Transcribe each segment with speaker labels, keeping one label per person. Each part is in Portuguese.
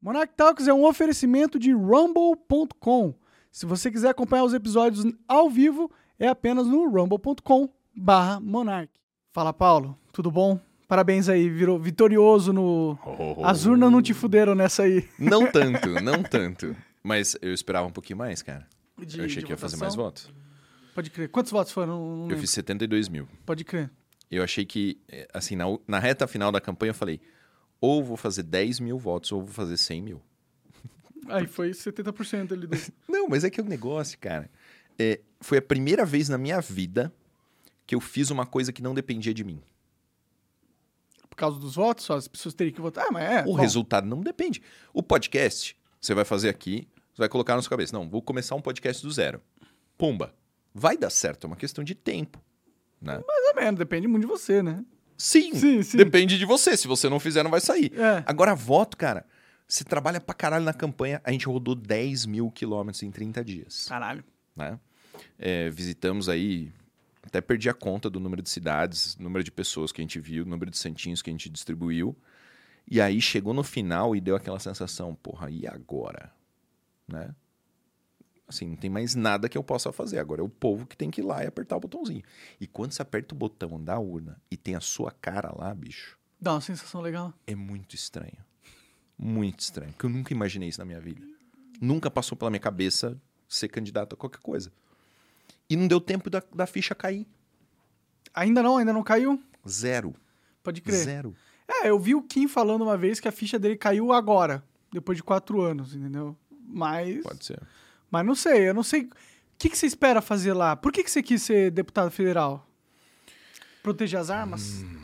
Speaker 1: Monarch Talks é um oferecimento de rumble.com. Se você quiser acompanhar os episódios ao vivo, é apenas no rumble.com barra Monark. Fala, Paulo. Tudo bom? Parabéns aí, virou vitorioso no...
Speaker 2: Oh.
Speaker 1: As urnas não te fuderam nessa aí.
Speaker 2: Não tanto, não tanto. Mas eu esperava um pouquinho mais, cara. eu achei que ia fazer mais
Speaker 1: votos.
Speaker 2: votos.
Speaker 1: Pode crer. Quantos votos foram? Não
Speaker 2: Eu
Speaker 1: lembro.
Speaker 2: fiz 72 mil.
Speaker 1: Pode crer.
Speaker 2: Eu achei que, eh, assim, na, u- na reta final da campanha eu falei, ou vou fazer 10 mil votos ou vou fazer 100 mil.
Speaker 1: Aí foi 70% ali do...
Speaker 2: Não, mas é que é um negócio, cara. É, foi a primeira vez na minha vida que eu fiz uma coisa que não dependia de mim.
Speaker 1: Por causa dos votos, só as pessoas teriam que votar. Ah, mas é.
Speaker 2: O resultado não depende. O podcast, você vai fazer aqui, você vai colocar na sua cabeça. Não, vou começar um podcast do zero. Pumba. Vai dar certo, é uma questão de tempo. Né?
Speaker 1: Mais ou menos, depende muito de você, né?
Speaker 2: Sim,
Speaker 1: Sim, sim.
Speaker 2: depende de você. Se você não fizer, não vai sair.
Speaker 1: É.
Speaker 2: Agora, voto, cara. Você trabalha pra caralho na campanha. A gente rodou 10 mil quilômetros em 30 dias.
Speaker 1: Caralho.
Speaker 2: né? É, visitamos aí, até perdi a conta do número de cidades, número de pessoas que a gente viu, número de santinhos que a gente distribuiu. E aí chegou no final e deu aquela sensação, porra, e agora? Né? Assim, não tem mais nada que eu possa fazer. Agora é o povo que tem que ir lá e apertar o botãozinho. E quando você aperta o botão da urna e tem a sua cara lá, bicho,
Speaker 1: Dá uma sensação legal.
Speaker 2: é muito estranho. Muito estranho. Porque eu nunca imaginei isso na minha vida. Nunca passou pela minha cabeça ser candidato a qualquer coisa. E não deu tempo da, da ficha cair.
Speaker 1: Ainda não, ainda não caiu?
Speaker 2: Zero.
Speaker 1: Pode crer.
Speaker 2: Zero.
Speaker 1: É, eu vi o Kim falando uma vez que a ficha dele caiu agora, depois de quatro anos, entendeu? Mas.
Speaker 2: Pode ser.
Speaker 1: Mas não sei, eu não sei. O que, que você espera fazer lá? Por que, que você quis ser deputado federal? Proteger as armas?
Speaker 2: Hum,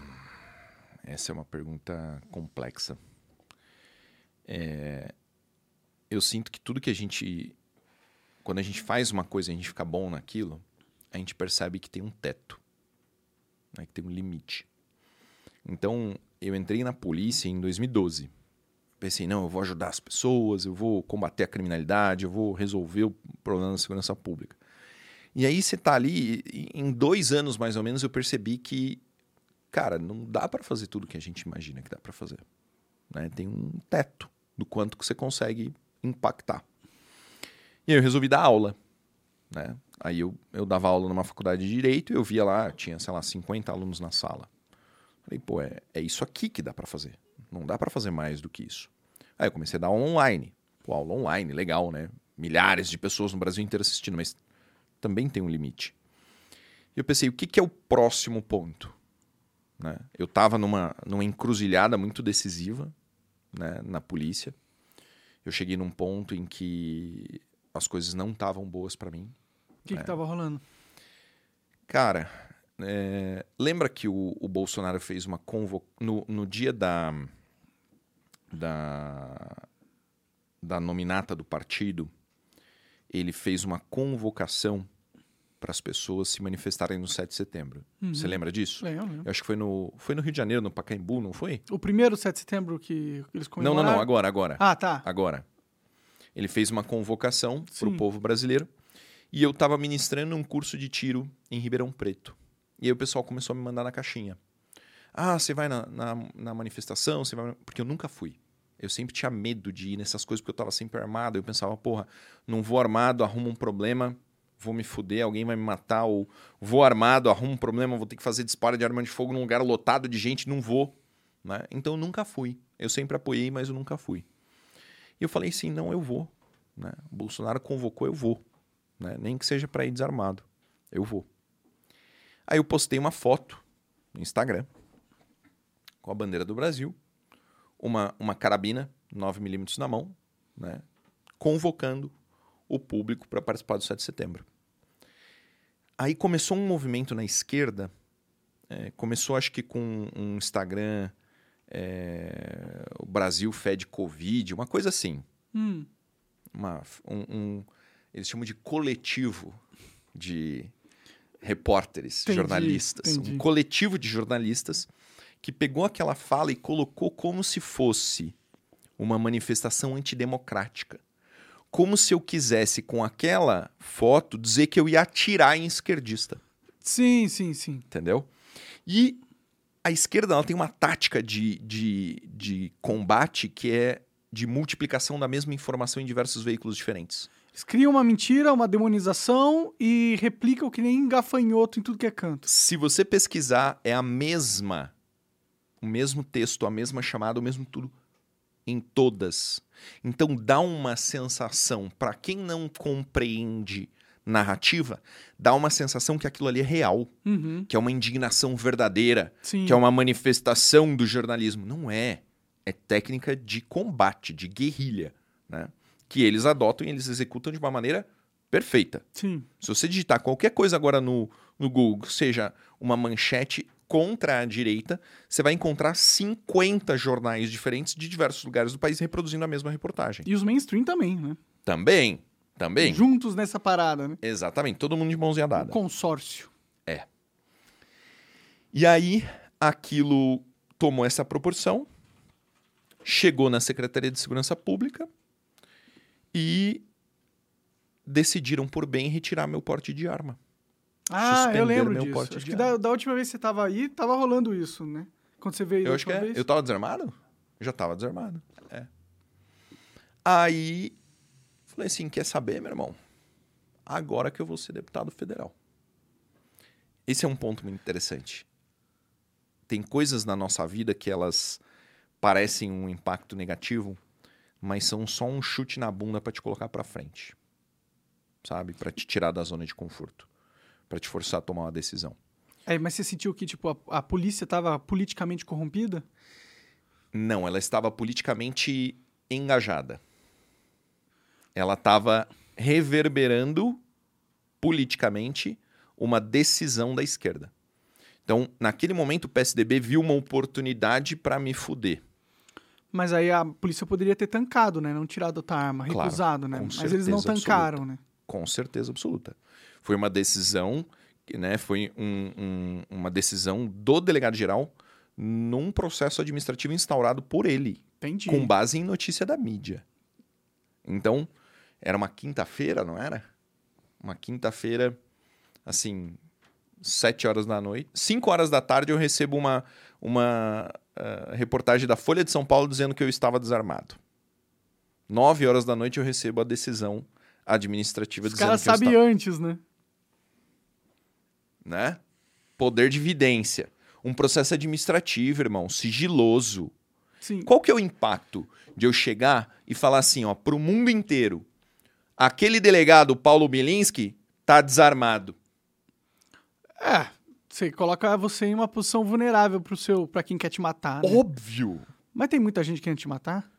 Speaker 2: Essa é uma pergunta complexa. É, Eu sinto que tudo que a gente. Quando a gente faz uma coisa e a gente fica bom naquilo, a gente percebe que tem um teto, né? que tem um limite. Então, eu entrei na polícia em 2012. Pensei, não, eu vou ajudar as pessoas, eu vou combater a criminalidade, eu vou resolver o problema da segurança pública. E aí você tá ali, e em dois anos mais ou menos, eu percebi que cara, não dá pra fazer tudo que a gente imagina que dá pra fazer. né? Tem um teto do quanto que você consegue impactar. E aí eu resolvi dar aula. né? Aí eu, eu dava aula numa faculdade de direito e eu via lá, tinha, sei lá, 50 alunos na sala. Falei, pô, é, é isso aqui que dá pra fazer. Não dá pra fazer mais do que isso. Aí eu comecei a dar aula online. Pô, aula online, legal, né? Milhares de pessoas no Brasil inteiro assistindo, mas também tem um limite. E eu pensei, o que que é o próximo ponto? né? Eu estava numa, numa encruzilhada muito decisiva né, na polícia. Eu cheguei num ponto em que as coisas não estavam boas para
Speaker 1: O
Speaker 2: mim. é.
Speaker 1: que, que tava rolando?
Speaker 2: Cara, é, lembra que o, o Bolsonaro fez uma convo... No, no dia da, da... Da nominata do partido, ele fez uma convocação para as pessoas se manifestarem no 7 de setembro. Você lembra disso?
Speaker 1: Lembro, lembro.
Speaker 2: Eu acho que foi no, foi no Rio de Janeiro, no Pacaembu, não foi?
Speaker 1: O primeiro 7 de setembro que eles
Speaker 2: Não,
Speaker 1: comemoraram?
Speaker 2: não, não, agora, agora.
Speaker 1: Ah, tá.
Speaker 2: Agora. Ele fez uma convocação para
Speaker 1: Sim.
Speaker 2: o povo brasileiro e eu estava ministrando um curso de tiro em Ribeirão Preto. E aí o pessoal começou a me mandar na caixinha. Ah, você vai na, na, na manifestação? Você vai... na-" Porque eu nunca fui. Eu sempre tinha medo de ir nessas coisas porque eu estava sempre armado. Eu pensava, porra, não vou armado, arrumo um problema, vou me fuder, alguém vai me matar. Ou vou armado, arrumo um problema, vou ter que fazer disparo de arma de fogo num lugar lotado de gente, não vou. Né? Então eu nunca fui. Eu sempre apoiei, mas eu nunca fui. E eu falei assim, não, eu vou. Né? O Bolsonaro convocou, eu vou. né? Nem que seja para ir desarmado. Eu vou. Aí eu postei uma foto no Instagram com a bandeira do Brasil, uma, uma carabina 9mm na mão, né? convocando o público para participar do 7 de setembro. Aí começou um movimento na esquerda, eh, começou acho que com um Instagram é, o Brasil fede Covid, uma coisa assim.
Speaker 1: Hum,
Speaker 2: Uma, um, um- eles chamam de coletivo de repórteres,
Speaker 1: Entendi,
Speaker 2: jornalistas.
Speaker 1: entendi.
Speaker 2: Um coletivo de jornalistas que pegou aquela fala e colocou como se fosse uma manifestação antidemocrática. Como se eu quisesse, com aquela foto, dizer que eu ia atirar em esquerdista
Speaker 1: Sim, sim, sim.
Speaker 2: entendeu? E a esquerda ela tem uma tática de, de, de combate que é de multiplicação da mesma informação em diversos veículos diferentes.
Speaker 1: Eles criam uma mentira, uma demonização e replicam que nem gafanhoto em tudo que é canto.
Speaker 2: Se você pesquisar, é a mesma, o mesmo texto, a mesma chamada, o mesmo tudo em todas. Então dá uma sensação para quem não compreende narrativa, dá uma sensação que aquilo ali é real,
Speaker 1: Uhum,
Speaker 2: que é uma indignação verdadeira,
Speaker 1: Sim.
Speaker 2: que é uma manifestação do jornalismo. Não é. É técnica de combate, de guerrilha, né? Que eles adotam e eles executam de uma maneira perfeita.
Speaker 1: Sim.
Speaker 2: Se você digitar qualquer coisa agora no, no Google, seja uma manchete contra a direita, você vai encontrar 50 jornais diferentes de diversos lugares do país reproduzindo a mesma reportagem.
Speaker 1: E os mainstream também, né?
Speaker 2: Também, também.
Speaker 1: Juntos nessa parada, né?
Speaker 2: Exatamente, todo mundo de mãozinha
Speaker 1: O
Speaker 2: dada.
Speaker 1: consórcio.
Speaker 2: E aí, aquilo tomou essa proporção, chegou na Secretaria de Segurança Pública e decidiram por bem retirar meu porte de arma.
Speaker 1: Ah, eu
Speaker 2: Suspender
Speaker 1: lembro
Speaker 2: meu
Speaker 1: disso.
Speaker 2: porte
Speaker 1: Acho
Speaker 2: de
Speaker 1: que da, da última vez que você tava aí, tava rolando isso, né? Quando você veio aí da
Speaker 2: Eu acho que
Speaker 1: última
Speaker 2: é.
Speaker 1: vez.
Speaker 2: Eu tava desarmado? Eu já tava desarmado. É. Aí, falei assim: quer saber, meu irmão? Agora que eu vou ser deputado federal. Esse é um ponto muito interessante. Tem coisas na nossa vida que elas parecem um impacto negativo, mas são só um chute na bunda pra te colocar pra frente. Sabe? Pra te tirar da zona de conforto. Pra te forçar a tomar uma decisão.
Speaker 1: É, mas você sentiu que, tipo, a, a polícia tava politicamente corrompida?
Speaker 2: Não, ela estava politicamente engajada. Ela estava reverberando politicamente uma decisão da esquerda. Então, naquele momento, o PSDB viu uma oportunidade para me fuder.
Speaker 1: Mas aí a polícia poderia ter tancado, né? Não tirado a tua arma,
Speaker 2: Claro,
Speaker 1: recusado, né?
Speaker 2: com
Speaker 1: Mas eles não
Speaker 2: certeza
Speaker 1: tancaram, né?
Speaker 2: Com certeza absoluta. Foi uma decisão, que, né, foi um- um- uma decisão do delegado-geral num processo administrativo instaurado por ele.
Speaker 1: Entendi.
Speaker 2: com base em notícia da mídia. Então, era uma quinta-feira, não era? Uma quinta-feira, assim, sete horas da noite. Cinco horas da tarde eu recebo uma, uma ah, reportagem da Folha de São Paulo dizendo que eu estava desarmado. Nove horas da noite eu recebo a decisão administrativa
Speaker 1: Os
Speaker 2: dizendo
Speaker 1: caras
Speaker 2: que eu estava
Speaker 1: sabem antes, né?
Speaker 2: né? Poder de vidência. Um processo administrativo, irmão, sigiloso.
Speaker 1: Sim.
Speaker 2: Qual que é o impacto de eu chegar e falar assim, ó, pro mundo inteiro, aquele delegado Paulo Bilinski tá desarmado.
Speaker 1: É, você coloca você em uma posição vulnerável pro seu, pra quem quer te matar, né?
Speaker 2: Óbvio.
Speaker 1: Mas tem muita gente querendo te matar?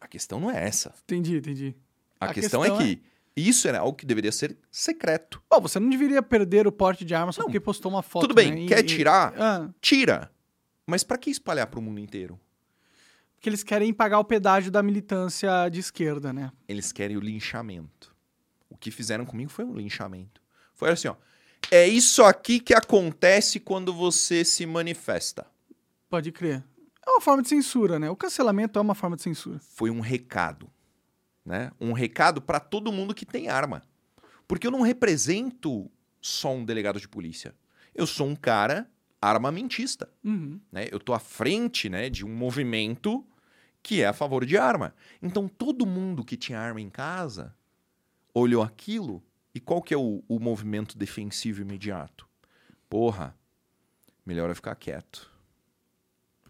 Speaker 2: A questão não é essa.
Speaker 1: Entendi, entendi.
Speaker 2: A,
Speaker 1: A
Speaker 2: questão,
Speaker 1: questão
Speaker 2: é que isso era algo que deveria ser secreto.
Speaker 1: Bom, você não deveria perder o porte de arma só
Speaker 2: Não.
Speaker 1: porque postou uma foto,
Speaker 2: Tudo bem,
Speaker 1: né? E-
Speaker 2: quer
Speaker 1: e-
Speaker 2: tirar?
Speaker 1: Ah,
Speaker 2: Tira. Mas pra que espalhar pro mundo inteiro?
Speaker 1: porque eles querem pagar o pedágio da militância de esquerda, né?
Speaker 2: Eles querem o linchamento. O que fizeram comigo foi um linchamento. Foi assim, ó. É isso aqui que acontece quando você se manifesta.
Speaker 1: Pode crer. É uma forma de censura, né? O cancelamento é uma forma de censura.
Speaker 2: foi um recado, né? Um recado para todo mundo que tem arma. Porque eu não represento só um delegado de polícia. Eu sou um cara armamentista,
Speaker 1: Uhum.
Speaker 2: né? Eu tô à frente, né, de um movimento que é a favor de arma. Então todo mundo que tinha arma em casa olhou aquilo e qual que é o, o movimento defensivo imediato? Porra, melhor eu ficar quieto.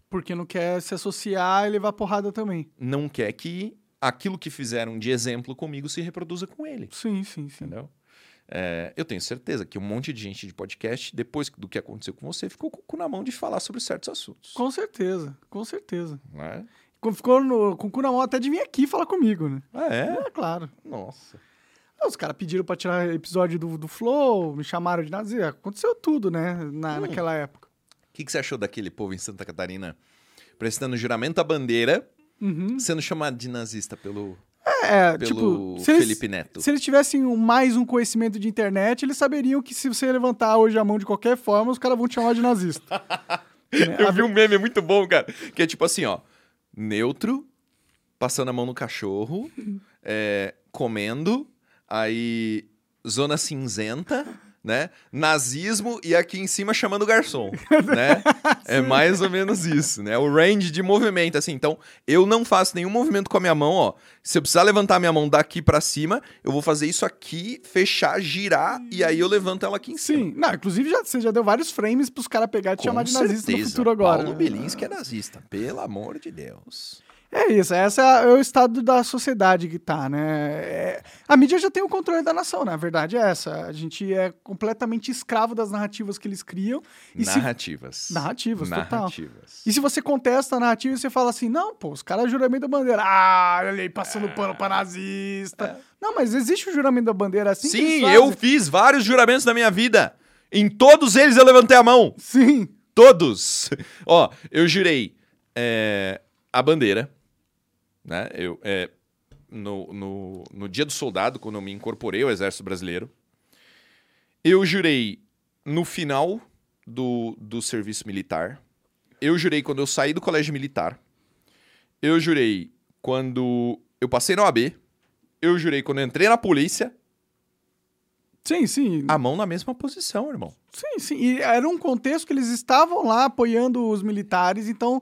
Speaker 1: Porque não quer se associar e levar porrada também.
Speaker 2: Não quer que aquilo que fizeram de exemplo comigo se reproduza com ele.
Speaker 1: Sim, sim, sim.
Speaker 2: entendeu? É, eu tenho certeza que um monte de gente de podcast, depois do que aconteceu com você, ficou com o cu na mão de falar sobre certos assuntos.
Speaker 1: Com certeza, com certeza.
Speaker 2: Né?
Speaker 1: Quando Ficou no, com o cu na mão até de vir aqui falar comigo, né?
Speaker 2: Ah, é?
Speaker 1: É, claro.
Speaker 2: Nossa.
Speaker 1: Os caras pediram pra tirar episódio do, do Flow, me chamaram de nazi. Aconteceu tudo, né? Na,
Speaker 2: Hum.
Speaker 1: Naquela época.
Speaker 2: O que, que você achou daquele povo em Santa Catarina prestando juramento à bandeira,
Speaker 1: Uhum.
Speaker 2: sendo chamado de nazista pelo,
Speaker 1: É,
Speaker 2: pelo
Speaker 1: tipo, se eles,
Speaker 2: Felipe Neto?
Speaker 1: se eles tivessem um- mais um conhecimento de internet, eles saberiam que se você levantar hoje a mão de qualquer forma, os caras vão te chamar de nazista. Né?
Speaker 2: Eu vi um meme muito bom, cara. Que é tipo assim, ó. Neutro, passando a mão no cachorro, é, comendo, aí zona cinzenta, né? Nazismo e aqui em cima chamando o garçom, né? É mais ou menos isso, né? O range de movimento, assim. Então, eu não faço nenhum movimento com a minha mão, ó. Se eu precisar levantar minha mão daqui pra cima, eu vou fazer isso aqui, fechar, girar, e aí eu levanto ela aqui em cima.
Speaker 1: Sim. Não, inclusive já, você já deu vários frames pros caras pegar e te
Speaker 2: Com
Speaker 1: chamar de nazista no
Speaker 2: certeza.
Speaker 1: futuro agora. né?
Speaker 2: Paulo Belinski é nazista, pelo amor de Deus.
Speaker 1: É isso, esse é o estado da sociedade que tá, né? É- a mídia já tem o controle da nação, né? A verdade é essa. A gente é completamente escravo das narrativas que eles criam. E se-
Speaker 2: Narrativas.
Speaker 1: Narrativas, total.
Speaker 2: Narrativas.
Speaker 1: E se você contesta a narrativa e você fala assim, não, pô, os caras juramento da bandeira. Ah, olha ele
Speaker 2: É.
Speaker 1: passando pano pra nazista. Não, mas existe o juramento da bandeira assim? que eles
Speaker 2: Sim,
Speaker 1: fazem?
Speaker 2: eu fiz vários juramentos na minha vida. Em todos eles eu levantei a mão.
Speaker 1: Sim.
Speaker 2: Todos! Ó, eu jurei é, a bandeira, né? Eu, é, no, no, no dia do soldado, quando eu me incorporei ao Exército Brasileiro, eu jurei no final do, do serviço militar, eu jurei quando eu saí do colégio militar, eu jurei quando eu passei na OAB, eu jurei quando eu entrei na polícia,
Speaker 1: Sim, sim.
Speaker 2: a mão na mesma posição, irmão.
Speaker 1: Sim, sim. E era um contexto que eles estavam lá apoiando os militares, então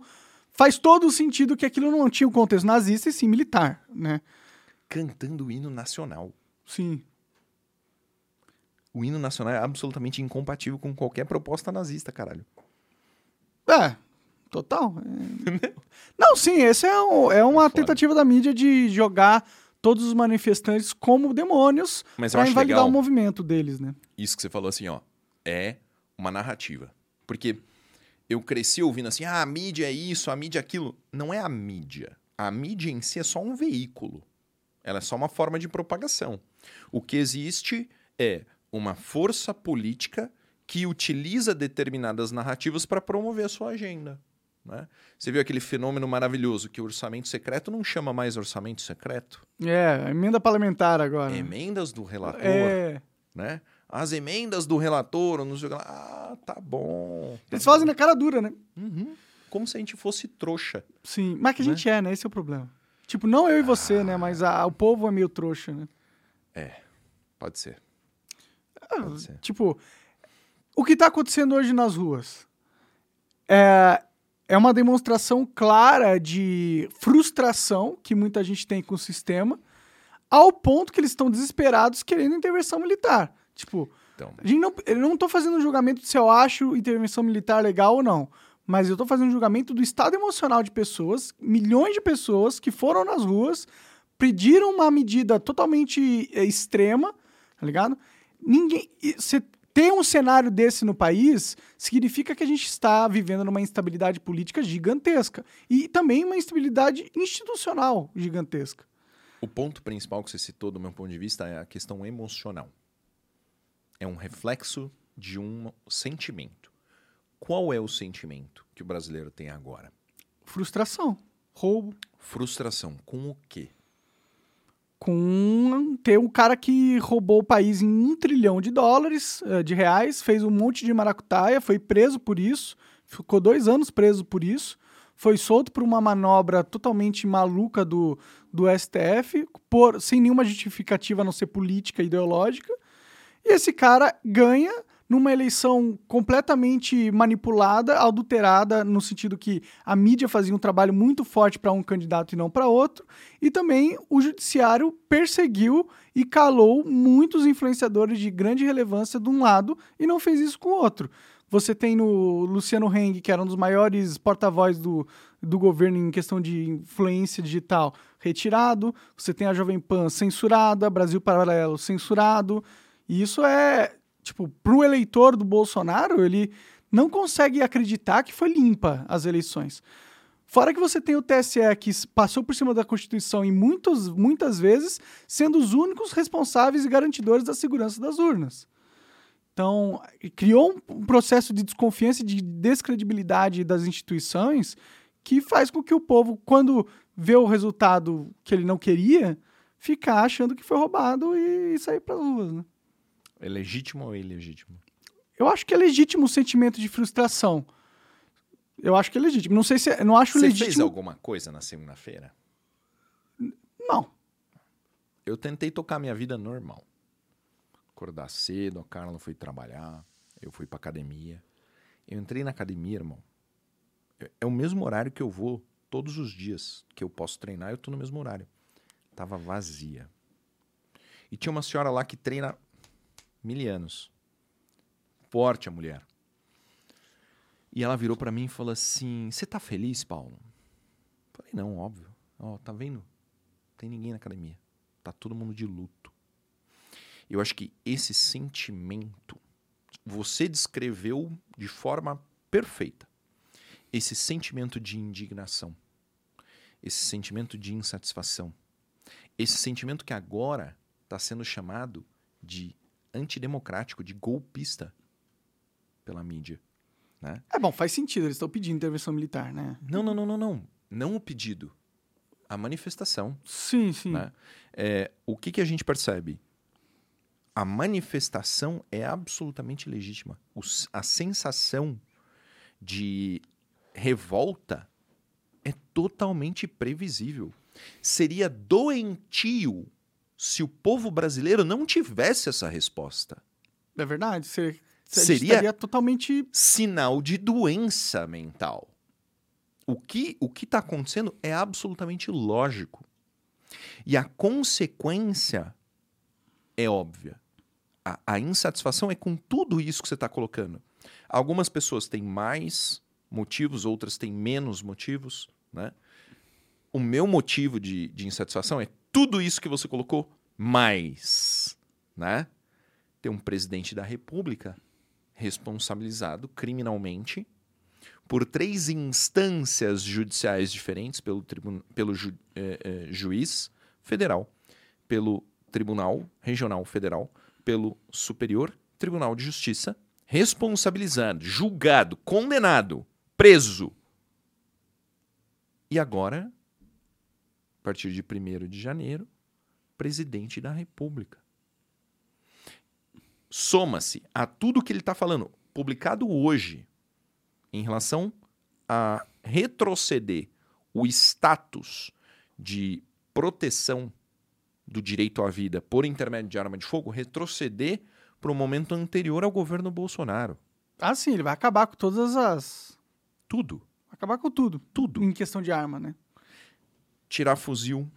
Speaker 1: faz todo o sentido que aquilo não tinha um contexto nazista e sim militar, né?
Speaker 2: Cantando o hino nacional.
Speaker 1: Sim.
Speaker 2: O hino nacional é absolutamente incompatível com qualquer proposta nazista, caralho.
Speaker 1: É, total. É. não, sim, esse é, um- é uma
Speaker 2: foda.
Speaker 1: tentativa da mídia de jogar todos os manifestantes como demônios
Speaker 2: Mas eu
Speaker 1: pra
Speaker 2: acho
Speaker 1: É, invalidar
Speaker 2: legal
Speaker 1: o movimento deles, né?
Speaker 2: isso que você falou assim, ó. É uma narrativa. Porque eu cresci ouvindo assim, ah, a mídia é isso, a mídia é aquilo. Não é a mídia. A mídia em si é só um veículo. Ela é só uma forma de propagação. O que existe é uma força política que utiliza determinadas narrativas para promover a sua agenda. Né? Você viu aquele fenômeno maravilhoso que o orçamento secreto não chama mais orçamento secreto?
Speaker 1: É, emenda parlamentar
Speaker 2: É,
Speaker 1: agora.
Speaker 2: Emendas do relator,
Speaker 1: É.
Speaker 2: né? As emendas do relator, ou não sei o que lá. Ah, tá bom. tá
Speaker 1: Eles
Speaker 2: bom.
Speaker 1: fazem na cara dura, né?
Speaker 2: Uhum. Como se a gente fosse trouxa.
Speaker 1: Sim. Mas que a
Speaker 2: Né? Ah.
Speaker 1: gente é, né? Esse é o problema. Tipo, não eu e você, né? Mas a- o povo é meio trouxa, né?
Speaker 2: Pode ser.
Speaker 1: Ah,
Speaker 2: Pode ser.
Speaker 1: Tipo, o que está acontecendo hoje nas ruas é, é uma demonstração clara de frustração que muita gente tem com o sistema, ao ponto que eles estão desesperados querendo intervenção militar. Tipo,
Speaker 2: Então,
Speaker 1: a gente não, eu não estou fazendo um julgamento se eu acho intervenção militar legal ou não. Mas eu estou fazendo um julgamento do estado emocional de pessoas, milhões de pessoas que foram nas ruas, pediram uma medida totalmente eh, extrema, tá ligado? Ninguém. e Você ter um cenário desse no país significa que a gente está vivendo numa instabilidade política gigantesca. E também uma instabilidade institucional gigantesca.
Speaker 2: o ponto principal que você citou, do meu ponto de vista, é a questão emocional. É um reflexo de um sentimento. Qual é o sentimento que o brasileiro tem agora?
Speaker 1: Frustração, roubo.
Speaker 2: Frustração com o quê?
Speaker 1: com ter um cara que roubou o país em um trilhão de dólares, eh, de reais, fez um monte de maracutaia, foi preso por isso, ficou dois anos preso por isso, foi solto por uma manobra totalmente maluca do, do STF, por, sem nenhuma justificativa a não ser política e ideológica, e esse cara ganha numa eleição completamente manipulada, adulterada, no sentido que a mídia fazia um trabalho muito forte para um candidato e não para outro, e também o judiciário perseguiu e calou muitos influenciadores de grande relevância de um lado e não fez isso com o outro. Você tem no Luciano Heng, que era um dos maiores porta-voz do, do governo em questão de influência digital, retirado. Você tem a Jovem Pan censurada, Brasil Paralelo censurado. E isso é, tipo, pro eleitor do Bolsonaro, ele não consegue acreditar que foi limpa as eleições. Fora que você tem o TSE que s- passou por cima da Constituição em muitos, muitas vezes, sendo os únicos responsáveis e garantidores da segurança das urnas. Então, e criou um- um processo de desconfiança e de descredibilidade das instituições que faz com que o povo, quando vê o resultado que ele não queria, ficar achando que foi roubado e sair para as ruas. Né?
Speaker 2: É legítimo ou ilegítimo?
Speaker 1: Eu acho que é legítimo o sentimento de frustração. Eu acho que é legítimo. Não sei se é- não acho
Speaker 2: Você
Speaker 1: legítimo.
Speaker 2: fez alguma coisa na segunda-feira?
Speaker 1: Não.
Speaker 2: Eu tentei tocar minha vida normal. acordar cedo, a Carla foi trabalhar, eu fui pra academia. Eu entrei na academia, irmão. É- É o mesmo horário que eu vou todos os dias que eu posso treinar, eu tô no mesmo horário. Tava vazia. E tinha uma senhora lá que treina mil anos. Forte a mulher. E ela virou pra mim e falou assim: Você tá feliz, Paulo? Falei: Não, óbvio. Ó, tá vendo? Não tem ninguém na academia. Tá todo mundo de luto. Eu acho que esse sentimento você descreveu de forma perfeita. Esse sentimento de indignação, esse sentimento de insatisfação, esse sentimento que agora está sendo chamado de antidemocrático, de golpista pela mídia.
Speaker 1: É bom, faz sentido, eles estão pedindo intervenção militar, né?
Speaker 2: Não, não, não, não, não. Não o pedido. A manifestação.
Speaker 1: Sim, sim.
Speaker 2: Né? É, o que, que a gente percebe? A manifestação é absolutamente legítima. O s- a sensação de revolta é totalmente previsível. Seria doentio se o povo brasileiro não tivesse essa resposta.
Speaker 1: É verdade? Seria,
Speaker 2: Seria-
Speaker 1: seria totalmente
Speaker 2: Sinal de doença mental. O que o que está acontecendo é absolutamente lógico. E a consequência é óbvia. A, a insatisfação é com tudo isso que você está colocando. Algumas pessoas têm mais motivos, outras têm menos motivos. Né? O meu motivo de, de insatisfação é tudo isso que você colocou, mais. Né? Tem um presidente da República responsabilizado criminalmente por três instâncias judiciais diferentes pelo, tribun- pelo ju- eh, eh, juiz federal, pelo Tribunal Regional Federal, pelo Superior Tribunal de Justiça, responsabilizado, julgado, condenado, preso. E agora, a partir de 1 de janeiro, presidente da República. Soma-se a tudo que ele está falando, publicado hoje, em relação a retroceder o status de proteção do direito à vida por intermédio de arma de fogo, retroceder para o momento anterior ao governo Bolsonaro.
Speaker 1: Ah, sim, ele vai acabar com todas as.
Speaker 2: Tudo,
Speaker 1: Acabar com tudo.
Speaker 2: tudo.
Speaker 1: Em questão de arma, né?
Speaker 2: Tirar fuzil,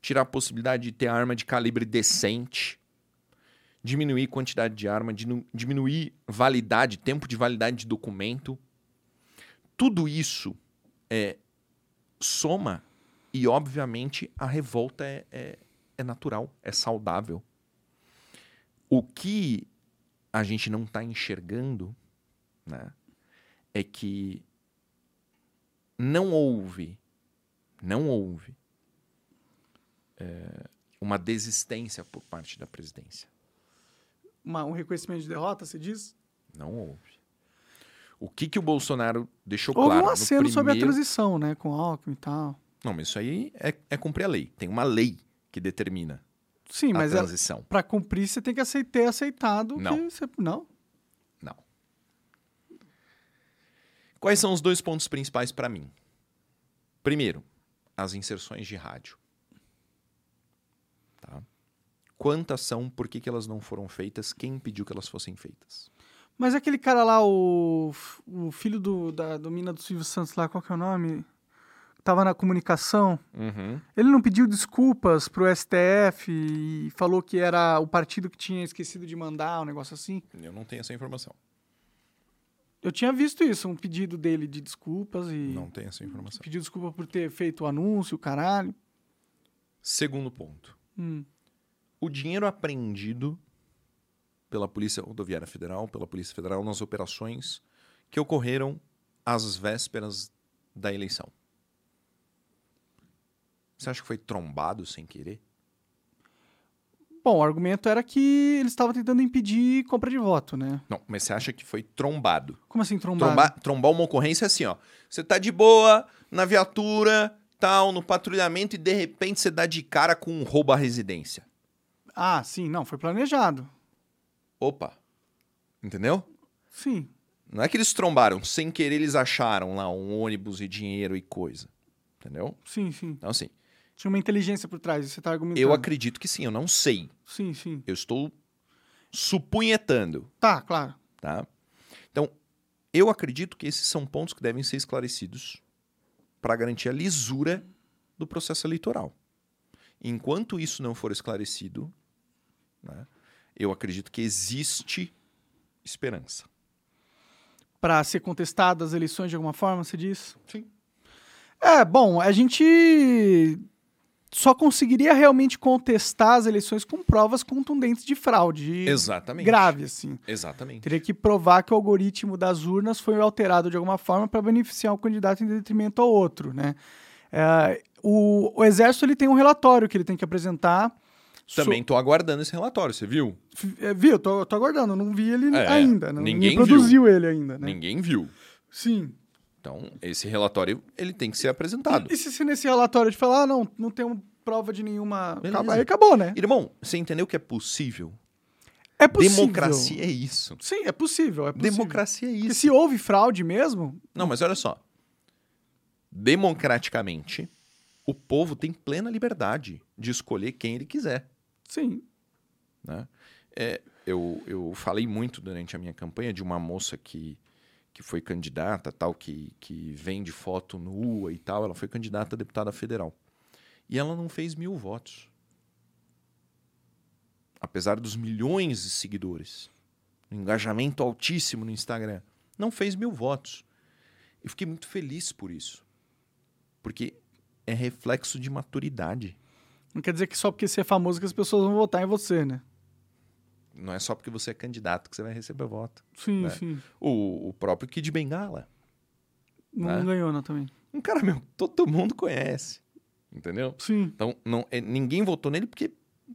Speaker 2: tirar a possibilidade de ter arma de calibre decente, diminuir quantidade de arma, dinu- diminuir validade, tempo de validade de documento. Tudo isso é, soma e, obviamente, a revolta é, é- é natural, é saudável. O que a gente não está enxergando né, é que não houve, não houve é, uma desistência por parte da presidência.
Speaker 1: Uma- um reconhecimento de derrota, você diz?
Speaker 2: Não houve. O que, que o Bolsonaro deixou
Speaker 1: Houve
Speaker 2: claro
Speaker 1: um
Speaker 2: no
Speaker 1: aceno sobre a
Speaker 2: primeiro-
Speaker 1: transição, né? Com Alckmin e tal.
Speaker 2: Não, mas isso aí é, é cumprir a lei. Tem uma lei que determina
Speaker 1: Sim,
Speaker 2: a
Speaker 1: mas é,
Speaker 2: transição.
Speaker 1: pra cumprir, você tem que acei- ter aceitado que
Speaker 2: Não.
Speaker 1: você. Não.
Speaker 2: Não. Quais são os dois pontos principais para mim? Primeiro, as inserções de rádio. Tá? Quantas são? Por que, que elas não foram feitas? Quem pediu que elas fossem feitas?
Speaker 1: Mas aquele cara lá, o, f- o filho do, da, do mina do Silvio Santos lá, qual que é o nome? Tava na comunicação. Ele não pediu desculpas pro STF e falou que era o partido que tinha esquecido de mandar, um negócio assim.
Speaker 2: Eu não tenho essa informação.
Speaker 1: Eu tinha visto isso, um pedido dele de desculpas e.
Speaker 2: Não tenho essa informação.
Speaker 1: Pediu desculpa por ter feito o anúncio, caralho.
Speaker 2: Segundo ponto.
Speaker 1: Hum.
Speaker 2: o dinheiro apreendido pela Polícia Rodoviária Federal, pela Polícia Federal, nas operações que ocorreram às vésperas da eleição. Você acha que foi trombado sem querer?
Speaker 1: Bom, o argumento era que eles estavam tentando impedir compra de voto, né?
Speaker 2: Não, mas você acha que foi trombado?
Speaker 1: Como assim trombado?
Speaker 2: Trombar, trombar uma ocorrência é assim, ó. Você tá de boa, na viatura, tal, no patrulhamento, e de repente você dá de cara com um roubo à residência.
Speaker 1: Ah, sim, não, foi planejado.
Speaker 2: Opa! Entendeu?
Speaker 1: Sim.
Speaker 2: Não é que eles trombaram, sem querer eles acharam lá um ônibus e dinheiro e coisa. Entendeu?
Speaker 1: Sim, sim.
Speaker 2: Então, assim,
Speaker 1: Tinha uma inteligência por trás, você tá argumentando.
Speaker 2: eu acredito que sim, eu não sei.
Speaker 1: Sim, sim.
Speaker 2: Eu estou supunhetando,
Speaker 1: Tá, claro.
Speaker 2: tá? Então, eu acredito que esses são pontos que devem ser esclarecidos para garantir a lisura do processo eleitoral. Enquanto isso não for esclarecido, né, eu acredito que existe esperança.
Speaker 1: Pra ser contestada as eleições de alguma forma, você diz?
Speaker 2: Sim.
Speaker 1: É, bom, a gente só conseguiria realmente contestar as eleições com provas contundentes de fraude. e
Speaker 2: Exatamente.
Speaker 1: Grave, assim.
Speaker 2: Exatamente.
Speaker 1: Teria que provar que o algoritmo das urnas foi alterado de alguma forma para beneficiar um candidato em detrimento ao outro, né? É, o, o Exército ele tem um relatório que ele tem que apresentar. so-
Speaker 2: Também estou aguardando esse relatório, você viu?
Speaker 1: F- é, Viu? Eu tô, eu tô aguardando, não vi ele
Speaker 2: É,
Speaker 1: ainda. Não,
Speaker 2: ninguém
Speaker 1: ninguém produziu ele ainda, né?
Speaker 2: Ninguém viu.
Speaker 1: Sim.
Speaker 2: Então, esse relatório ele tem que ser apresentado.
Speaker 1: E se, se nesse relatório de falar, ah, não, não tem prova de nenhuma.
Speaker 2: Beleza.
Speaker 1: Acaba- Aí acabou, né?
Speaker 2: Irmão, você entendeu que é possível?
Speaker 1: É possível.
Speaker 2: Democracia é isso.
Speaker 1: Sim, é possível. É possível.
Speaker 2: Democracia é
Speaker 1: Porque
Speaker 2: isso.
Speaker 1: se houve fraude mesmo,
Speaker 2: Não, mas olha só. Democraticamente, o povo tem plena liberdade de escolher quem ele quiser.
Speaker 1: sim.
Speaker 2: né? É, eu, eu falei muito durante a minha campanha de uma moça que, que foi candidata, tal, que, que vende foto nua e tal. Ela foi candidata a deputada federal. E ela não fez mil votos. Apesar dos milhões de seguidores, um engajamento altíssimo no Instagram, não fez mil votos. Eu fiquei muito feliz por isso. Porque é reflexo de maturidade.
Speaker 1: Não quer dizer que só porque você é famoso que as pessoas vão votar em você, né?
Speaker 2: Não é só porque você é candidato que você vai receber voto.
Speaker 1: Sim,
Speaker 2: Né?
Speaker 1: sim.
Speaker 2: O, o próprio Kid Bengala.
Speaker 1: Não,
Speaker 2: Né?
Speaker 1: não ganhou, não, também.
Speaker 2: Um cara, meu, todo mundo conhece. Entendeu?
Speaker 1: Sim.
Speaker 2: Então, não, é, ninguém votou nele porque,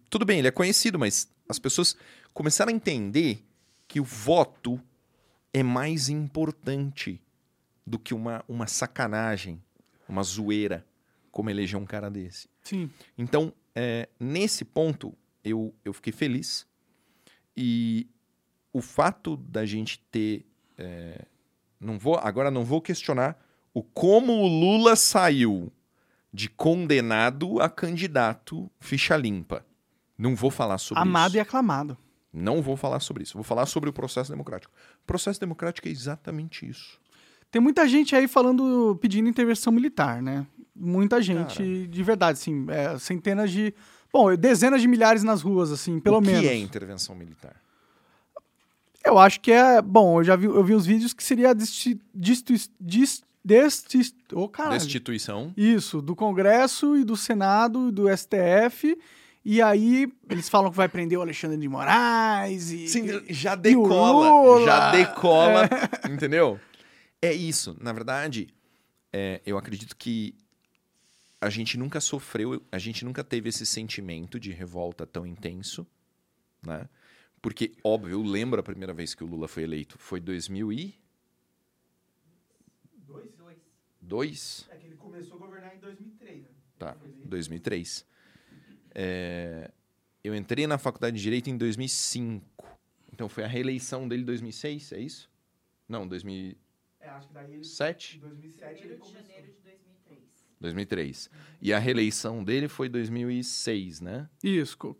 Speaker 2: tudo bem, ele é conhecido, mas as pessoas começaram a entender que o voto é mais importante do que uma, uma sacanagem, uma zoeira, como eleger um cara desse.
Speaker 1: Sim.
Speaker 2: Então, é, nesse ponto, eu, eu fiquei feliz. E o fato da gente ter. é, não vou Agora não vou questionar o como o Lula saiu de condenado a candidato ficha limpa. Não vou falar sobre
Speaker 1: Amado
Speaker 2: isso.
Speaker 1: e aclamado.
Speaker 2: Não vou falar sobre isso. Vou falar sobre o processo democrático. O processo democrático é exatamente isso.
Speaker 1: Tem muita gente aí falando, pedindo intervenção militar, né? Muita gente, de verdade, assim, é, centenas de. Bom, dezenas de milhares nas ruas, assim, pelo
Speaker 2: o que
Speaker 1: menos.
Speaker 2: é intervenção militar?
Speaker 1: Eu acho que é. Bom, eu já vi, eu vi uns vídeos que seria desti, disti, dis- desti, ô, caralho.
Speaker 2: Destituição.
Speaker 1: Isso, do Congresso e do Senado e do STF. E aí eles falam que vai prender o Alexandre de Moraes e.
Speaker 2: Sim,
Speaker 1: e-
Speaker 2: já
Speaker 1: e o
Speaker 2: decola.
Speaker 1: Lula.
Speaker 2: Já decola. Entendeu? É isso. Na verdade, é, eu acredito que a gente nunca sofreu, a gente nunca teve esse sentimento de revolta tão intenso, né? Porque, óbvio, eu lembro a primeira vez que o Lula foi eleito. Foi 2000 e... Dois?
Speaker 3: É que ele começou a governar em 2003, né?
Speaker 2: Tá, 2003. É, eu entrei na faculdade de Direito em 2005. Então foi a reeleição dele em 2006, é isso? Não, 2007?
Speaker 3: É, acho que daí ele. Em 2007 ele
Speaker 4: Janeiro de
Speaker 3: começou.
Speaker 4: janeiro de 2003.
Speaker 2: 2003. E a reeleição dele foi 2006, né?
Speaker 1: Isso, co-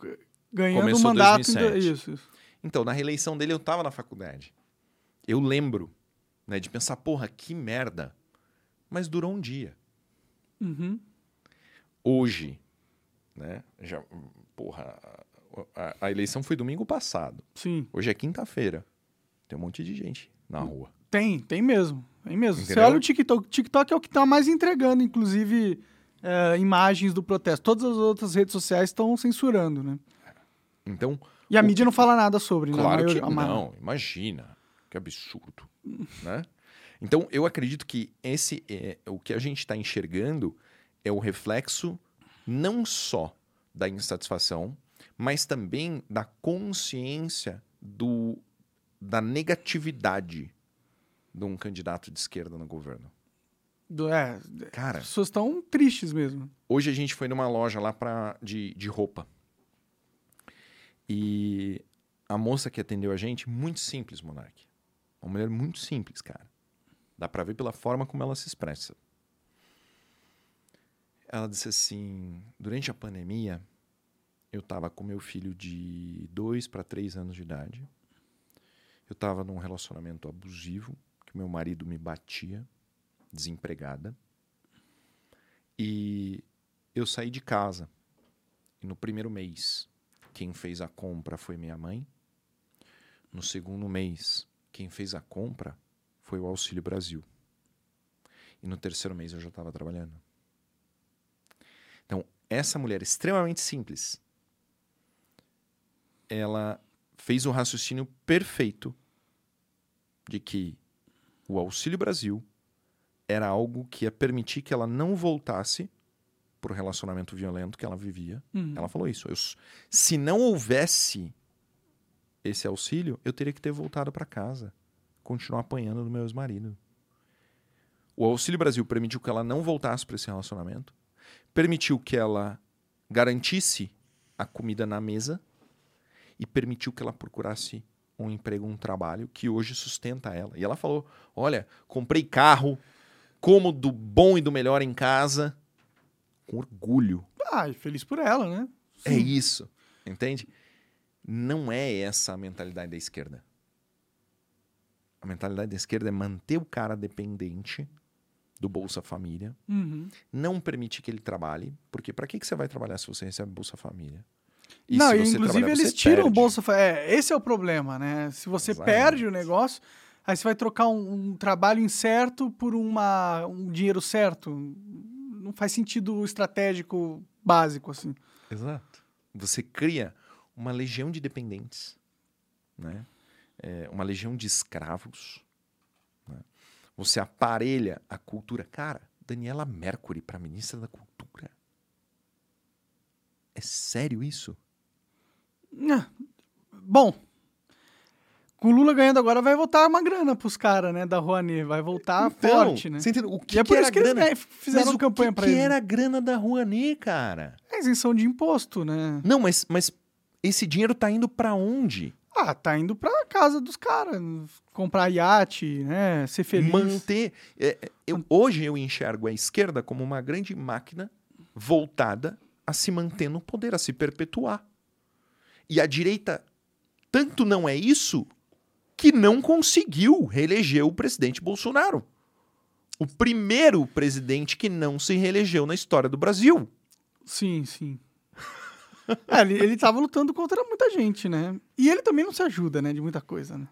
Speaker 1: ganhando o
Speaker 2: Começou
Speaker 1: mandato.
Speaker 2: 2007.
Speaker 1: Então, isso, isso.
Speaker 2: Então, na reeleição dele eu tava na faculdade. Eu lembro, né, de pensar, porra, que merda. Mas durou um dia.
Speaker 1: Uhum.
Speaker 2: Hoje, né? Já, porra, a- a- a eleição foi domingo passado.
Speaker 1: Sim.
Speaker 2: Hoje é quinta-feira. Tem um monte de gente na rua.
Speaker 1: Tem, tem mesmo. Tem mesmo. Você
Speaker 2: Entendeu?
Speaker 1: olha o TikTok. O TikTok é o que tá mais entregando, inclusive, é, imagens do protesto. Todas as outras redes sociais estão censurando, né?
Speaker 2: Então,
Speaker 1: E a
Speaker 2: O
Speaker 1: mídia não fala nada sobre, né? A
Speaker 2: claro que
Speaker 1: maioria- a ma-
Speaker 2: não. Imagina. Que absurdo. né? Então, eu acredito que esse é, o que a gente está enxergando é o reflexo não só da insatisfação, mas também da consciência do, da negatividade de um candidato de esquerda no governo.
Speaker 1: do- É,
Speaker 2: Cara,
Speaker 1: as pessoas estão tristes mesmo.
Speaker 2: Hoje a gente foi numa loja lá pra, de, de roupa. E a moça que atendeu a gente, muito simples, Monark. Uma mulher muito simples, cara. Dá pra ver pela forma como ela se expressa. Ela disse assim: durante a pandemia, Eu estava com meu filho de dois para três anos de idade. Eu estava num relacionamento abusivo, que meu marido me batia, desempregada. E eu saí de casa. E no primeiro mês, quem fez a compra foi minha mãe. No segundo mês, quem fez a compra foi o Auxílio Brasil. E no terceiro mês eu já estava trabalhando. Então, essa mulher extremamente simples, ela fez o raciocínio perfeito de que o Auxílio Brasil era algo que ia permitir que ela não voltasse pro relacionamento violento que ela vivia.
Speaker 1: Uhum.
Speaker 2: Ela falou isso. Eu s- se não houvesse esse auxílio, eu teria que ter voltado para casa, continuar apanhando do meu ex-marido. O Auxílio Brasil permitiu que ela não voltasse para esse relacionamento, permitiu que ela garantisse a comida na mesa e permitiu que ela procurasse um emprego, um trabalho que hoje sustenta ela. E ela falou: "Olha, comprei carro, como do bom e do melhor em casa, com orgulho.
Speaker 1: Ah, e feliz por ela, né?
Speaker 2: É isso. Entende? Não é essa a mentalidade da esquerda. A mentalidade da esquerda é manter o cara dependente do Bolsa Família,
Speaker 1: Uhum.
Speaker 2: não permitir que ele trabalhe, porque para que, que você vai trabalhar se você recebe Bolsa Família?
Speaker 1: não,
Speaker 2: se
Speaker 1: e
Speaker 2: você
Speaker 1: inclusive
Speaker 2: trabalhar,
Speaker 1: eles
Speaker 2: você
Speaker 1: tiram o
Speaker 2: perde.
Speaker 1: Bolsa Fa- É, esse é o problema, né? Se você
Speaker 2: Exatamente.
Speaker 1: perde o negócio, aí você vai trocar um, um trabalho incerto por uma, um dinheiro certo. Não faz sentido estratégico básico, assim.
Speaker 2: Exato. Você cria uma legião de dependentes, né? É, uma legião de escravos. né? Você aparelha a cultura. Cara, Daniela Mercury para ministra da Cultura. É sério isso?
Speaker 1: Ah, Bom, com o Lula ganhando agora, vai voltar uma grana pros caras, né? Da Rouanet. Vai voltar forte, né?
Speaker 2: Então, Você entendeu? O que,
Speaker 1: e é
Speaker 2: que
Speaker 1: por
Speaker 2: era
Speaker 1: isso que
Speaker 2: a
Speaker 1: eles
Speaker 2: grana?
Speaker 1: né, fizeram
Speaker 2: Mas o
Speaker 1: campanha
Speaker 2: que
Speaker 1: pra
Speaker 2: que
Speaker 1: ele.
Speaker 2: era a grana da Rouanet, cara?
Speaker 1: É isenção de imposto, né?
Speaker 2: Não, mas, mas esse dinheiro tá indo para onde?
Speaker 1: Ah, tá indo pra casa dos caras. Comprar iate, né? Ser feliz.
Speaker 2: manter. é, é, eu- hoje eu enxergo a esquerda como uma grande máquina voltada a se manter no poder, a se perpetuar. E a direita tanto não é isso que não conseguiu reeleger o presidente Bolsonaro. O primeiro presidente que não se reelegeu na história do Brasil.
Speaker 1: Sim, sim. É, ele, ele tava lutando contra muita gente, né? E ele também não se ajuda, né? De muita coisa, né?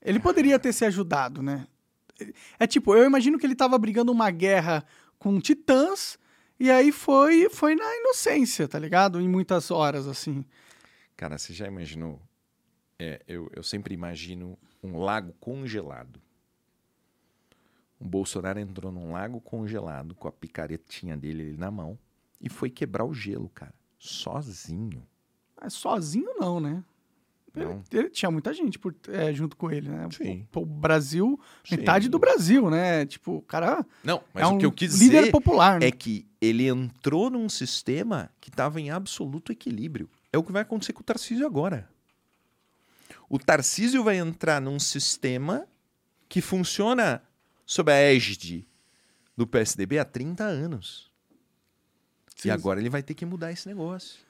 Speaker 1: Ele poderia ter se ajudado, né? É tipo, eu imagino que ele tava brigando uma guerra com titãs e aí foi, foi na inocência, tá ligado? Em muitas horas, assim.
Speaker 2: Cara, você já imaginou? É, eu, eu sempre imagino um lago congelado. O Bolsonaro entrou num lago congelado com a picaretinha dele ali na mão e foi quebrar o gelo, cara. Sozinho.
Speaker 1: Mas sozinho não, né? Ele,
Speaker 2: Não.
Speaker 1: ele tinha muita gente por, é, junto com ele, né?
Speaker 2: Sim.
Speaker 1: O, o Brasil,
Speaker 2: Sim.
Speaker 1: metade do Brasil, né? Tipo, o cara
Speaker 2: Não, mas
Speaker 1: é
Speaker 2: o
Speaker 1: um
Speaker 2: que eu quis
Speaker 1: líder
Speaker 2: dizer
Speaker 1: popular, né?
Speaker 2: é que ele entrou num sistema que estava em absoluto equilíbrio. É o que vai acontecer com o Tarcísio agora. O Tarcísio vai entrar num sistema que funciona sob a égide do PSDB há 30 anos.
Speaker 1: Sim.
Speaker 2: E agora ele vai ter que mudar esse negócio.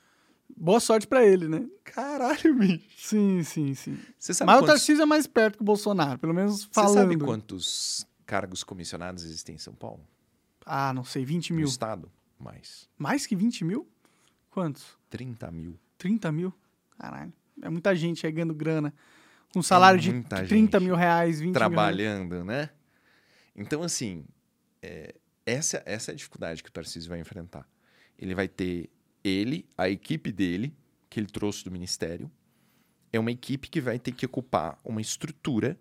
Speaker 1: Boa sorte pra ele, né?
Speaker 2: Caralho, bicho.
Speaker 1: Sim, sim, sim.
Speaker 2: Você sabe,
Speaker 1: Mas o
Speaker 2: quantos,
Speaker 1: Tarcísio é mais perto que o Bolsonaro, pelo menos
Speaker 2: você
Speaker 1: falando.
Speaker 2: sabe quantos cargos comissionados existem em São Paulo?
Speaker 1: Ah, não sei, 20
Speaker 2: No
Speaker 1: mil.
Speaker 2: Estado? Mais.
Speaker 1: Mais que 20 mil? Quantos?
Speaker 2: 30 mil.
Speaker 1: 30 mil? Caralho. É muita gente aí ganhando grana. Com um salário de
Speaker 2: É muita
Speaker 1: 30
Speaker 2: gente.
Speaker 1: mil reais, 20 mil. reais.
Speaker 2: trabalhando, né? Então, assim, é, essa, essa é a dificuldade que o Tarcísio vai enfrentar. Ele vai ter ele, a equipe dele, que ele trouxe do ministério, é uma equipe que vai ter que ocupar uma estrutura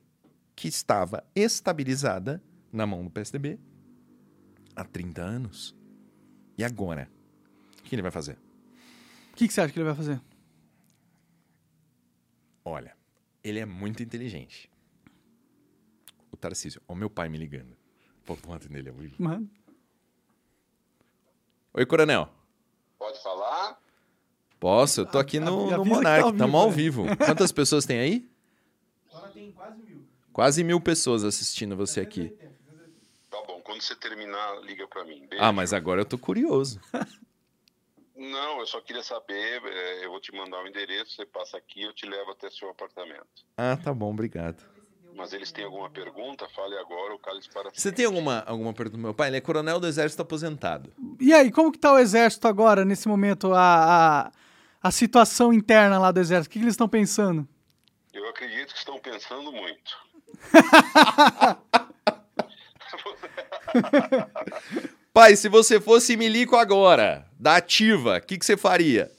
Speaker 2: que estava estabilizada na mão do PSDB há 30 anos. E agora? O que ele vai fazer?
Speaker 1: O que, que você acha que ele vai fazer?
Speaker 2: Olha, ele é muito inteligente. O Tarcísio, ó, meu pai me ligando. Pô, vou atender ele ao vivo.
Speaker 1: Mano.
Speaker 2: Oi, coronel.
Speaker 4: Pode falar?
Speaker 2: Posso? Eu tô aqui no,
Speaker 1: avisa
Speaker 2: no
Speaker 1: que tá
Speaker 2: Monark,
Speaker 1: ao vivo,
Speaker 2: tamo ao
Speaker 1: né?
Speaker 2: vivo. Quantas pessoas tem aí?
Speaker 3: Agora tem quase mil.
Speaker 2: Quase mil pessoas assistindo você aqui.
Speaker 4: Tá bom, quando você terminar, liga pra mim. Beijo.
Speaker 2: Ah, mas agora eu tô curioso.
Speaker 4: Não, eu só queria saber, é, eu vou te mandar o endereço, você passa aqui, eu te levo até seu apartamento.
Speaker 2: Ah, tá bom, obrigado.
Speaker 4: Mas eles têm alguma pergunta? Fale agora, o Cálice para
Speaker 2: Você tem alguma, alguma pergunta? Meu pai, ele é coronel do exército aposentado.
Speaker 1: E aí, como que tá o exército agora, nesse momento, a, a, a situação interna lá do exército? O que, que eles estão pensando?
Speaker 4: Eu acredito que estão pensando muito.
Speaker 2: Pai, se você fosse milico agora, da ativa, o que, que você faria?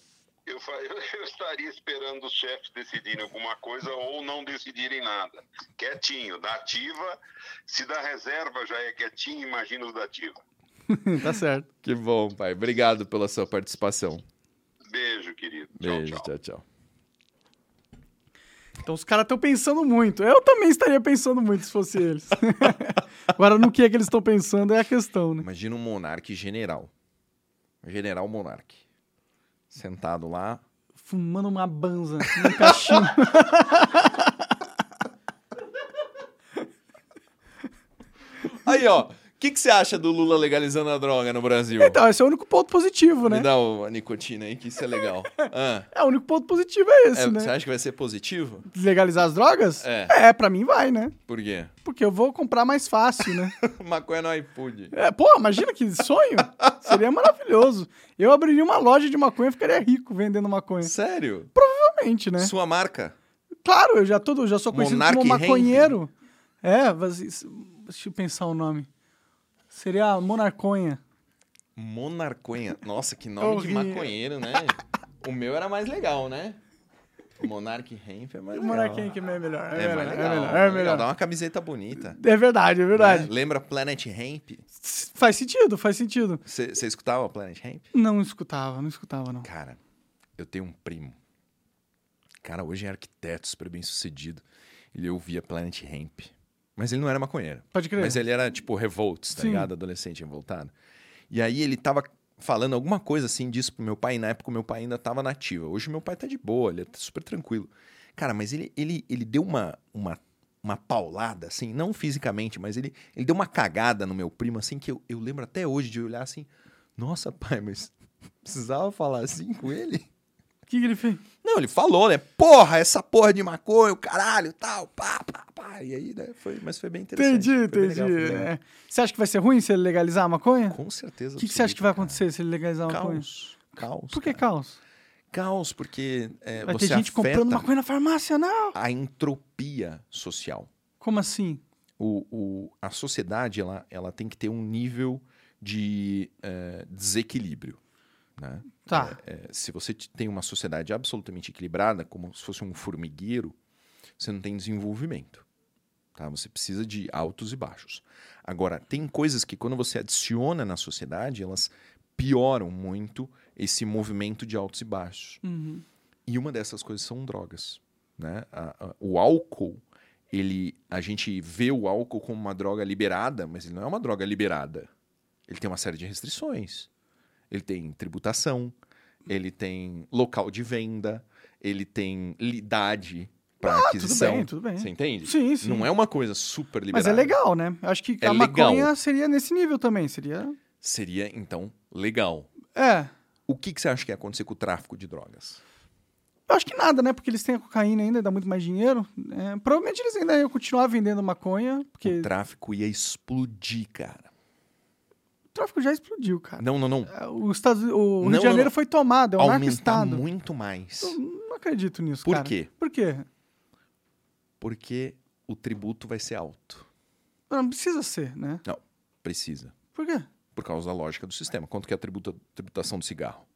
Speaker 4: Eu, fa- eu estaria esperando os chefes decidirem alguma coisa ou não decidirem nada. Quietinho, da ativa. Se da reserva já é quietinho, imagina os da ativa.
Speaker 1: tá certo.
Speaker 2: Que bom, pai. Obrigado pela sua participação.
Speaker 4: Beijo, querido. Tchau,
Speaker 2: Beijo,
Speaker 4: tchau.
Speaker 2: tchau, tchau.
Speaker 1: Então os caras estão pensando muito. Eu também estaria pensando muito se fosse eles. Agora, no que é que eles estão pensando é a questão, né?
Speaker 2: Imagina um monarca general. General monarca. Sentado lá.
Speaker 1: Fumando uma banza num cachimbo.
Speaker 2: Aí, ó. O que, que você acha do Lula legalizando a droga no Brasil?
Speaker 1: Então, esse é o único ponto positivo,
Speaker 2: Me
Speaker 1: né?
Speaker 2: dá o- a nicotina aí, que isso é legal. Ah,
Speaker 1: É, o único ponto positivo é esse,
Speaker 2: é,
Speaker 1: né?
Speaker 2: Você acha que vai ser positivo?
Speaker 1: Legalizar as drogas?
Speaker 2: É.
Speaker 1: É, pra mim vai, né?
Speaker 2: Por quê?
Speaker 1: Porque eu vou comprar mais fácil, né?
Speaker 2: Maconha no iFood.
Speaker 1: É, pô, imagina que sonho! Seria maravilhoso. Eu abriria uma loja de maconha e ficaria rico vendendo maconha.
Speaker 2: Sério?
Speaker 1: Realmente, né?
Speaker 2: Sua marca?
Speaker 1: Claro, eu já, todo, já sou conhecido
Speaker 2: Monarch
Speaker 1: como
Speaker 2: Hemp.
Speaker 1: maconheiro. É, mas isso- deixa eu pensar o nome. Seria a Monarconha.
Speaker 2: Monarconha. Nossa, que nome de
Speaker 1: Horrível.
Speaker 2: maconheiro, né? O meu era mais legal, né? Monarch Hemp é mais legal.
Speaker 1: Monarquinha que é melhor. É,
Speaker 2: É,
Speaker 1: melhor,
Speaker 2: mais legal.
Speaker 1: é melhor,
Speaker 2: mais
Speaker 1: é
Speaker 2: legal. Dá
Speaker 1: melhor.
Speaker 2: uma camiseta bonita.
Speaker 1: É verdade, é verdade.
Speaker 2: né? Lembra Planet Hemp?
Speaker 1: S- Faz sentido, faz sentido.
Speaker 2: Você escutava Planet Hemp?
Speaker 1: Não escutava, não escutava, não.
Speaker 2: Cara, eu tenho um primo. Cara, hoje é arquiteto, super bem sucedido. Ele ouvia Planet Hemp. Mas ele não era maconheiro.
Speaker 1: Pode crer.
Speaker 2: Mas ele era, tipo, revolts, tá
Speaker 1: Sim.
Speaker 2: ligado? Adolescente revoltado. E aí ele tava falando alguma coisa assim disso pro meu pai. E na época o meu pai ainda tava nativa. Hoje meu pai tá de boa, ele é super tranquilo. Cara, mas ele, ele, ele deu uma, uma, uma paulada, assim, não fisicamente, mas ele, ele deu uma cagada no meu primo, assim, que eu, eu lembro até hoje de olhar assim: nossa, pai, mas precisava falar assim com ele?
Speaker 1: O que, que ele fez?
Speaker 2: Não, ele falou, né? Porra, essa porra de maconha, o caralho, tal, pá, pá, pá. E aí, né? Foi, mas foi bem interessante.
Speaker 1: Entendi,
Speaker 2: Foi bem
Speaker 1: entendi.
Speaker 2: legal, um foi bem legal.
Speaker 1: É. Você acha que vai ser ruim se ele legalizar a maconha?
Speaker 2: Com certeza.
Speaker 1: O que, que você acha que vai
Speaker 2: absoluta,
Speaker 1: acontecer se ele legalizar a
Speaker 2: cara.
Speaker 1: maconha?
Speaker 2: Caos. Caos.
Speaker 1: Por que
Speaker 2: cara.
Speaker 1: caos?
Speaker 2: Caos, porque é,
Speaker 1: Vai
Speaker 2: você
Speaker 1: ter gente
Speaker 2: afeta
Speaker 1: comprando maconha na farmácia, não?
Speaker 2: a entropia social.
Speaker 1: Como assim?
Speaker 2: O, o, a sociedade ela, ela tem que ter um nível de eh, desequilíbrio. Né?
Speaker 1: Tá.
Speaker 2: Eh, se você t- tem uma sociedade absolutamente equilibrada, como se fosse um formigueiro, você não tem desenvolvimento. Tá? Você precisa de altos e baixos. Agora, tem coisas que quando você adiciona na sociedade, elas pioram muito esse movimento de altos e baixos.
Speaker 1: Uhum.
Speaker 2: E uma dessas coisas são drogas. Né? A- a- o álcool, ele, a gente vê o álcool como uma droga liberada, mas ele não é uma droga liberada. Ele tem uma série de restrições. Ele tem tributação, ele tem local de venda, ele tem idade para
Speaker 1: Ah, Tudo
Speaker 2: aquisição.
Speaker 1: bem, tudo bem.
Speaker 2: Você entende?
Speaker 1: Sim, sim.
Speaker 2: Não é uma coisa super liberada.
Speaker 1: Mas é legal, né? Eu acho que
Speaker 2: É
Speaker 1: a maconha
Speaker 2: legal.
Speaker 1: seria nesse nível também. Seria.
Speaker 2: Seria, então, legal.
Speaker 1: É.
Speaker 2: O que, que você acha que ia acontecer com o tráfico de drogas?
Speaker 1: Eu acho que nada, né? Porque eles têm a cocaína ainda, dá muito mais dinheiro. É, provavelmente eles ainda iam continuar vendendo maconha, porque
Speaker 2: O tráfico ia explodir, cara.
Speaker 1: o tráfico já explodiu, cara.
Speaker 2: Não, não, não.
Speaker 1: É, O, Estados... o Rio
Speaker 2: Não, não,
Speaker 1: de Janeiro
Speaker 2: não.
Speaker 1: foi tomado, é
Speaker 2: Então,
Speaker 1: um
Speaker 2: aumentar
Speaker 1: narco-estado.
Speaker 2: muito mais.
Speaker 1: Eu não acredito nisso,
Speaker 2: Por
Speaker 1: cara.
Speaker 2: quê?
Speaker 1: Por quê?
Speaker 2: Porque o tributo vai ser alto.
Speaker 1: Não precisa ser, né?
Speaker 2: Precisa.
Speaker 1: Por quê?
Speaker 2: Por causa da lógica do sistema. Quanto que é a tributa- tributação do cigarro?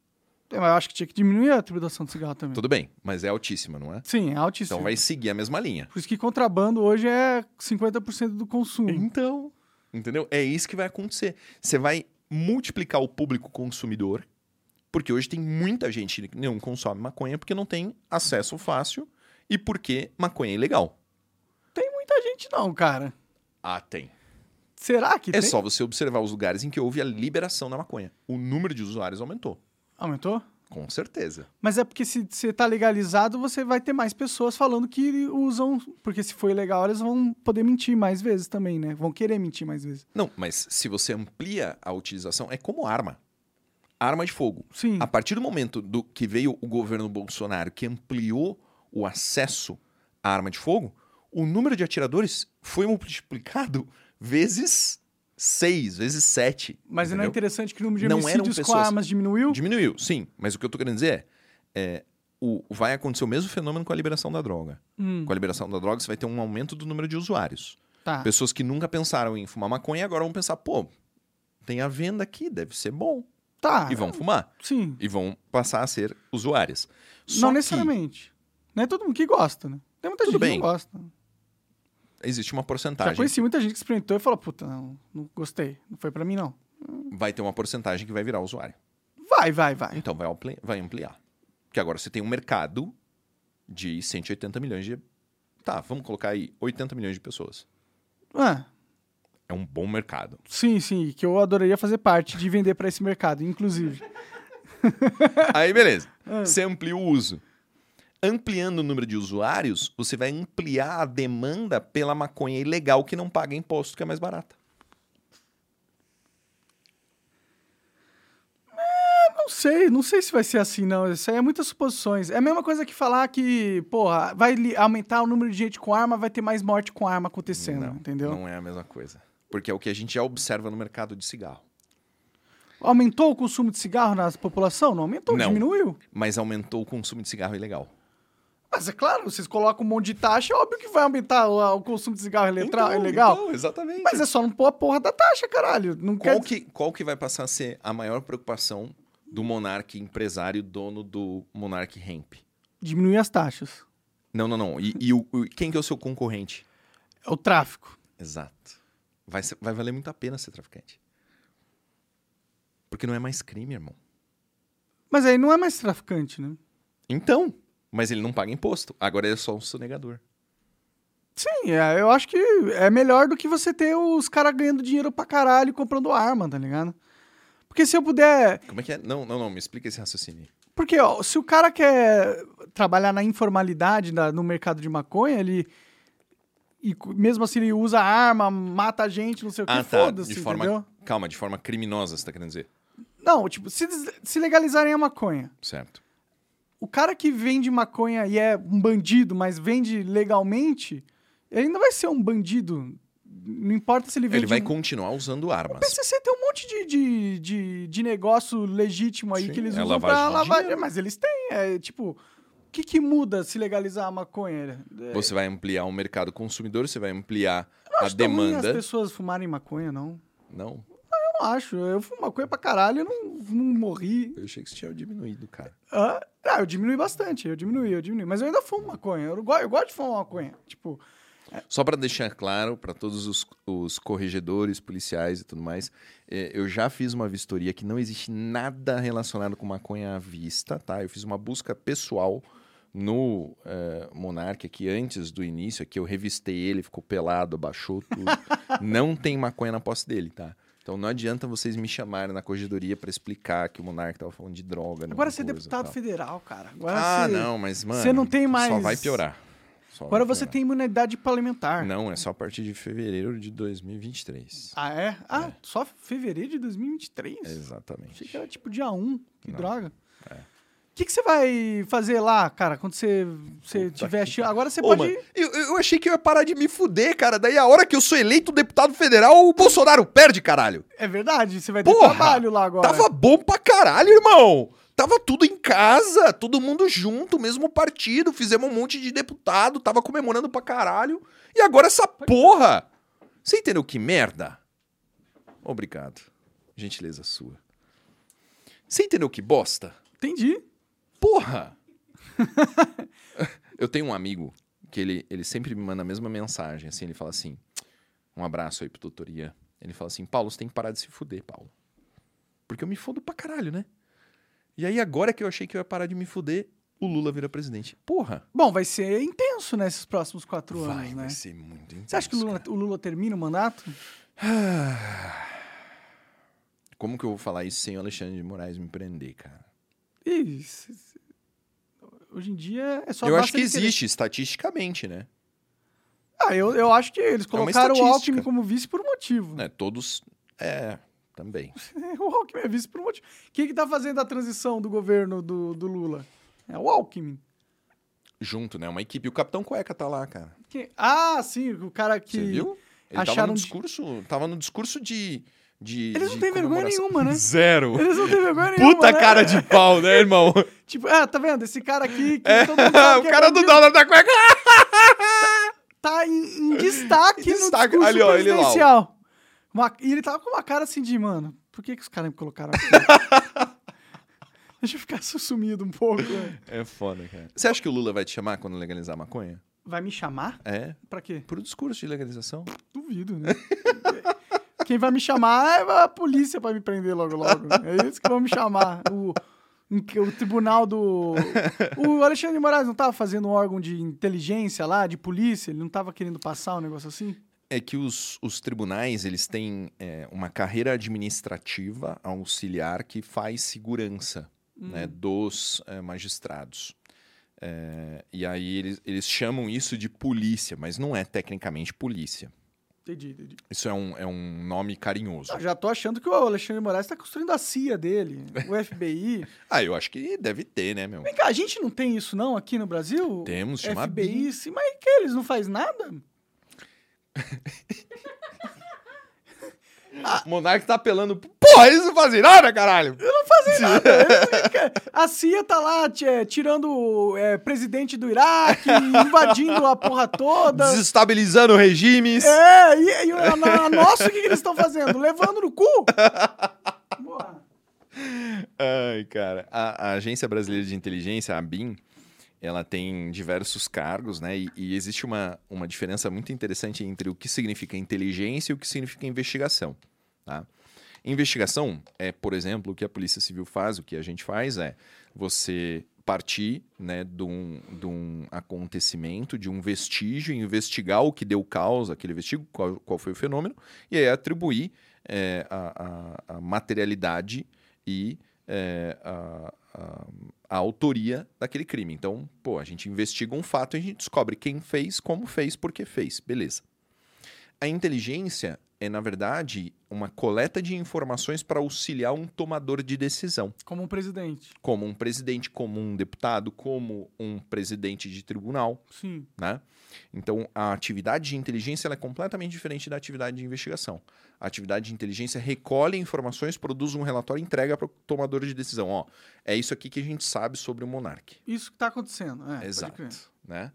Speaker 1: É, mas Eu acho que tinha que diminuir a tributação do cigarro também.
Speaker 2: Tudo bem, mas é altíssima, não é?
Speaker 1: Sim, é altíssimo.
Speaker 2: Então vai seguir a mesma linha.
Speaker 1: Por isso que contrabando hoje é 50% do consumo.
Speaker 2: Então. Entendeu? É isso que vai acontecer. Você vai multiplicar o público consumidor, porque hoje tem muita gente que não consome maconha porque não tem acesso fácil e porque maconha é ilegal.
Speaker 1: Muita gente não, cara.
Speaker 2: Ah, tem.
Speaker 1: Será que
Speaker 2: é
Speaker 1: tem?
Speaker 2: só você observar os lugares em que houve a liberação da maconha. O número de usuários aumentou.
Speaker 1: Aumentou?
Speaker 2: Com certeza.
Speaker 1: Mas é porque se você tá legalizado, você vai ter mais pessoas falando que usam. Porque se for ilegal, eles vão poder mentir mais vezes também, né? Vão querer mentir mais vezes.
Speaker 2: Não, mas se você amplia a utilização, é como arma. arma de fogo.
Speaker 1: Sim.
Speaker 2: A partir do momento do que veio o governo Bolsonaro que ampliou o acesso à arma de fogo, o número de atiradores foi multiplicado vezes seis, vezes sete.
Speaker 1: Mas não é
Speaker 2: entendeu?
Speaker 1: interessante que o número de
Speaker 2: Não eram
Speaker 1: homicídios com
Speaker 2: pessoas-
Speaker 1: armas diminuiu?
Speaker 2: Diminuiu, sim. Mas o que eu tô querendo dizer é, é, o, vai acontecer o mesmo fenômeno com a liberação da droga.
Speaker 1: Hum,
Speaker 2: Com a liberação da droga, você vai ter um aumento do número de usuários.
Speaker 1: tá.
Speaker 2: Pessoas que nunca pensaram em fumar maconha agora vão pensar, pô, tem a venda aqui, deve ser bom.
Speaker 1: Tá.
Speaker 2: E vão fumar.
Speaker 1: Sim.
Speaker 2: E vão passar a ser usuárias. Só
Speaker 1: não
Speaker 2: que
Speaker 1: necessariamente. Não é todo mundo que gosta, né? Tem muita
Speaker 2: Tudo
Speaker 1: gente
Speaker 2: bem. Tá,
Speaker 1: que não gosta.
Speaker 2: existe uma
Speaker 1: Já
Speaker 2: porcentagem.
Speaker 1: conheci muita gente que experimentou e falou, puta, não, não gostei. Não foi pra mim, não.
Speaker 2: Vai ter uma porcentagem que vai virar usuário.
Speaker 1: Vai, vai, vai.
Speaker 2: Então vai, ampli- vai ampliar. Porque agora você tem um mercado de 180 milhões de. Tá, vamos colocar aí 80 milhões de pessoas.
Speaker 1: Ah,
Speaker 2: É um bom mercado.
Speaker 1: sim, sim. Que eu adoraria fazer parte de vender pra esse mercado, inclusive.
Speaker 2: Aí, beleza.
Speaker 1: Ah.
Speaker 2: Você amplia o uso. Ampliando o número de usuários, você vai ampliar a demanda pela maconha ilegal que não paga imposto, que é mais barata.
Speaker 1: Não sei, não sei se vai ser assim, não. Isso aí é muitas suposições. É a mesma coisa que falar que, porra, vai li- aumentar o número de gente com arma, vai ter mais morte com arma acontecendo, entendeu?
Speaker 2: não é a mesma coisa. Porque é o que a gente já observa no mercado de cigarro.
Speaker 1: Aumentou o consumo de cigarro na população? Não aumentou,
Speaker 2: Não.
Speaker 1: diminuiu.
Speaker 2: Mas aumentou o consumo de cigarro ilegal.
Speaker 1: Mas é claro, vocês colocam um monte de taxa, é óbvio que vai aumentar o, o consumo de cigarro eletra- ilegal.
Speaker 2: Então, exatamente.
Speaker 1: mas é só não pôr a porra da taxa, caralho. Não
Speaker 2: Qual
Speaker 1: quer...
Speaker 2: que, qual que vai passar a ser a maior preocupação do monarca empresário, dono do Monark Hemp?
Speaker 1: Diminuir as taxas.
Speaker 2: Não, não, não. E, e o- o- quem que é o seu concorrente?
Speaker 1: É o tráfico.
Speaker 2: Exato. Vai, ser- vai valer muito a pena ser traficante. Porque não é mais crime, irmão.
Speaker 1: Mas aí não é mais traficante, né?
Speaker 2: Então, mas ele não paga imposto. Agora ele é só um sonegador.
Speaker 1: Sim, é, eu acho que é melhor do que você ter os caras ganhando dinheiro pra caralho comprando arma, tá ligado? Porque se eu puder.
Speaker 2: Como é que é? Não, não, não. Me explica esse raciocínio. aí.
Speaker 1: Porque, ó, se o cara quer trabalhar na informalidade, na- no mercado de maconha, ele. E cu- mesmo assim ele usa arma, mata a gente, não sei o que,
Speaker 2: Ah, tá.
Speaker 1: foda-se,
Speaker 2: De forma...
Speaker 1: entendeu?
Speaker 2: Calma, de forma criminosa, você tá querendo dizer.
Speaker 1: Não, tipo, se, des- se legalizarem a maconha,
Speaker 2: Certo.
Speaker 1: o cara que vende maconha e é um bandido, mas vende legalmente, ele ainda vai ser um bandido. Não importa se ele vende
Speaker 2: Ele vai
Speaker 1: um-
Speaker 2: continuar usando
Speaker 1: O
Speaker 2: armas.
Speaker 1: PCC tem um monte de, de, de, de negócio legítimo aí
Speaker 2: Sim,
Speaker 1: que eles
Speaker 2: é
Speaker 1: usam
Speaker 2: lavagem
Speaker 1: pra
Speaker 2: de
Speaker 1: lavar.
Speaker 2: dinheiro.
Speaker 1: Mas eles têm, é tipo. O que, que muda se legalizar a maconha? É,
Speaker 2: Você tá vai ampliar o mercado consumidor, você vai ampliar
Speaker 1: eu não
Speaker 2: a
Speaker 1: acho tão ruim as
Speaker 2: demanda.
Speaker 1: pessoas fumarem maconha, não.
Speaker 2: Não,
Speaker 1: Eu não acho. Eu fumo maconha pra caralho, eu não, não morri.
Speaker 2: eu achei que você tinha diminuído, cara.
Speaker 1: Hã? Ah, eu diminui bastante, eu diminui, eu diminui. Mas eu ainda fumo maconha. Eu, go- eu gosto de fumar maconha. Tipo,
Speaker 2: Só para deixar claro para todos os, os corregedores, policiais e tudo mais, eh, eu já fiz uma vistoria que não existe nada relacionado com maconha à vista, tá? Eu fiz uma busca pessoal no eh, Monark aqui antes do início, aqui eu revistei ele, ficou pelado, abaixou tudo. não tem maconha na posse dele, tá? Então não adianta vocês me chamarem na corregedoria para explicar que o Monark tava falando de droga. não
Speaker 1: agora
Speaker 2: de
Speaker 1: você é
Speaker 2: coisa e
Speaker 1: deputado
Speaker 2: tal.
Speaker 1: federal, cara. Agora
Speaker 2: Ah,
Speaker 1: você-
Speaker 2: não, mas mano,
Speaker 1: você não tem
Speaker 2: Só
Speaker 1: mais-
Speaker 2: vai piorar. Só
Speaker 1: Agora
Speaker 2: vai
Speaker 1: você
Speaker 2: piorar.
Speaker 1: tem imunidade parlamentar.
Speaker 2: Não, é só a partir de fevereiro de 2023.
Speaker 1: Ah, é? Ah, só fevereiro de 2023? Achei
Speaker 2: Exatamente.
Speaker 1: que era tipo dia 1. Que
Speaker 2: Não. É.
Speaker 1: droga. O que, que você vai fazer lá, cara, quando você, você tiver chance? Agora você
Speaker 2: Ô,
Speaker 1: pode.
Speaker 2: mano, eu, eu achei que eu ia parar de me fuder, cara. Daí a hora que eu sou eleito deputado federal, o Bolsonaro perde, caralho.
Speaker 1: É verdade, você vai ter
Speaker 2: Porra!
Speaker 1: trabalho lá agora.
Speaker 2: Tava bom pra caralho, irmão. Tava tudo em casa, todo mundo junto, mesmo partido, fizemos um monte de deputado, tava comemorando pra caralho. E agora essa porra! Você entendeu que merda? Obrigado. Gentileza sua. Você entendeu que bosta?
Speaker 1: Entendi.
Speaker 2: Porra! eu tenho um amigo que ele, ele sempre me manda a mesma mensagem, assim, ele fala assim, um abraço aí pro tutoria. Ele fala assim, Paulo, você tem que parar de se fuder, Paulo. Porque eu me fodo pra caralho, né? E aí agora que eu achei que eu ia parar de me fuder, o Lula vira presidente. Porra!
Speaker 1: Bom, vai ser intenso nesses próximos quatro
Speaker 2: vai,
Speaker 1: anos, né?
Speaker 2: vai ser muito intenso,
Speaker 1: Você acha que o Lula,
Speaker 2: cara.
Speaker 1: o Lula termina o mandato?
Speaker 2: Como que eu vou falar isso sem o Alexandre de Moraes me prender, cara?
Speaker 1: Ih, c- c- hoje em dia é só.
Speaker 2: eu acho
Speaker 1: basta
Speaker 2: que
Speaker 1: ele querer.
Speaker 2: existe, estatisticamente, né?
Speaker 1: Ah, eu, eu acho que eles
Speaker 2: É uma
Speaker 1: colocaram o Alckmin
Speaker 2: estatística.
Speaker 1: como vice por um motivo.
Speaker 2: né? Todos. Né, É. Também.
Speaker 1: o Alckmin é vice por um motivo. Quem que tá fazendo a transição do governo do, do Lula? É o Alckmin.
Speaker 2: Junto, né? Uma equipe. E o Capitão Cueca tá lá, cara.
Speaker 1: Quem- Ah, sim, o cara que...
Speaker 2: Você viu? Ele tava
Speaker 1: acharam
Speaker 2: no
Speaker 1: de-
Speaker 2: discurso. Tava no discurso de. de
Speaker 1: Eles não
Speaker 2: de
Speaker 1: têm vergonha
Speaker 2: comemoração.
Speaker 1: nenhuma, né?
Speaker 2: Zero.
Speaker 1: Eles não têm vergonha nenhuma,
Speaker 2: Puta
Speaker 1: né?
Speaker 2: cara de pau, né, irmão?
Speaker 1: Tipo, ah, tá vendo? Esse cara aqui que todo mundo sabe
Speaker 2: o
Speaker 1: que é
Speaker 2: cara do
Speaker 1: bandido,
Speaker 2: dólar da cueca.
Speaker 1: tá em, em destaque
Speaker 2: Em destaque.
Speaker 1: no discurso
Speaker 2: Ali, ó, ele lá, ó.
Speaker 1: presidencial. Uma- e ele tava com uma cara assim de, mano, por que, que os caras me colocaram aqui? Deixa eu ficar sumido um pouco. né?
Speaker 2: É foda, cara. Você acha que o Lula vai te chamar quando legalizar a maconha?
Speaker 1: Vai me chamar?
Speaker 2: É.
Speaker 1: Pra quê?
Speaker 2: Pro discurso de legalização?
Speaker 1: Duvido, né? Quem vai me chamar é a polícia pra me prender logo, logo. É isso que vão me chamar. O, o tribunal do... O Alexandre de Moraes não tava fazendo um órgão de inteligência lá, de polícia? Ele não tava querendo passar um negócio assim?
Speaker 2: É que os, os tribunais, eles têm é, uma carreira administrativa auxiliar que faz segurança né, dos é, magistrados. É, e aí eles, eles chamam isso de polícia, mas não é tecnicamente polícia.
Speaker 1: Entendi, entendi.
Speaker 2: Isso é um, é um nome carinhoso.
Speaker 1: Eu já tô achando que o Alexandre Moraes tá construindo a CIA dele, o FBI.
Speaker 2: Ah, eu acho que deve ter, né, meu?
Speaker 1: Vem cá, a gente não tem isso não aqui no Brasil?
Speaker 2: Temos, chama BI.
Speaker 1: FBI, sim, mas que eles não fazem nada?
Speaker 2: O Monark tá apelando. Porra, eles não fazem nada, caralho!
Speaker 1: né, A CIA tá lá tchê, tirando é, presidente do Iraque, invadindo a porra toda.
Speaker 2: Desestabilizando regimes.
Speaker 1: É, e, e a, a- a nossa, o que, que eles estão fazendo? Levando no cu? Porra.
Speaker 2: Ai, cara. A, a Agência Brasileira de Inteligência, a ABIN, ela tem diversos cargos, né? E, e existe uma, uma diferença muito interessante entre o que significa inteligência e o que significa investigação, tá? Investigação é, por exemplo, o que a Polícia Civil faz, o que a gente faz é você partir né, de, um, de um acontecimento, de um vestígio, investigar o que deu causa àquele vestígio, qual, qual foi o fenômeno, e aí atribuir é, a, a- a materialidade e é, a, a- a autoria daquele crime. Então, pô, a gente investiga um fato e a gente descobre quem fez, como fez, por que fez. Beleza. A inteligência é, na verdade, uma coleta de informações para auxiliar um tomador de decisão,
Speaker 1: Como um presidente,
Speaker 2: como um presidente, como um deputado, como um presidente de tribunal,
Speaker 1: sim.
Speaker 2: né? Então, a atividade de inteligência ela é completamente diferente da atividade de investigação. A atividade de inteligência recolhe informações, produz um relatório e entrega para o tomador de decisão. Ó, é isso aqui que a gente sabe sobre o monarca.
Speaker 1: Isso que tá acontecendo. É, pode
Speaker 2: Exato.
Speaker 1: crer.
Speaker 2: Né?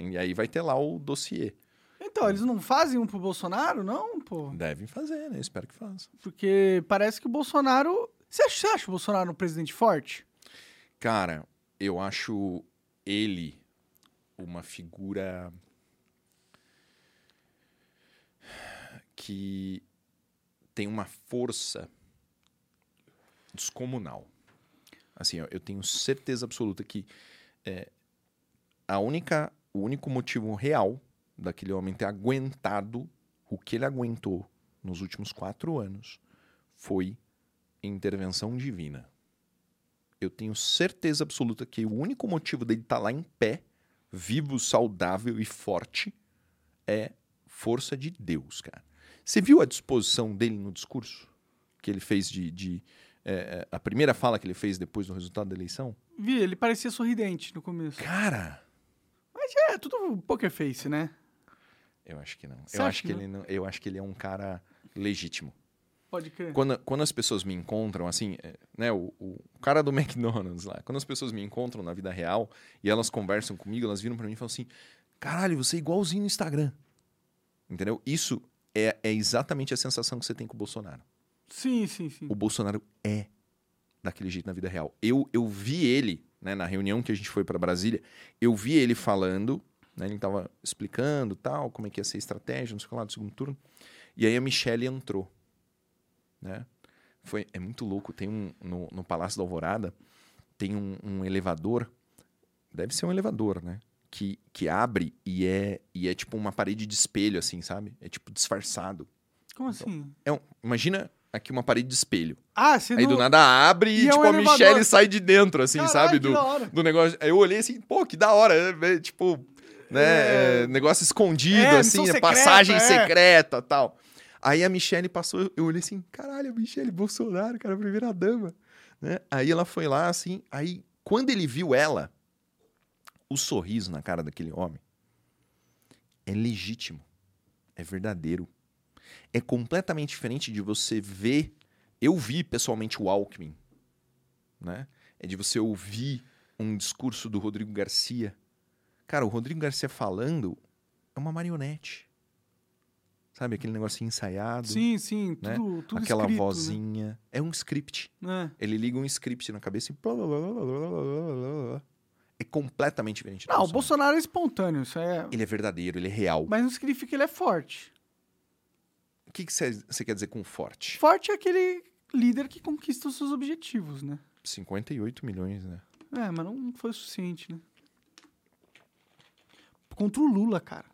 Speaker 2: E aí vai ter lá o dossiê.
Speaker 1: Então, eles não fazem um pro Bolsonaro, não, pô?
Speaker 2: Devem fazer, né? Espero que faça.
Speaker 1: Porque parece que o Bolsonaro. Você acha, você acha o Bolsonaro um presidente forte?
Speaker 2: Cara, eu acho ele uma figura que tem uma força descomunal. Assim, eu eu tenho certeza absoluta que é, a única, o único motivo real daquele homem ter aguentado o que ele aguentou nos últimos quatro anos foi intervenção divina. Eu tenho certeza absoluta que o único motivo dele estar lá em pé, vivo, saudável e forte, é força de Deus, cara. Você viu a disposição dele no discurso que ele fez de. de, eh, eh, a primeira fala que ele fez depois do resultado da eleição?
Speaker 1: Vi, ele parecia sorridente no começo.
Speaker 2: Cara,
Speaker 1: Mas é tudo poker face, né?
Speaker 2: eu acho que não.
Speaker 1: Você
Speaker 2: eu
Speaker 1: acha
Speaker 2: acho que
Speaker 1: que
Speaker 2: ele não. Eu acho que ele é um cara legítimo.
Speaker 1: Pode crer.
Speaker 2: Quando, quando as pessoas me encontram, assim, é, né, o, o cara do McDonald's lá, quando as pessoas me encontram na vida real e elas conversam comigo, elas viram pra mim e falam assim: caralho, você é igualzinho no Instagram. Entendeu? Isso é, é exatamente a sensação que você tem com o Bolsonaro.
Speaker 1: Sim, sim, sim.
Speaker 2: O Bolsonaro é daquele jeito na vida real. Eu, eu vi ele, né, na reunião que a gente foi pra Brasília, eu vi ele falando, né, ele tava explicando tal, como é que ia ser a estratégia, não sei o que lá, do segundo turno. E aí a Michelle entrou, né? Foi, é muito louco, tem um, no, no Palácio da Alvorada, tem um, um elevador, deve ser um elevador, né? Que, que abre e é, e é tipo uma parede de espelho, assim, sabe? É tipo disfarçado.
Speaker 1: Como assim?
Speaker 2: É um- imagina aqui uma parede de espelho.
Speaker 1: Ah, você
Speaker 2: Aí
Speaker 1: não.
Speaker 2: do nada abre e,
Speaker 1: E é um
Speaker 2: tipo, a
Speaker 1: elevador.
Speaker 2: Michelle sai de dentro, assim,
Speaker 1: Caralho,
Speaker 2: sabe?
Speaker 1: que
Speaker 2: Do,
Speaker 1: da hora.
Speaker 2: do negócio. Aí eu olhei assim, pô, que da hora. né? É, Tipo, né?
Speaker 1: É.
Speaker 2: é, negócio escondido,
Speaker 1: É,
Speaker 2: assim,
Speaker 1: missão
Speaker 2: né?
Speaker 1: secreta,
Speaker 2: passagem
Speaker 1: é.
Speaker 2: secreta tal. Aí a Michelle passou, eu olhei assim, caralho, a Michelle Bolsonaro, cara, primeira dama. Né? Aí ela foi lá, assim, aí quando ele viu ela, o sorriso na cara daquele homem é legítimo, é verdadeiro. É completamente diferente de você ver. Eu vi pessoalmente o Alckmin, né? É de você ouvir um discurso do Rodrigo Garcia. Cara, o Rodrigo Garcia falando é uma marionete. Sabe, aquele negocinho ensaiado,
Speaker 1: Sim, sim,
Speaker 2: né?
Speaker 1: tudo, tudo
Speaker 2: aquela
Speaker 1: escrito,
Speaker 2: vozinha. É um script.
Speaker 1: Né? É.
Speaker 2: Ele liga um script na cabeça e. blá, blá, blá, blá, blá, blá, blá, blá, blá. É completamente diferente. do
Speaker 1: Não, o Bolsonaro é espontâneo, isso é.
Speaker 2: Ele é verdadeiro, ele é real.
Speaker 1: Mas não significa que ele é forte.
Speaker 2: O que você quer dizer com forte?
Speaker 1: Forte é aquele líder que conquista os seus objetivos, né?
Speaker 2: 58 milhões, né?
Speaker 1: É, mas não foi o suficiente, né? Contra o Lula, cara.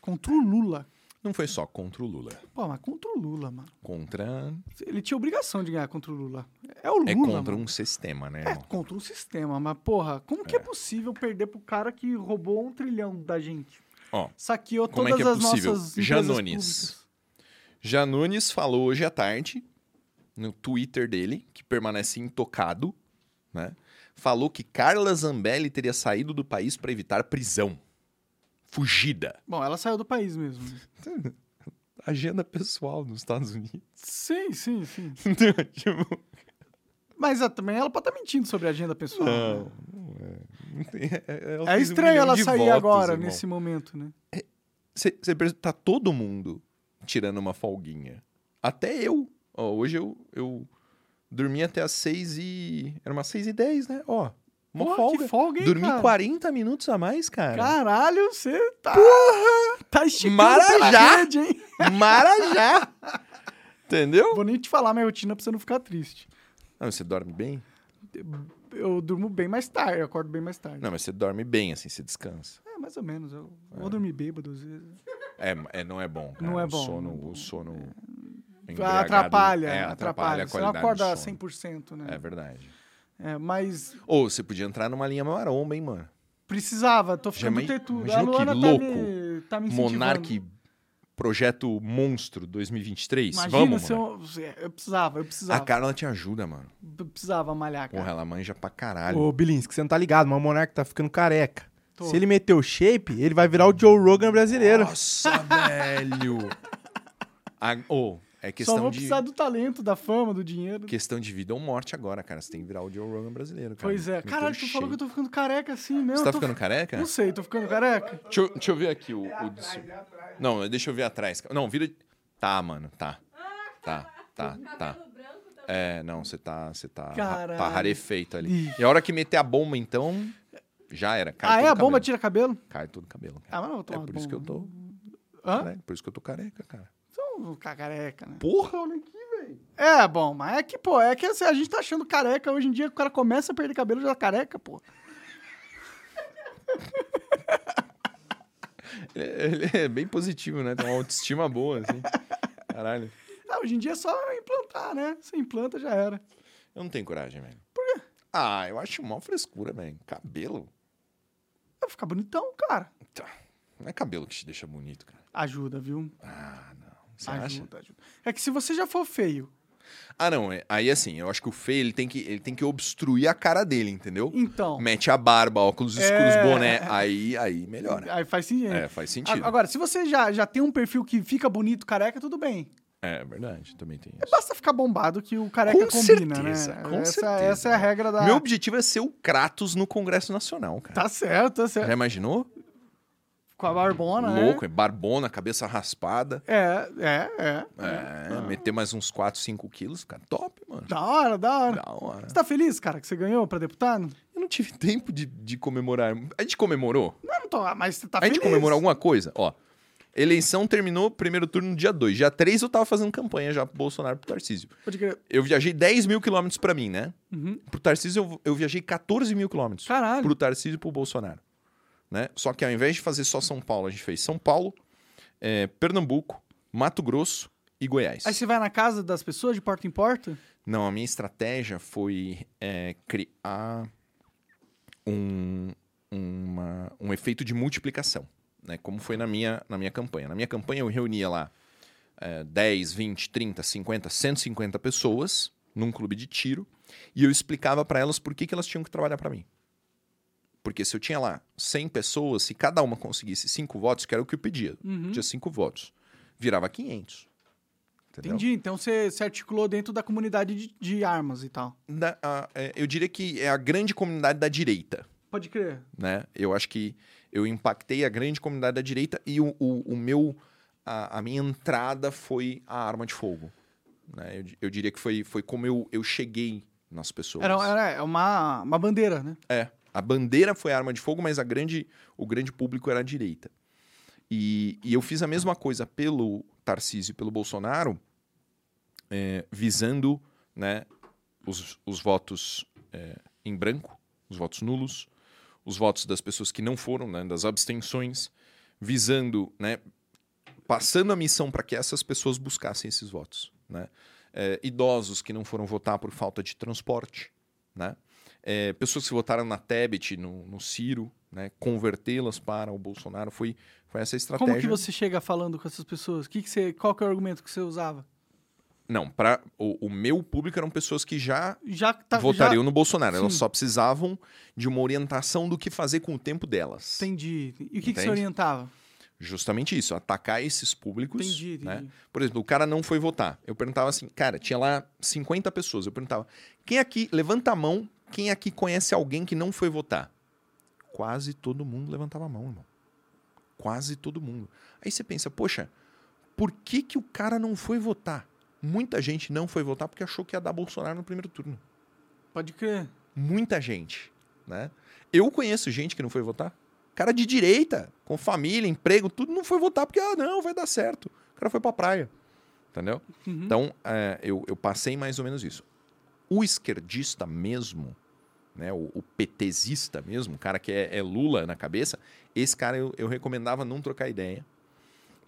Speaker 1: Contra o Lula.
Speaker 2: Não foi só contra o Lula.
Speaker 1: Pô, mas contra o Lula, mano.
Speaker 2: Contra.
Speaker 1: Ele tinha obrigação de ganhar contra o Lula. É o Lula.
Speaker 2: é contra
Speaker 1: mano.
Speaker 2: um sistema, né?
Speaker 1: É
Speaker 2: irmão?
Speaker 1: contra um sistema, mas porra, como que é possível perder pro cara que roubou um trilhão da gente?
Speaker 2: Ó,
Speaker 1: Saqueou
Speaker 2: como é
Speaker 1: todas
Speaker 2: que é
Speaker 1: as
Speaker 2: possível?
Speaker 1: nossas. empresas
Speaker 2: Janones.
Speaker 1: públicas.
Speaker 2: Janunes falou hoje à tarde, no Twitter dele, que permanece intocado, né? Falou que Carla Zambelli teria saído do país para evitar prisão. Fugida.
Speaker 1: Bom, ela saiu do país mesmo.
Speaker 2: Agenda pessoal nos Estados Unidos.
Speaker 1: sim, sim, sim.
Speaker 2: tipo,
Speaker 1: Mas ah, também ela pode estar mentindo sobre a agenda pessoal. né?
Speaker 2: não, não é. Não tem- é- ela
Speaker 1: É
Speaker 2: fez um
Speaker 1: estranho
Speaker 2: milhão
Speaker 1: ela
Speaker 2: de
Speaker 1: sair
Speaker 2: votos,
Speaker 1: agora,
Speaker 2: irmão.
Speaker 1: nesse momento, né?
Speaker 2: Você você perce- tá todo mundo tirando uma folguinha. Até eu. Ó, hoje eu, eu dormi até as 6 e. Era umas 6 e 10, né? Ó, uma
Speaker 1: Porra,
Speaker 2: folga.
Speaker 1: Que folga, hein,
Speaker 2: dormi É.
Speaker 1: cara?
Speaker 2: 40 minutos a mais, cara.
Speaker 1: Caralho, você tá. Porra! Tá esticando pela
Speaker 2: Marajá!
Speaker 1: rede, hein?
Speaker 2: Marajá! Entendeu?
Speaker 1: Vou nem te falar minha rotina pra você não ficar triste.
Speaker 2: Não, você dorme bem?
Speaker 1: Eu durmo bem mais tarde, eu acordo bem mais tarde.
Speaker 2: Não, mas você dorme bem, assim, você descansa.
Speaker 1: É, mais ou menos. Eu vou dormir bêbado às vezes.
Speaker 2: É, é não é bom. cara.
Speaker 1: Não é
Speaker 2: O
Speaker 1: bom,
Speaker 2: sono,
Speaker 1: não é bom.
Speaker 2: O sono embriagado-
Speaker 1: Atrapalha,
Speaker 2: é,
Speaker 1: atrapalha.
Speaker 2: atrapalha a
Speaker 1: Você não
Speaker 2: qualidade
Speaker 1: acorda
Speaker 2: do sono.
Speaker 1: 100%,
Speaker 2: É
Speaker 1: né?
Speaker 2: verdade.
Speaker 1: É, mas
Speaker 2: Ou você podia entrar numa linha maromba, hein, mano?
Speaker 1: precisava, tô ficando
Speaker 2: imagi-
Speaker 1: tetudo. A
Speaker 2: imaginou que
Speaker 1: Luana tá,
Speaker 2: louco?
Speaker 1: me, tá me incentivando.
Speaker 2: Monark Projeto Monstro 2023.
Speaker 1: Imagina
Speaker 2: Vamos,
Speaker 1: se
Speaker 2: mano.
Speaker 1: eu, é, eu precisava, eu
Speaker 2: A
Speaker 1: precisava.
Speaker 2: Carla te ajuda, mano.
Speaker 1: Eu precisava malhar, cara.
Speaker 2: Porra, ela manja pra caralho.
Speaker 5: Ô, Bilinski, você não tá ligado, mas o Monark tá ficando careca.
Speaker 1: Tô.
Speaker 5: Se ele meter o shape, ele vai virar o Joe Rogan brasileiro.
Speaker 2: Nossa, velho! A, ô, é
Speaker 1: Só
Speaker 2: questão
Speaker 1: vou
Speaker 2: de,
Speaker 1: precisar do talento, da fama, do dinheiro.
Speaker 2: questão de vida ou morte agora, cara. Você tem que virar o Joe Rogan brasileiro, cara.
Speaker 1: Pois é.
Speaker 2: Meter
Speaker 1: Caralho, tu
Speaker 2: shape.
Speaker 1: falou que eu tô ficando careca assim mesmo.
Speaker 2: Você
Speaker 1: eu
Speaker 2: tá
Speaker 1: tô
Speaker 2: ficando
Speaker 1: fi-
Speaker 2: careca?
Speaker 1: Não sei, tô ficando careca. Ah,
Speaker 2: Deixa eu, deixa eu ver aqui o, o do seu. Não, deixa eu ver atrás. Não, vira. Tá, mano, tá. Tá, tá, tá. É, não, você tá. Você tá. ra- Tá
Speaker 1: Caralho.
Speaker 2: rarefeito ali.
Speaker 1: Ih.
Speaker 2: E a hora que meter a bomba, então. Já era. Cai
Speaker 1: ah,
Speaker 2: todo
Speaker 1: é? A
Speaker 2: o
Speaker 1: bomba
Speaker 2: cabelo.
Speaker 1: tira cabelo?
Speaker 2: Cai todo o cabelo. Cara.
Speaker 1: Ah, mas não, eu vou
Speaker 2: é
Speaker 1: tomar
Speaker 2: por isso que eu
Speaker 1: bomba.
Speaker 2: tô.
Speaker 1: Hã?
Speaker 2: né? Por isso que eu tô careca, cara.
Speaker 1: Então, ca- careca, né?
Speaker 2: Porra, olha aqui.
Speaker 1: É, bom, mas é que, pô, é que assim, a gente tá achando careca. Hoje em dia, o cara começa a perder cabelo já é careca, pô.
Speaker 2: Ele ele é bem positivo, né? Tem uma autoestima boa, assim. Caralho.
Speaker 1: Ah, hoje em dia é só implantar, né? Você implanta, já era.
Speaker 2: Eu não tenho coragem, velho. Por quê? Ah, eu acho mó frescura, velho. Cabelo.
Speaker 1: Vai ficar bonitão, cara.
Speaker 2: Não é cabelo que te deixa bonito, cara.
Speaker 1: Ajuda, viu?
Speaker 2: Ah, não. Você
Speaker 1: ajuda,
Speaker 2: acha?
Speaker 1: ajuda. É que se você já for feio,
Speaker 2: Ah, não. é- Aí assim, eu acho que o feio ele tem que, ele tem que obstruir a cara dele, entendeu?
Speaker 1: então.
Speaker 2: Mete a barba, óculos escuros,
Speaker 1: É.
Speaker 2: boné. Aí, aí melhora.
Speaker 1: Aí faz sentido.
Speaker 2: É, faz sentido.
Speaker 1: A- Agora, se você já, já tem um perfil que fica bonito careca, tudo bem.
Speaker 2: É verdade, também tem isso.
Speaker 1: Basta ficar bombado que o careca
Speaker 2: Com
Speaker 1: combina,
Speaker 2: certeza,
Speaker 1: né?
Speaker 2: com
Speaker 1: essa,
Speaker 2: certeza.
Speaker 1: essa é a regra da.
Speaker 2: Meu objetivo é ser o Kratos no Congresso Nacional, cara.
Speaker 1: Tá certo, tá certo.
Speaker 2: Já imaginou?
Speaker 1: Com a barbona,
Speaker 2: É Louco,
Speaker 1: né?
Speaker 2: é barbona, cabeça raspada.
Speaker 1: É, é, é.
Speaker 2: É, meter mais uns 4, 5 quilos, cara. Top, mano.
Speaker 1: Da hora, da hora.
Speaker 2: Da hora.
Speaker 1: Você tá feliz, cara, que você ganhou pra deputado?
Speaker 2: Eu não tive tempo de, de comemorar. A gente comemorou?
Speaker 1: Não, não tô, mas você tá
Speaker 2: a gente
Speaker 1: feliz.
Speaker 2: comemorou alguma coisa? Ó. Eleição terminou, primeiro turno no dia 2. Dia 3 eu tava fazendo campanha já pro Bolsonaro e pro Tarcísio.
Speaker 1: Pode crer.
Speaker 2: Eu viajei 10 mil quilômetros pra mim, né?
Speaker 1: Uhum.
Speaker 2: Pro Tarcísio eu, eu viajei 14 mil quilômetros.
Speaker 1: Caralho.
Speaker 2: Pro Tarcísio e pro Bolsonaro. Né? Só que ao invés de fazer só São Paulo, a gente fez São Paulo, eh, Pernambuco, Mato Grosso e Goiás.
Speaker 1: Aí você vai na casa das pessoas, de porta em porta?
Speaker 2: Não, a minha estratégia foi eh, criar um, uma- um efeito de multiplicação, né? Como foi na minha, na minha campanha. Na minha campanha eu reunia lá eh, 10, 20, 30, 50, 150 pessoas num clube de tiro e eu explicava para elas por que, que elas tinham que trabalhar para mim. Porque se eu tinha lá 100 pessoas, se cada uma conseguisse 5 votos, que era o que eu pedia,
Speaker 1: Uhum.
Speaker 2: tinha 5 votos, virava 500. Entendeu?
Speaker 1: Entendi. Então você se articulou dentro da comunidade de, de armas e tal.
Speaker 2: Da- a- é, eu diria que é a grande comunidade da direita.
Speaker 1: Pode crer.
Speaker 2: né? Eu acho que eu impactei a grande comunidade da direita e o, o- o meu a, a minha entrada foi a arma de fogo. né? Eu, di- eu diria que foi, foi como eu, eu cheguei nas pessoas.
Speaker 1: Era, era uma, uma bandeira, né?
Speaker 2: É, a bandeira foi a arma de fogo, mas a grande, o grande público era a direita. E, e eu fiz a mesma coisa pelo Tarcísio e pelo Bolsonaro, é, visando né, os, os votos é, em branco, os votos nulos, os votos das pessoas que não foram, né, das abstenções, visando, né, passando a missão para que essas pessoas buscassem esses votos. Né? É, idosos que não foram votar por falta de transporte, né? É, pessoas que votaram na Tebet, no, no Ciro, né? convertê-las para o Bolsonaro, foi, foi essa a estratégia.
Speaker 1: Como que você chega falando com essas pessoas? Que que você, qual que é o argumento que você usava?
Speaker 2: Não, para o, o meu público eram pessoas que já
Speaker 1: Já que tá, já...
Speaker 2: votariam no Bolsonaro, elas
Speaker 1: Sim.
Speaker 2: só precisavam de uma orientação do que fazer com o tempo delas.
Speaker 1: Entendi. E o que, que você
Speaker 2: Entende?
Speaker 1: orientava?
Speaker 2: Justamente isso, atacar esses públicos.
Speaker 1: Entendi, entendi.
Speaker 2: né? Por exemplo, o cara não foi votar. Eu perguntava assim, cara, tinha lá 50 pessoas. Eu perguntava, quem aqui, levanta a mão, quem aqui conhece alguém que não foi votar? Quase todo mundo levantava a mão, irmão. Quase todo mundo. Aí você pensa, poxa, por que, que o cara não foi votar? Muita gente não foi votar porque achou que ia dar Bolsonaro no primeiro turno.
Speaker 1: Pode crer.
Speaker 2: Muita gente, né? Eu conheço gente que não foi votar. Cara de direita, com família, emprego, tudo, não foi votar porque, ah, não, vai dar certo. O cara foi pra praia, entendeu?
Speaker 1: Uhum.
Speaker 2: Então, é, eu, eu passei mais ou menos isso. O esquerdista mesmo, né, o, o PTzista mesmo, o cara que é, é Lula na cabeça, esse cara eu, eu recomendava não trocar ideia.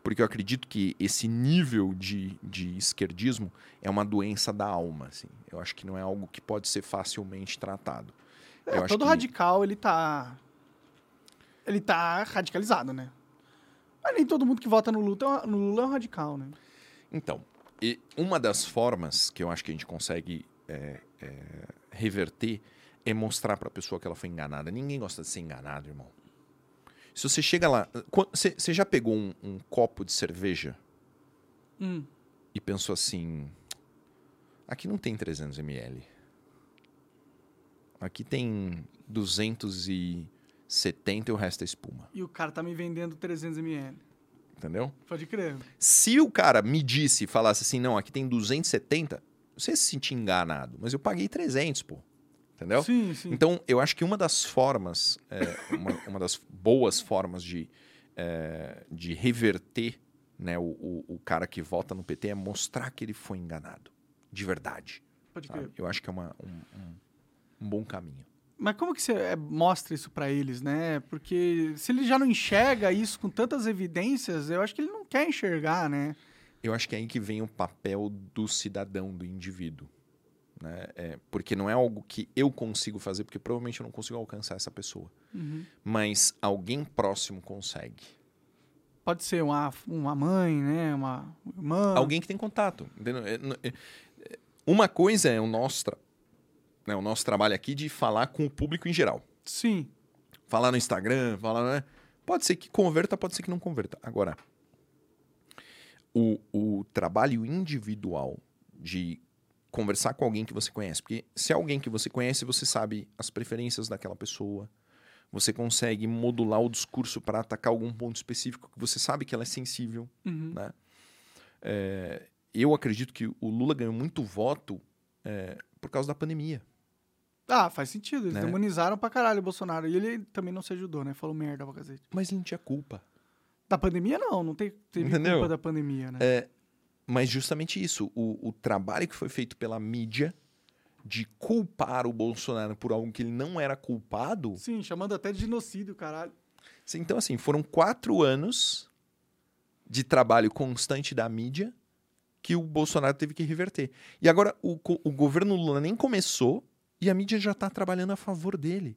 Speaker 2: Porque eu acredito que esse nível de, de esquerdismo é uma doença da alma. Assim. Eu acho que não é algo que pode ser facilmente tratado.
Speaker 1: É,
Speaker 2: eu acho
Speaker 1: todo
Speaker 2: que-
Speaker 1: radical, ele tá. Ele tá radicalizado, né? Mas nem todo mundo que vota no Lula, é um- no Lula é um radical, né?
Speaker 2: Então, e uma das formas que eu acho que a gente consegue é, é, reverter é mostrar para a pessoa que ela foi enganada. Ninguém gosta de ser enganado, irmão. Se você chega lá. quan- Você você já pegou um, um copo de cerveja
Speaker 1: Hum.
Speaker 2: e pensou assim: aqui não tem 300 ml. Aqui tem 270 e o resto é espuma.
Speaker 1: E o cara tá me vendendo 300ml.
Speaker 2: Entendeu?
Speaker 1: Pode crer.
Speaker 2: Se o cara me disse e falasse assim, não, aqui tem 270, você se sentir enganado, mas eu paguei 300, pô. Entendeu?
Speaker 1: Sim, sim.
Speaker 2: Então, eu acho que uma das formas, é, uma, uma das boas formas de, é, de reverter né, o, o- o cara que vota no PT é mostrar que ele foi enganado. De verdade.
Speaker 1: Pode
Speaker 2: sabe?
Speaker 1: crer.
Speaker 2: Eu acho que é uma- um- um- um bom caminho.
Speaker 1: Mas como que você eh, mostra isso pra eles, né? Porque se ele já não enxerga isso com tantas evidências, eu acho que ele não quer enxergar, né?
Speaker 2: Eu acho que é aí que vem o papel do cidadão, do indivíduo. Né? É, porque não é algo que eu consigo fazer, porque provavelmente eu não consigo alcançar essa pessoa. Mas alguém próximo consegue.
Speaker 1: Pode ser uma, uma mãe, né? Uma irmã.
Speaker 2: Alguém que tem contato. entendeu? É, n- é, é, Uma coisa é o nosso, tra- né, o nosso trabalho aqui de falar com o público em geral.
Speaker 1: Sim.
Speaker 2: falar no Instagram, falar. né? Pode ser que converta, pode ser que não converta. Agora, o, o trabalho individual de conversar com alguém que você conhece, porque se é alguém que você conhece, você sabe as preferências daquela pessoa, você consegue modular o discurso para atacar algum ponto específico que você sabe que ela é sensível.
Speaker 1: Uhum.
Speaker 2: Eu acredito que o Lula ganhou muito voto é, por causa da pandemia.
Speaker 1: Ah, faz sentido. Eles
Speaker 2: Né?
Speaker 1: demonizaram pra caralho o Bolsonaro. E ele também não se ajudou, né? Falou merda pra cacete.
Speaker 2: Mas ele não tinha culpa.
Speaker 1: Da pandemia, não. Não tem, teve
Speaker 2: Entendeu? É.
Speaker 1: culpa da pandemia, né?
Speaker 2: Mas justamente isso, o, o trabalho que foi feito pela mídia de culpar o Bolsonaro por algo que ele não era culpado.
Speaker 1: Sim, chamando até de genocídio, caralho.
Speaker 2: Sim, Então, assim, foram quatro anos de trabalho constante da mídia que o Bolsonaro teve que reverter. E agora o, co- o governo Lula nem começou e a mídia já está tá trabalhando a favor dele.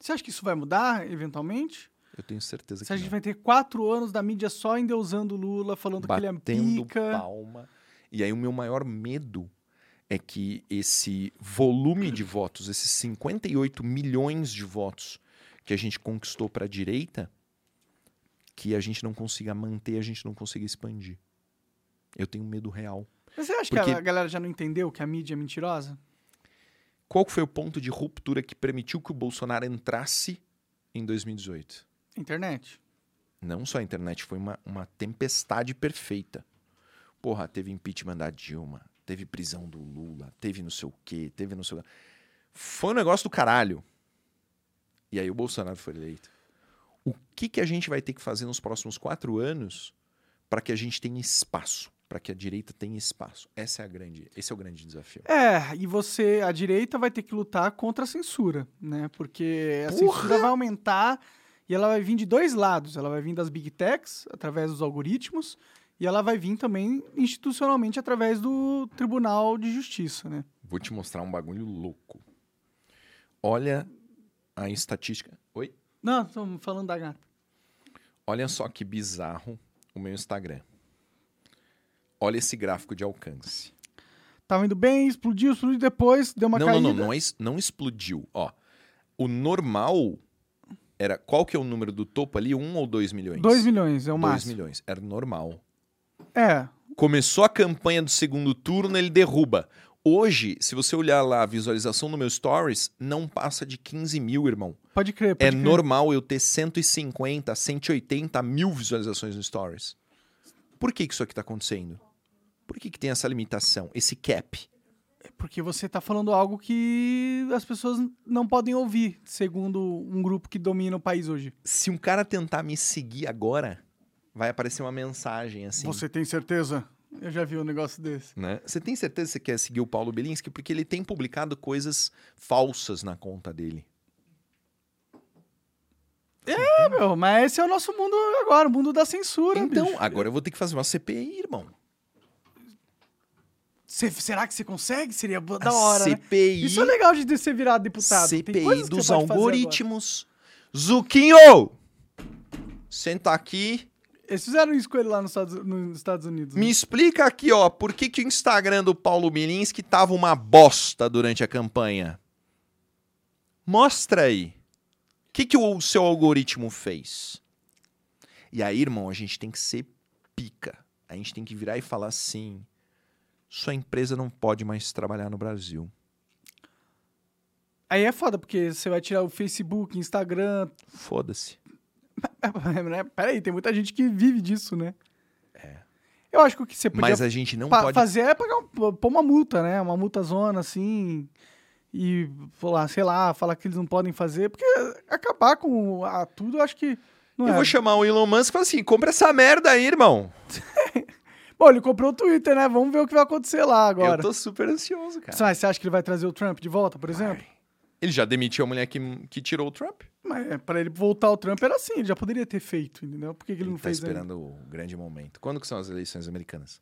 Speaker 1: Você acha que isso vai mudar, eventualmente?
Speaker 2: Eu Eu tenho certeza
Speaker 1: Se a
Speaker 2: que
Speaker 1: gente
Speaker 2: não.
Speaker 1: vai ter quatro anos da mídia só endeusando o Lula, falando que ele é
Speaker 2: batendo
Speaker 1: pica.
Speaker 2: palma. E aí o meu maior medo é que esse volume de votos, esses 58 milhões de votos que a gente conquistou para a direita, que a gente não consiga manter, a gente não consiga expandir. Eu tenho medo real.
Speaker 1: Mas você acha
Speaker 2: Porque-
Speaker 1: que a galera já não entendeu que a mídia é mentirosa?
Speaker 2: Qual que foi o ponto de ruptura que permitiu que o Bolsonaro entrasse em 2018?
Speaker 1: Internet.
Speaker 2: Não só a internet, foi uma, uma tempestade perfeita. Porra, teve impeachment da Dilma, teve prisão do Lula, teve não sei o quê, teve não sei o quê. Foi um negócio do caralho. E aí o Bolsonaro foi eleito. O que, que a gente vai ter que fazer nos próximos quatro anos para que a gente tenha espaço, para que a direita tenha espaço? Essa é a grande, esse é o grande desafio.
Speaker 1: É, e você, a direita, vai ter que lutar contra a censura, né? Porque a
Speaker 2: Porra!
Speaker 1: censura vai aumentar e ela vai vir de dois lados. Ela vai vir das big techs, através dos algoritmos, e ela vai vir também institucionalmente através do Tribunal de Justiça, né?
Speaker 2: Vou te mostrar um bagulho louco. Olha a estatística. Oi?
Speaker 1: Não, estamos falando da gata.
Speaker 2: Olha só que bizarro o meu Instagram. Olha esse gráfico de alcance.
Speaker 1: Tava indo bem, explodiu, explodiu depois, deu uma
Speaker 2: não,
Speaker 1: caída.
Speaker 2: não, não, não, é es- não explodiu. Ó, o normal era qual que é o número do topo ali? Um ou dois milhões?
Speaker 1: 2 milhões é o
Speaker 2: Dois
Speaker 1: máximo.
Speaker 2: milhões. Era normal.
Speaker 1: É,
Speaker 2: Começou a campanha do segundo turno, ele derruba. Hoje, se você olhar lá a visualização do meu Stories, não passa de 15 mil, irmão.
Speaker 1: pode crer. Pode
Speaker 2: É
Speaker 1: crer.
Speaker 2: normal eu ter 150, 180 mil visualizações no Stories. Por que, que isso aqui tá acontecendo? Por que, que tem essa limitação, esse cap?
Speaker 1: Porque você tá falando algo que as pessoas não podem ouvir, segundo um grupo que domina o país hoje.
Speaker 2: Se um cara tentar me seguir agora, vai aparecer uma mensagem assim.
Speaker 1: Você tem certeza? Eu já vi um negócio desse.
Speaker 2: né? Você tem certeza que você quer seguir o Paulo Belinski? Porque ele tem publicado coisas falsas na conta dele.
Speaker 1: É, meu, mas esse é o nosso mundo agora, o mundo da censura,
Speaker 2: Então,
Speaker 1: bicho.
Speaker 2: agora eu vou ter que fazer uma CPI, irmão.
Speaker 1: Cê- será que você consegue? Seria bo-
Speaker 2: A
Speaker 1: da hora, né?
Speaker 2: CPI,
Speaker 1: Isso é legal de você virar deputado. Tem
Speaker 2: CPI
Speaker 1: coisas que
Speaker 2: dos
Speaker 1: você pode fazer
Speaker 2: algoritmos. Zuquinho! Senta aqui.
Speaker 1: agora. Eles fizeram isso com ele lá nos Estados, nos Estados Unidos. né?
Speaker 2: Me explica aqui, ó, por que, que o Instagram do Paulo Milinski tava uma bosta durante a campanha? Mostra aí. O que, que o seu algoritmo fez? E aí, irmão, a gente tem que ser pica. A gente tem que virar e falar assim: sua empresa não pode mais trabalhar no Brasil.
Speaker 1: Aí é foda, porque você vai tirar o Facebook, Instagram.
Speaker 2: Foda-se.
Speaker 1: né? Peraí, tem muita gente que vive disso, né? É. Eu acho que o que você podia
Speaker 2: Mas a gente não
Speaker 1: Pa-
Speaker 2: pode.
Speaker 1: fazer é pagar um- pôr uma multa, né? Uma multa zona, assim. E, pô lá, sei lá, falar que eles não podem fazer, porque acabar com a, tudo, eu acho que. Não
Speaker 2: Eu
Speaker 1: é.
Speaker 2: vou chamar o Elon Musk e falar assim: compra essa merda aí, irmão.
Speaker 1: Bom, ele comprou o Twitter, né? Vamos ver o que vai acontecer lá agora.
Speaker 2: Eu tô super ansioso, cara.
Speaker 1: Mas você acha que ele vai trazer o Trump de volta, por exemplo?
Speaker 2: Ele já demitiu a mulher que, que tirou o Trump?
Speaker 1: Mas é, pra ele voltar ao Trump era assim, ele já poderia ter feito, entendeu? Por que, que ele,
Speaker 2: Ele
Speaker 1: não
Speaker 2: tá
Speaker 1: fez
Speaker 2: esperando o grande momento. Quando que são as eleições americanas?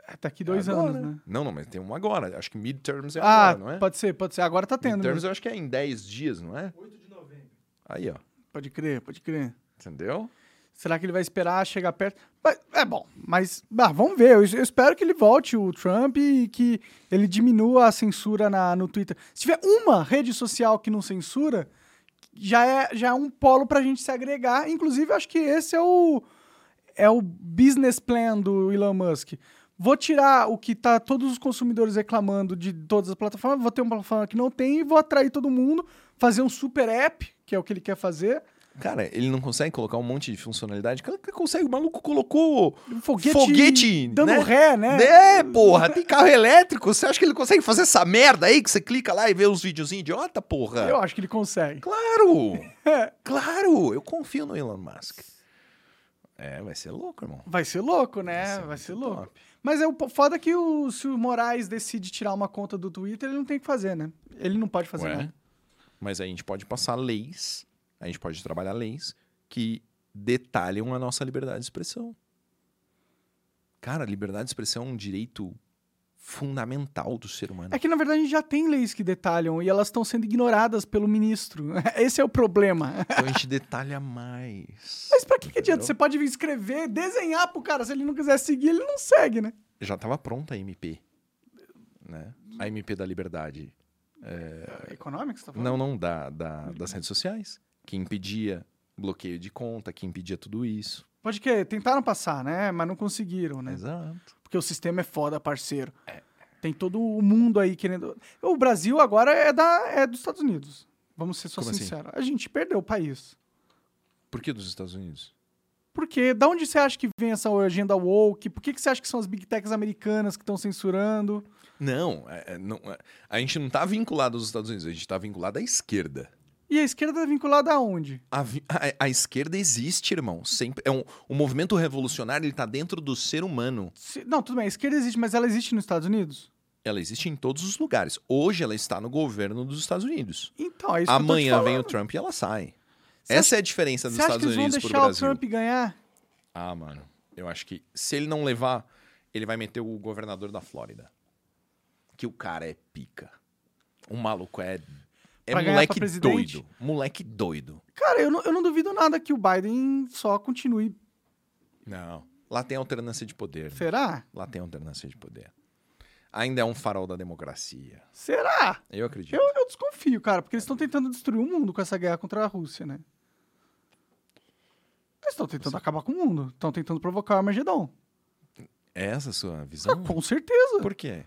Speaker 1: ainda? É, daqui dois
Speaker 2: Agora.
Speaker 1: anos, né?
Speaker 2: Não, não, mas tem uma agora. Acho que midterms é
Speaker 1: Ah,
Speaker 2: agora, não é?
Speaker 1: pode ser, pode ser. Agora tá tendo,
Speaker 2: midterms
Speaker 1: né?
Speaker 2: eu acho que é em 10 dias, não é?
Speaker 3: 8 de novembro.
Speaker 2: Aí, ó.
Speaker 1: Pode crer, pode crer.
Speaker 2: Entendeu?
Speaker 1: Será que ele vai esperar chegar perto? Mas, é bom, mas ah, vamos ver. Eu, eu espero que ele volte o Trump e que ele diminua a censura na, no Twitter. Se tiver uma rede social que não censura, já é, já é um polo pra gente se agregar. Inclusive, eu acho que esse é o, é o business plan do Elon Musk. Vou tirar o que tá todos os consumidores reclamando de todas as plataformas, vou ter uma plataforma que não tem e vou atrair todo mundo, fazer um super app, que é o que ele quer fazer.
Speaker 2: Cara, ele não consegue colocar um monte de funcionalidade. Cara, que consegue, o maluco colocou
Speaker 1: Um Foguete,
Speaker 2: Foguete,
Speaker 1: dando
Speaker 2: né?
Speaker 1: ré, né?
Speaker 2: É, porra, tem carro elétrico. Você acha que ele consegue fazer essa merda aí que você clica lá e vê uns videozinhos idiota, porra?
Speaker 1: Eu acho que ele consegue.
Speaker 2: Claro!
Speaker 1: É.
Speaker 2: claro! Eu confio no Elon Musk. É, vai ser louco, irmão.
Speaker 1: Vai ser louco, né? Vai
Speaker 2: muito
Speaker 1: ser louco.
Speaker 2: top.
Speaker 1: Mas é o po- foda que o, se o Moraes decide tirar uma conta do Twitter, ele não tem o que fazer, né? Ele não pode fazer
Speaker 2: Ué,
Speaker 1: nada.
Speaker 2: Mas aí a gente pode passar leis, a gente pode trabalhar leis que detalham a nossa liberdade de expressão. Cara, liberdade de expressão é um direito fundamental do ser humano.
Speaker 1: É que, na verdade, a gente já tem leis que detalham e elas estão sendo ignoradas pelo ministro. Esse é o problema.
Speaker 2: Então a gente detalha mais.
Speaker 1: Mas pra que, que adianta?
Speaker 2: Entendeu?
Speaker 1: Você pode vir escrever, desenhar pro cara. Se ele não quiser seguir, ele não segue, né?
Speaker 2: Já estava pronta a MP. Né? A MP da liberdade.
Speaker 1: É econômico, você tá falando?
Speaker 2: Não, não, da, da- das redes sociais. Que impedia bloqueio de conta, que impedia tudo isso.
Speaker 1: Pode que tentaram passar, né? Mas não conseguiram, né?
Speaker 2: Exato.
Speaker 1: Porque o sistema é foda, parceiro.
Speaker 2: É.
Speaker 1: Tem todo o mundo aí querendo. O Brasil agora é, da, é dos Estados Unidos. Vamos ser só
Speaker 2: Como assim?
Speaker 1: sinceros. A gente perdeu o país.
Speaker 2: Por que dos Estados Unidos?
Speaker 1: Porque da onde você acha que vem essa agenda woke? Por que, que você acha que são as big techs americanas que estão censurando?
Speaker 2: Não, é- é, não, é- a gente não está vinculado aos Estados Unidos, a gente está vinculado à esquerda.
Speaker 1: E a esquerda é vinculada aonde?
Speaker 2: A, vi- a- a esquerda existe, irmão. Sempre é um, o movimento revolucionário ele está dentro do ser humano.
Speaker 1: Se- Não, tudo bem, a esquerda existe, mas ela existe nos Estados Unidos?
Speaker 2: Ela existe em todos os lugares. Hoje ela está no governo dos Estados Unidos.
Speaker 1: Então, é isso que eu
Speaker 2: Amanhã
Speaker 1: tô te
Speaker 2: vem
Speaker 1: falando.
Speaker 2: o Trump e ela sai.
Speaker 1: Você
Speaker 2: Essa é a diferença dos
Speaker 1: Você acha que
Speaker 2: Estados
Speaker 1: eles vão
Speaker 2: Unidos pro
Speaker 1: deixar o
Speaker 2: Brasil.
Speaker 1: Trump ganhar?
Speaker 2: Ah, mano, eu acho que se ele não levar, ele vai meter o governador da Flórida. Que o cara é pica. O maluco é é
Speaker 1: Pra ganhar pra
Speaker 2: moleque
Speaker 1: presidente?
Speaker 2: doido, moleque doido.
Speaker 1: Cara, eu não, eu não duvido nada que o Biden só continue.
Speaker 2: Não. Lá tem alternância de poder. né?
Speaker 1: Será?
Speaker 2: Lá tem alternância de poder. Ainda é um farol da democracia.
Speaker 1: Será?
Speaker 2: Eu acredito.
Speaker 1: Eu, eu desconfio, cara, porque eles estão tentando destruir o mundo com essa guerra contra a Rússia, né? Eles estão tentando acabar com o mundo. Estão tentando provocar o Armagedon.
Speaker 2: É essa a sua
Speaker 1: Ah,
Speaker 2: visão?
Speaker 1: com certeza.
Speaker 2: Por quê?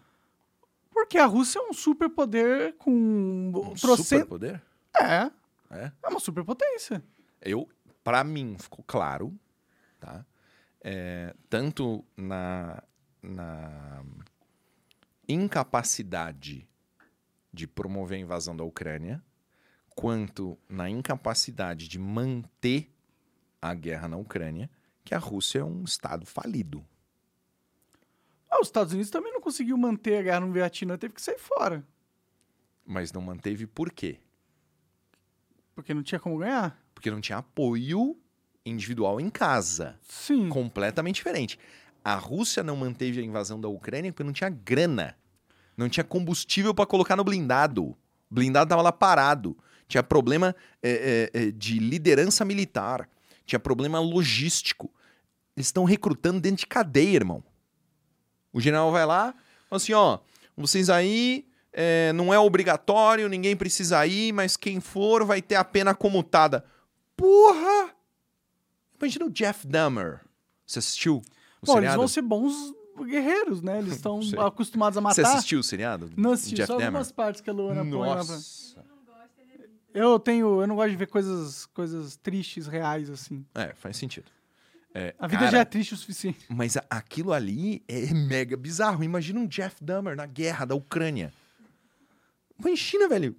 Speaker 1: Porque a Rússia é um superpoder com...
Speaker 2: Um
Speaker 1: Um trocen-
Speaker 2: superpoder?
Speaker 1: É,
Speaker 2: É.
Speaker 1: é uma superpotência.
Speaker 2: Eu, para mim, ficou claro, tá? É, tanto na, na incapacidade de promover a invasão da Ucrânia, quanto na incapacidade de manter a guerra na Ucrânia, que a Rússia é um estado falido.
Speaker 1: Ah, os Estados Unidos também não conseguiu manter a guerra no Vietnã, teve que sair fora.
Speaker 2: Mas não manteve por quê?
Speaker 1: Porque não tinha como ganhar.
Speaker 2: Porque não tinha apoio individual em casa.
Speaker 1: Sim.
Speaker 2: completamente diferente. A Rússia não manteve a invasão da Ucrânia porque não tinha grana. Não tinha combustível para colocar no blindado. O blindado tava lá parado. Tinha problema eh, eh, eh, de liderança militar. Tinha problema logístico. Eles estão recrutando dentro de cadeia, irmão. O general vai lá, fala assim, ó, vocês aí eh, não é obrigatório, ninguém precisa ir, mas quem for vai ter a pena comutada. Porra! Imagina o Jeff Dahmer. Você assistiu o
Speaker 1: Bom, eles
Speaker 2: seriado?
Speaker 1: vão ser bons guerreiros, né? Eles estão
Speaker 2: Sei.
Speaker 1: acostumados a
Speaker 2: Você
Speaker 1: matar.
Speaker 2: assistiu o seriado?
Speaker 1: Não assisti,
Speaker 2: Jeff
Speaker 1: só
Speaker 2: Dahmer?
Speaker 1: algumas partes que a Luana põe lá pra...
Speaker 2: Nossa.
Speaker 1: Eu tenho. Eu não gosto de ver coisas, coisas tristes, reais, assim.
Speaker 2: É, faz sentido. É,
Speaker 1: A vida
Speaker 2: cara,
Speaker 1: já é triste o suficiente.
Speaker 2: Mas a- aquilo ali é mega bizarro. Imagina um Jeff Dahmer na guerra da Ucrânia. Imagina, velho.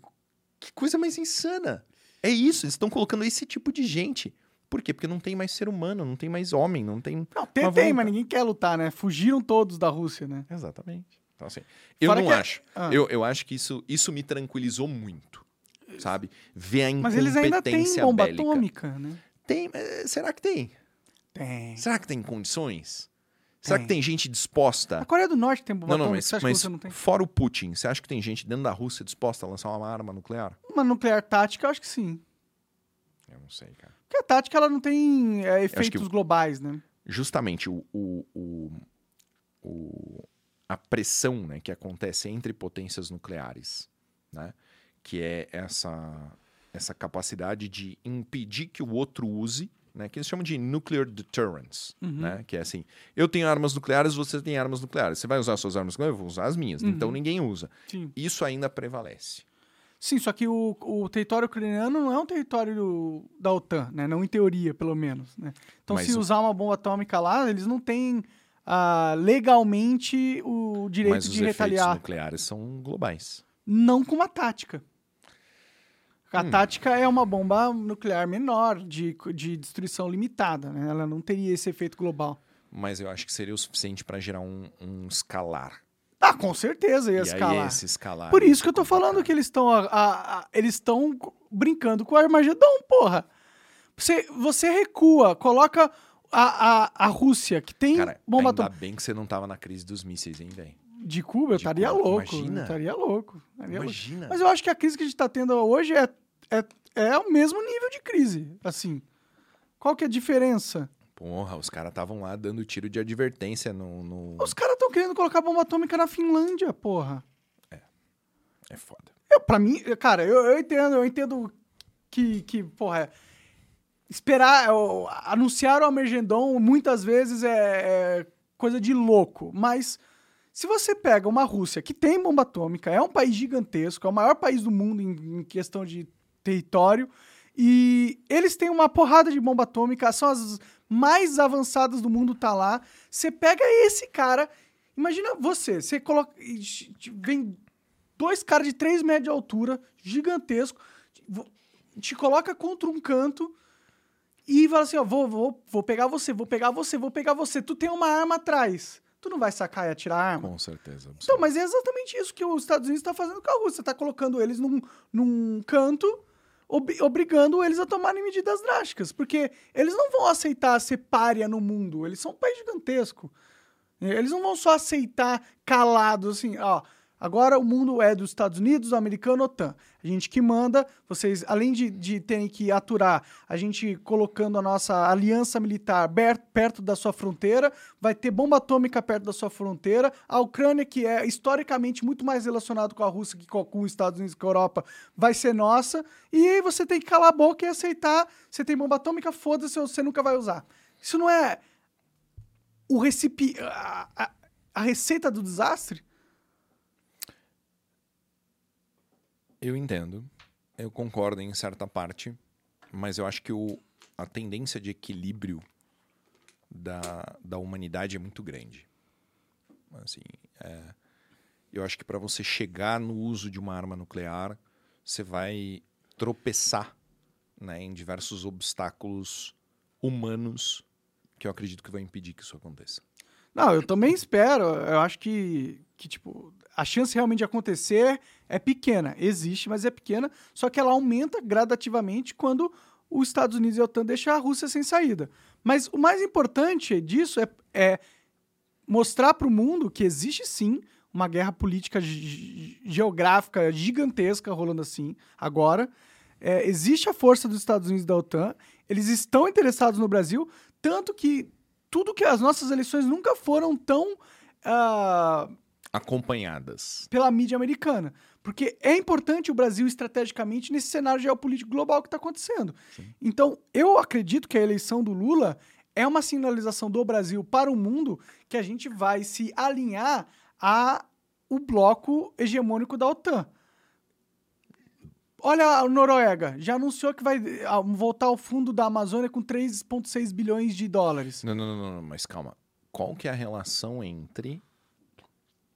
Speaker 2: Que coisa mais insana. É isso, eles estão colocando esse tipo de gente. Por quê? Porque não tem mais ser humano, não tem mais homem, não tem.
Speaker 1: Não, tem,
Speaker 2: Mas
Speaker 1: tem,
Speaker 2: vamos-
Speaker 1: mas ninguém quer lutar, né? Fugiram todos da Rússia, né?
Speaker 2: Exatamente. Então, assim, eu
Speaker 1: Fora
Speaker 2: não
Speaker 1: que-
Speaker 2: acho.
Speaker 1: Ah.
Speaker 2: Eu, eu acho que isso, isso me tranquilizou muito. Sabe? Ver a
Speaker 1: Mas
Speaker 2: incompetência
Speaker 1: eles ainda têm bomba
Speaker 2: bélica.
Speaker 1: atômica, né?
Speaker 2: Tem, mas será que tem?
Speaker 1: Tem.
Speaker 2: Será que tem condições? Será
Speaker 1: Tem.
Speaker 2: que tem gente
Speaker 1: A
Speaker 2: disposta?
Speaker 1: Coreia do Norte tem bomba
Speaker 2: Tá. Não, não,
Speaker 1: atômica.
Speaker 2: mas,
Speaker 1: Tipo, você acha
Speaker 2: mas
Speaker 1: que você não tem?
Speaker 2: fora o Putin, você acha que tem gente dentro da Rússia disposta a lançar uma arma nuclear?
Speaker 1: Uma nuclear tática, eu acho que sim.
Speaker 2: Eu não sei, cara.
Speaker 1: Porque a tática ela não tem é,
Speaker 2: que-
Speaker 1: efeitos globais, né?
Speaker 2: Justamente o, o- o- o- a pressão né, que acontece entre potências nucleares, né, que é essa, essa capacidade de impedir que o outro use, né, que eles chamam de nuclear deterrence,
Speaker 1: Uhum.
Speaker 2: né, que é assim, eu tenho armas nucleares, você tem armas nucleares, você vai usar suas armas nucleares, eu vou usar as minhas,
Speaker 1: Uhum.
Speaker 2: então ninguém usa.
Speaker 1: Sim.
Speaker 2: Isso ainda prevalece.
Speaker 1: Sim, só que o, o território ucraniano não é um território do- da OTAN, né? Não em teoria, pelo menos, né? Então,
Speaker 2: Mas
Speaker 1: se
Speaker 2: o-
Speaker 1: usar uma bomba atômica lá, eles não têm ah, legalmente o direito
Speaker 2: Mas os
Speaker 1: de
Speaker 2: efeitos
Speaker 1: retaliar.
Speaker 2: nucleares são globais.
Speaker 1: Não com uma tática. A
Speaker 2: Hum.
Speaker 1: tática é uma bomba nuclear menor, de, de destruição limitada, né? Ela não teria esse efeito global.
Speaker 2: Mas eu acho que seria o suficiente para gerar um, um escalar.
Speaker 1: Ah, com certeza ia
Speaker 2: e aí
Speaker 1: escalar.
Speaker 2: esse escalar.
Speaker 1: Por
Speaker 2: ia
Speaker 1: isso que eu tô
Speaker 2: ficar
Speaker 1: falando que eles estão a- a- a- eles estão co- brincando com o Armagedon, porra. Você, você recua, coloca a, a, a Rússia, que tem
Speaker 2: complicado. Cara,
Speaker 1: bomba
Speaker 2: ainda
Speaker 1: atômica.
Speaker 2: bem que você não tava na crise dos mísseis, hein, velho?
Speaker 1: de Cuba, eu
Speaker 2: De
Speaker 1: estaria
Speaker 2: Cuba,
Speaker 1: louco.
Speaker 2: imagina.
Speaker 1: Eu estaria louco. estaria louco.
Speaker 2: Imagina.
Speaker 1: Mas eu acho que a crise que a gente está tendo hoje é, é, é o mesmo nível de crise, assim. Qual que é a diferença?
Speaker 2: Porra, os caras estavam lá dando tiro de advertência no. no-
Speaker 1: Os caras estão querendo colocar bomba atômica na Finlândia, porra.
Speaker 2: É foda.
Speaker 1: Eu, pra mim, cara, eu, eu entendo, eu entendo que, que porra, é- esperar, é, o- anunciar o Almejendon muitas vezes é, é coisa de louco, mas se você pega uma Rússia que tem bomba atômica, é um país gigantesco, é o maior país do mundo em, em questão de território, e eles têm uma porrada de bomba atômica, são as mais avançadas do mundo, tá lá. Você pega esse cara, imagina você, você coloca. Vem dois caras de 3 metros de altura, gigantesco, te- vo- te coloca contra um canto e fala assim: ó, vou, vou, vou pegar você, vou pegar você, vou pegar você. Tu tem uma arma atrás. Tu não vai sacar e atirar a arma.
Speaker 2: Com certeza.
Speaker 1: Então, mas é exatamente isso que os Estados Unidos está fazendo com a Rússia. Está colocando eles num, num canto, obri- obrigando eles a tomarem medidas drásticas. Porque eles não vão aceitar ser párea no mundo. Eles são um país gigantesco. Eles não vão só aceitar calados assim, ó. Agora o mundo é dos Estados Unidos, americano, OTAN. A gente que manda, vocês, além de, de terem que aturar, a gente colocando a nossa aliança militar ber- perto da sua fronteira, vai ter bomba atômica perto da sua fronteira. A Ucrânia, que é historicamente muito mais relacionado com a Rússia que com com os Estados Unidos, que com a Europa, vai ser nossa. E aí você tem que calar a boca e aceitar. Você tem bomba atômica, foda-se, você nunca vai usar. Isso não é o recipi... a, a- a receita do desastre?
Speaker 2: Eu entendo. Eu concordo em certa parte. Mas eu acho que o, a tendência de equilíbrio da, da humanidade é muito grande. Assim, é, eu acho que para você chegar no uso de uma arma nuclear, você vai tropeçar né, em diversos obstáculos humanos que eu acredito que vai impedir que isso aconteça.
Speaker 1: Não, eu também espero. Eu acho que, que tipo, a chance realmente de acontecer é pequena. Existe, mas é pequena. Só que ela aumenta gradativamente quando os Estados Unidos e a OTAN deixam a Rússia sem saída. Mas o mais importante disso é, é mostrar para o mundo que existe sim uma guerra política ge- ge- geográfica gigantesca rolando assim agora. É, existe a força dos Estados Unidos e da OTAN. Eles estão interessados no Brasil, tanto que tudo que as nossas eleições nunca foram tão ah,
Speaker 2: Acompanhadas.
Speaker 1: pela mídia americana. Porque é importante o Brasil estrategicamente nesse cenário geopolítico global que está acontecendo.
Speaker 2: Sim.
Speaker 1: Então, eu acredito que a eleição do Lula é uma sinalização do Brasil para o mundo que a gente vai se alinhar a o bloco hegemônico da OTAN. Olha a Noruega, já anunciou que vai ah, voltar ao fundo da Amazônia com 3,6 bilhões de dólares.
Speaker 2: Não, não, não, não, não, mas calma. Qual que é a relação entre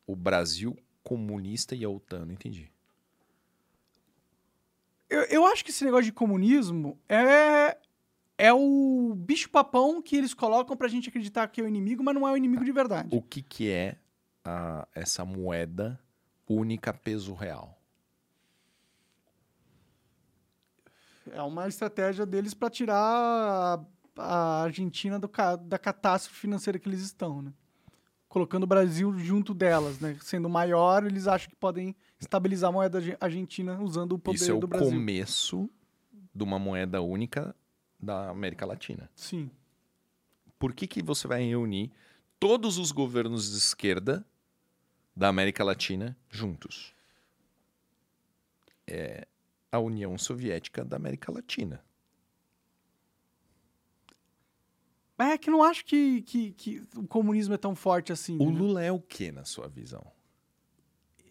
Speaker 2: o Brasil comunista e a OTAN? Não entendi.
Speaker 1: Eu, eu acho que esse negócio de comunismo é, é o bicho-papão que eles colocam pra gente acreditar que é o inimigo, mas não é o inimigo de verdade.
Speaker 2: O que que é a- essa moeda única peso real?
Speaker 1: É uma estratégia deles pra tirar a, a Argentina do ca- da catástrofe financeira que eles estão, né? Colocando o Brasil junto delas, né? Sendo maior, eles acham que podem estabilizar a moeda arge- argentina usando o poder
Speaker 2: Isso é o
Speaker 1: do Brasil.
Speaker 2: começo de uma moeda única da América Latina.
Speaker 1: Sim.
Speaker 2: Por que que você vai reunir todos os governos de esquerda da América Latina juntos? É a União Soviética da América Latina.
Speaker 1: Mas é que eu não acho que, que, que o comunismo é tão forte assim.
Speaker 2: O
Speaker 1: né?
Speaker 2: Lula é o que na sua visão?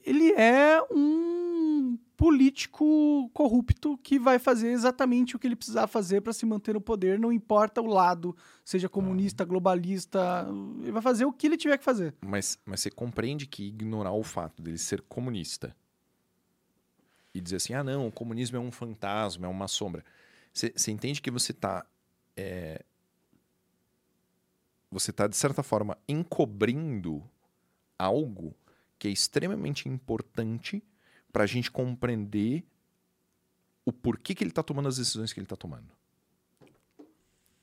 Speaker 1: ele é um político corrupto que vai fazer exatamente o que ele precisar fazer para se manter no poder, não importa o lado, seja comunista, globalista, ele vai fazer o que ele tiver que fazer.
Speaker 2: Mas, mas você compreende que ignorar o fato dele ser comunista e dizer assim, ah não, o comunismo é um fantasma, é uma sombra. Você você entende que você tá, está você está de certa forma encobrindo algo que é extremamente importante para a gente compreender o porquê que ele está tomando as decisões que ele está tomando.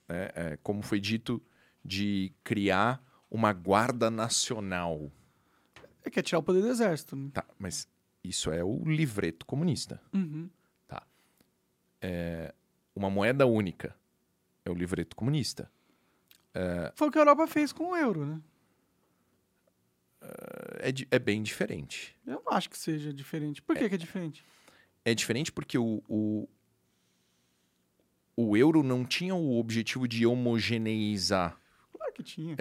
Speaker 2: É, é, como foi dito, de criar uma guarda nacional
Speaker 1: É que é tirar o poder do exército. né?
Speaker 2: Tá, mas isso é o livreto comunista.
Speaker 1: Uhum.
Speaker 2: Uma moeda única é o livreto comunista.
Speaker 1: Foi o que a Europa fez com o euro, né?
Speaker 2: É, di- é bem diferente.
Speaker 1: Eu não acho que seja diferente. Por que, que é diferente?
Speaker 2: É diferente porque o, o, o euro não tinha o objetivo de homogeneizar
Speaker 1: Claro que tinha.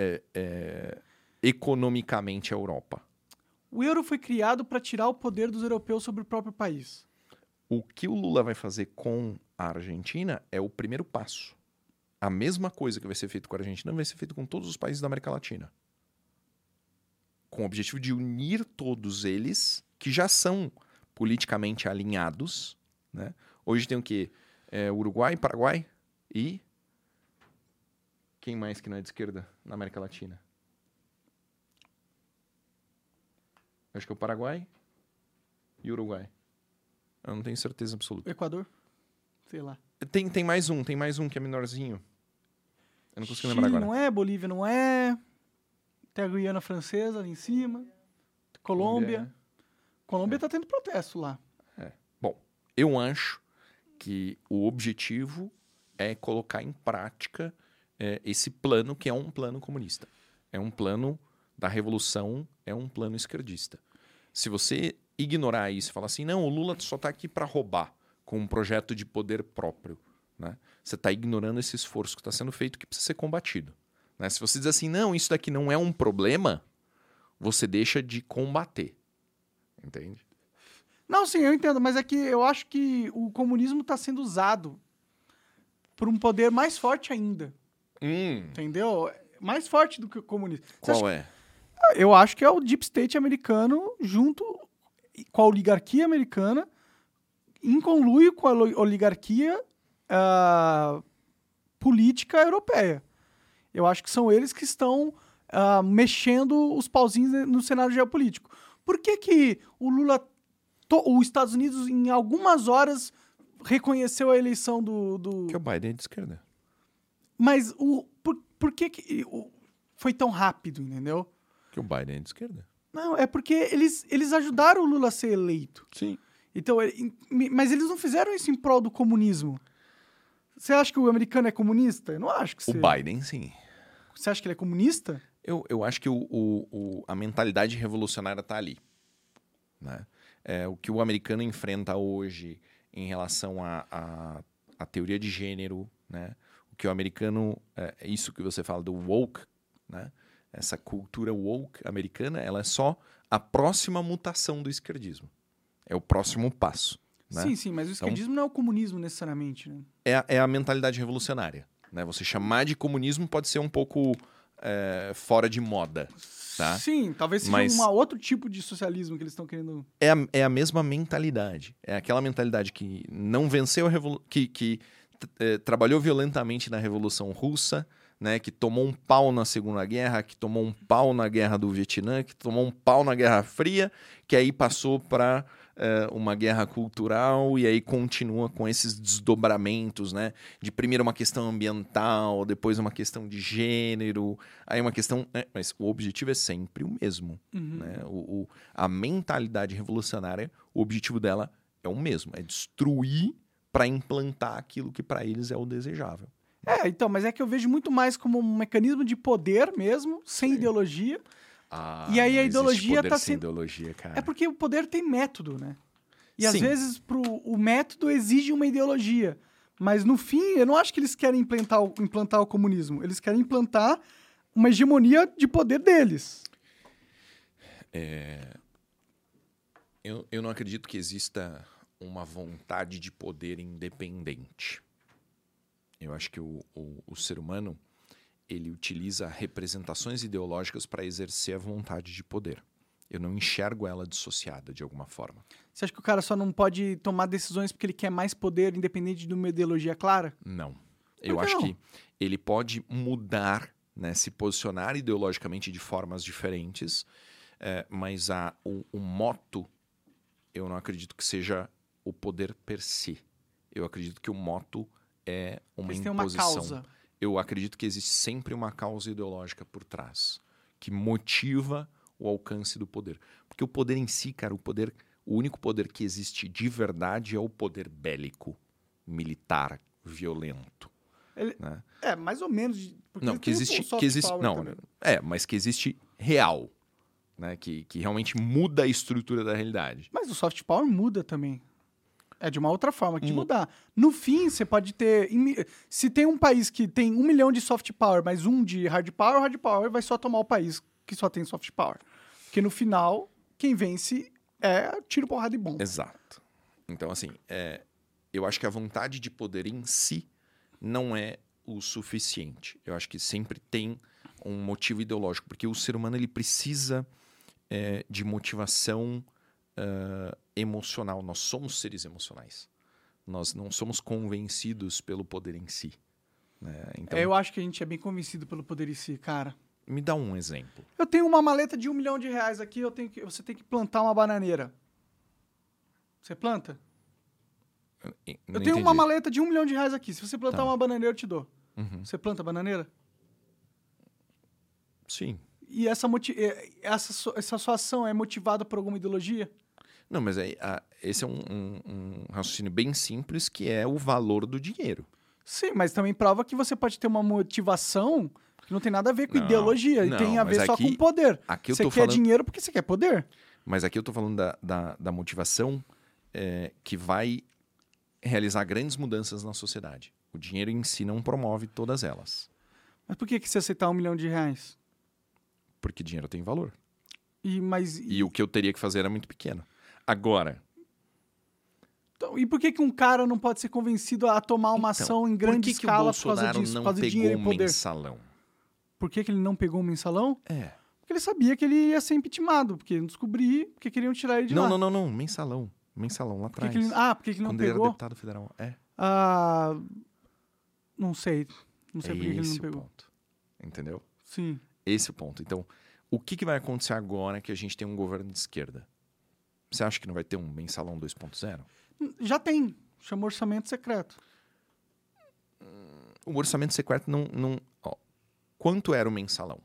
Speaker 2: economicamente a Europa.
Speaker 1: O euro foi criado para tirar o poder dos europeus sobre o próprio país.
Speaker 2: O que o Lula vai fazer com a Argentina é o primeiro passo. A mesma coisa que vai ser feito com a Argentina vai ser feito com todos os países da América Latina. Com o objetivo de unir todos eles que já são politicamente alinhados. né? Hoje tem o quê? É, Uruguai, Paraguai e. Quem mais que não é de esquerda na América Latina? Acho que é o Paraguai e o Uruguai. Eu não tenho certeza absoluta.
Speaker 1: O Equador? Sei lá.
Speaker 2: Tem, tem mais um, tem mais um que é menorzinho. Eu não consigo lembrar
Speaker 1: Chile
Speaker 2: agora.
Speaker 1: não é, Bolívia não é. Tem a Guiana Francesa ali em cima. Colômbia.
Speaker 2: é.
Speaker 1: Colômbia tá tendo protesto lá.
Speaker 2: Bom, eu acho que o objetivo é colocar em prática é, esse plano, que é um plano comunista. É um plano da revolução, é um plano esquerdista. Se você ignorar isso e falar assim, não, o Lula só está aqui para roubar, com um projeto de poder próprio, né? você está ignorando esse esforço que está sendo feito que precisa ser combatido. né? Se você diz assim, não, isso daqui não é um problema, você deixa de combater. Entende?
Speaker 1: Não, sim, eu entendo, mas é que eu acho que o comunismo está sendo usado por um poder mais forte ainda,
Speaker 2: Hum,
Speaker 1: entendeu? Mais forte do que o comunismo. Você acha
Speaker 2: qual é?
Speaker 1: Eu acho que é o deep state americano junto com a oligarquia americana, em conluio com a oli- oligarquia ah, política europeia. Eu acho que são eles que estão ah, mexendo os pauzinhos no cenário geopolítico. Por que, que o Lula, to- os Estados Unidos, em algumas horas, reconheceu a eleição do. do-
Speaker 2: Que o Biden é de esquerda.
Speaker 1: Mas o, por, por que, que o- foi tão rápido, entendeu?
Speaker 2: Que o Biden é de esquerda.
Speaker 1: Não, é porque eles, eles ajudaram o Lula a ser eleito.
Speaker 2: Sim.
Speaker 1: Então, ele- em- mas eles não fizeram isso em prol do comunismo. Você acha que o americano é comunista? Eu não acho que
Speaker 2: O
Speaker 1: seja.
Speaker 2: Biden, sim.
Speaker 1: Você acha que ele é comunista?
Speaker 2: Eu, eu acho que o, o- o- a mentalidade revolucionária está ali. né? É, o que o americano enfrenta hoje em relação à a, à teoria de gênero, né? o que o americano, é, é isso que você fala do woke, né? essa cultura woke americana, ela é só a próxima mutação do esquerdismo. É o próximo passo. Né?
Speaker 1: Sim, sim, mas o
Speaker 2: Então-
Speaker 1: esquerdismo não é o comunismo necessariamente. Né?
Speaker 2: é, a- é a mentalidade revolucionária. Né? Você chamar de comunismo pode ser um pouco é, fora de moda. Tá.
Speaker 1: Sim, talvez seja
Speaker 2: Mas-
Speaker 1: um outro tipo de socialismo que eles estão querendo.
Speaker 2: É a, é a mesma mentalidade. É aquela mentalidade que não venceu a revolução, que, que, t- é, trabalhou violentamente na Revolução Russa, né? que tomou um pau na Segunda Guerra, que tomou um pau na Guerra do Vietnã, que tomou um pau na Guerra Fria, que aí passou para uma guerra cultural e aí continua com esses desdobramentos, né? de primeiro uma questão ambiental, depois uma questão de gênero, aí uma questão. é, mas o objetivo é sempre o mesmo.
Speaker 1: uhum.
Speaker 2: Né? O, o- a mentalidade revolucionária, o objetivo dela é o mesmo: é destruir para implantar aquilo que para eles é o desejável.
Speaker 1: É, então, mas é que eu vejo muito mais como um mecanismo de poder mesmo, sem ideologia.
Speaker 2: Ah,
Speaker 1: E aí não a existe ideologia poder tá sem
Speaker 2: sem
Speaker 1: sendo-
Speaker 2: ideologia, cara.
Speaker 1: É porque o poder tem método, né? E às
Speaker 2: Sim.
Speaker 1: vezes pro, o método exige uma ideologia. Mas no fim, eu não acho que eles querem implantar o, implantar o comunismo. Eles querem implantar uma hegemonia de poder deles.
Speaker 2: Eu, eu não acredito que exista uma vontade de poder independente. Eu acho que o, o, o ser humano ele utiliza representações ideológicas para exercer a vontade de poder. Eu não enxergo ela dissociada de alguma forma.
Speaker 1: Você acha que o cara só não pode tomar decisões porque ele quer mais poder, independente de uma ideologia clara?
Speaker 2: Não. Eu
Speaker 1: que
Speaker 2: acho
Speaker 1: não?
Speaker 2: que ele pode mudar, né, se posicionar ideologicamente de formas diferentes, eh, mas a, o, o moto, eu não acredito que seja o poder per se. Eu acredito que o moto é uma
Speaker 1: Eles têm uma
Speaker 2: imposição.
Speaker 1: causa.
Speaker 2: Eu acredito que existe sempre uma causa ideológica por trás que motiva o alcance do poder. Porque o poder em si, cara, o poder, o único poder que existe de verdade é o poder bélico, militar, violento.
Speaker 1: Ele-
Speaker 2: né?
Speaker 1: É, mais ou menos. de- Porque
Speaker 2: Não,
Speaker 1: ele
Speaker 2: que
Speaker 1: tem o
Speaker 2: existe,
Speaker 1: soft
Speaker 2: que existe,
Speaker 1: power
Speaker 2: não,
Speaker 1: também.
Speaker 2: é, mas que existe real, né? Que, que realmente muda a estrutura da realidade.
Speaker 1: Mas o soft power muda também. É de uma outra forma que de
Speaker 2: Mu-
Speaker 1: mudar. No fim, você pode ter. em mi- Se tem um país que tem um milhão de soft power, mas um de hard power, o hard power vai só tomar o país que só tem soft power. Porque no final, quem vence é tiro, porrada e bomba.
Speaker 2: Exato. Então, assim, é, eu acho que a vontade de poder em si não é o suficiente. Eu acho que sempre tem um motivo ideológico, porque o ser humano ele precisa é, de motivação ah, emocional. Nós somos seres emocionais. Nós não somos convencidos pelo poder em si. né? Então,
Speaker 1: É, eu acho que a gente é bem convencido pelo poder em si, cara.
Speaker 2: me dá um exemplo.
Speaker 1: Eu tenho uma maleta de um milhão de reais aqui, eu tenho que, você tem que plantar uma bananeira. Você planta?
Speaker 2: Eu
Speaker 1: eu tenho uma maleta de um milhão de reais aqui. Se você plantar uma bananeira, eu te dou.
Speaker 2: Tá. Uhum.
Speaker 1: Você planta bananeira?
Speaker 2: Sim.
Speaker 1: E essa, moti- eh, essa, su- essa sua ação é motivada por alguma ideologia?
Speaker 2: Não, mas aí, ah, esse é um, um- um raciocínio bem simples que é o valor do dinheiro.
Speaker 1: Sim, mas também prova que você pode ter uma motivação que não tem nada a ver com
Speaker 2: Não,
Speaker 1: ideologia e
Speaker 2: não,
Speaker 1: tem a
Speaker 2: mas
Speaker 1: ver só
Speaker 2: aqui-
Speaker 1: com poder.
Speaker 2: Aqui eu
Speaker 1: Você
Speaker 2: tô
Speaker 1: quer
Speaker 2: falando,
Speaker 1: dinheiro porque você quer poder.
Speaker 2: mas aqui eu tô falando da, da, da motivação é, que vai realizar grandes mudanças na sociedade. O dinheiro em si não promove todas elas,
Speaker 1: Mas por que, que você aceitar um milhão de reais?
Speaker 2: porque dinheiro tem valor.
Speaker 1: E, mas,
Speaker 2: E o que eu teria que fazer era muito pequeno. Agora,
Speaker 1: então, e por que, que um cara não pode ser convencido a tomar uma
Speaker 2: Então,
Speaker 1: ação em
Speaker 2: por
Speaker 1: grande
Speaker 2: que, que o
Speaker 1: escala por causa
Speaker 2: Bolsonaro
Speaker 1: disso, por
Speaker 2: não
Speaker 1: causa de
Speaker 2: pegou
Speaker 1: dinheiro e
Speaker 2: o
Speaker 1: poder?
Speaker 2: mensalão?
Speaker 1: Por que, que ele não pegou o mensalão?
Speaker 2: É.
Speaker 1: Porque ele sabia que ele ia ser impeachmentado, porque não descobri, porque queriam tirar ele de
Speaker 2: Não,
Speaker 1: lá.
Speaker 2: não, não, não, mensalão. Mensalão lá
Speaker 1: Por que
Speaker 2: atrás.
Speaker 1: que ele- ah, por que que ele não
Speaker 2: quando ele
Speaker 1: pegou?
Speaker 2: era deputado federal. É.
Speaker 1: Ah, não sei. Não sei
Speaker 2: é
Speaker 1: por que que ele
Speaker 2: esse
Speaker 1: não
Speaker 2: o
Speaker 1: pegou.
Speaker 2: ponto. Entendeu?
Speaker 1: Sim.
Speaker 2: Esse é o ponto. Então, o que, que vai acontecer agora que a gente tem um governo de esquerda? Você acha que não vai ter um mensalão 2.0?
Speaker 1: Já tem. Chama orçamento secreto.
Speaker 2: O orçamento secreto não. não ó, quanto era o mensalão?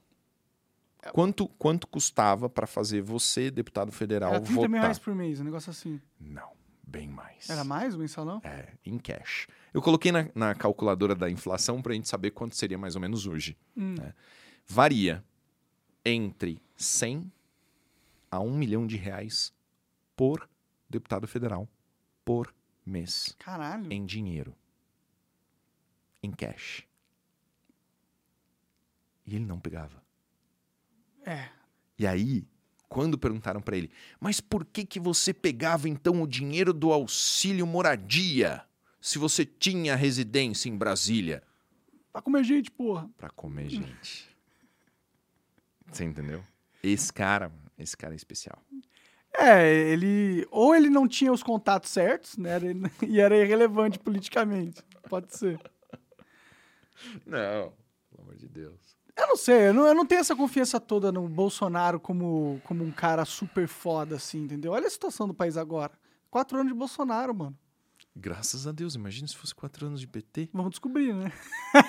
Speaker 1: É.
Speaker 2: Quanto, quanto custava para fazer você, deputado federal,
Speaker 1: Era 30 mil
Speaker 2: votar?
Speaker 1: reais por mês, um negócio assim.
Speaker 2: Não, bem mais.
Speaker 1: Era mais o mensalão?
Speaker 2: É, em cash. Eu coloquei na, na calculadora da inflação para a gente saber quanto seria mais ou menos hoje.
Speaker 1: Hum.
Speaker 2: né? Varia entre 100 a 1 milhão de reais por deputado federal por mês
Speaker 1: Caralho.
Speaker 2: em dinheiro, em cash. E ele não pegava.
Speaker 1: É.
Speaker 2: E aí, quando perguntaram para ele, mas por que que você pegava então o dinheiro do auxílio moradia se você tinha residência em Brasília?
Speaker 1: Tá com mais gente, porra.
Speaker 2: Pra comer gente. Você entendeu? Esse cara, mano, esse cara é especial.
Speaker 1: É, ele. Ou ele não tinha os contatos certos, né? Era- E era irrelevante politicamente. Pode ser.
Speaker 2: Não, pelo amor de Deus.
Speaker 1: Eu não sei, eu não, eu não tenho essa confiança toda no Bolsonaro como, como um cara super foda, assim, entendeu? Olha a situação do país agora. Quatro anos de Bolsonaro, mano.
Speaker 2: Graças a Deus, imagina se fosse quatro anos de PT.
Speaker 1: Vamos descobrir, né?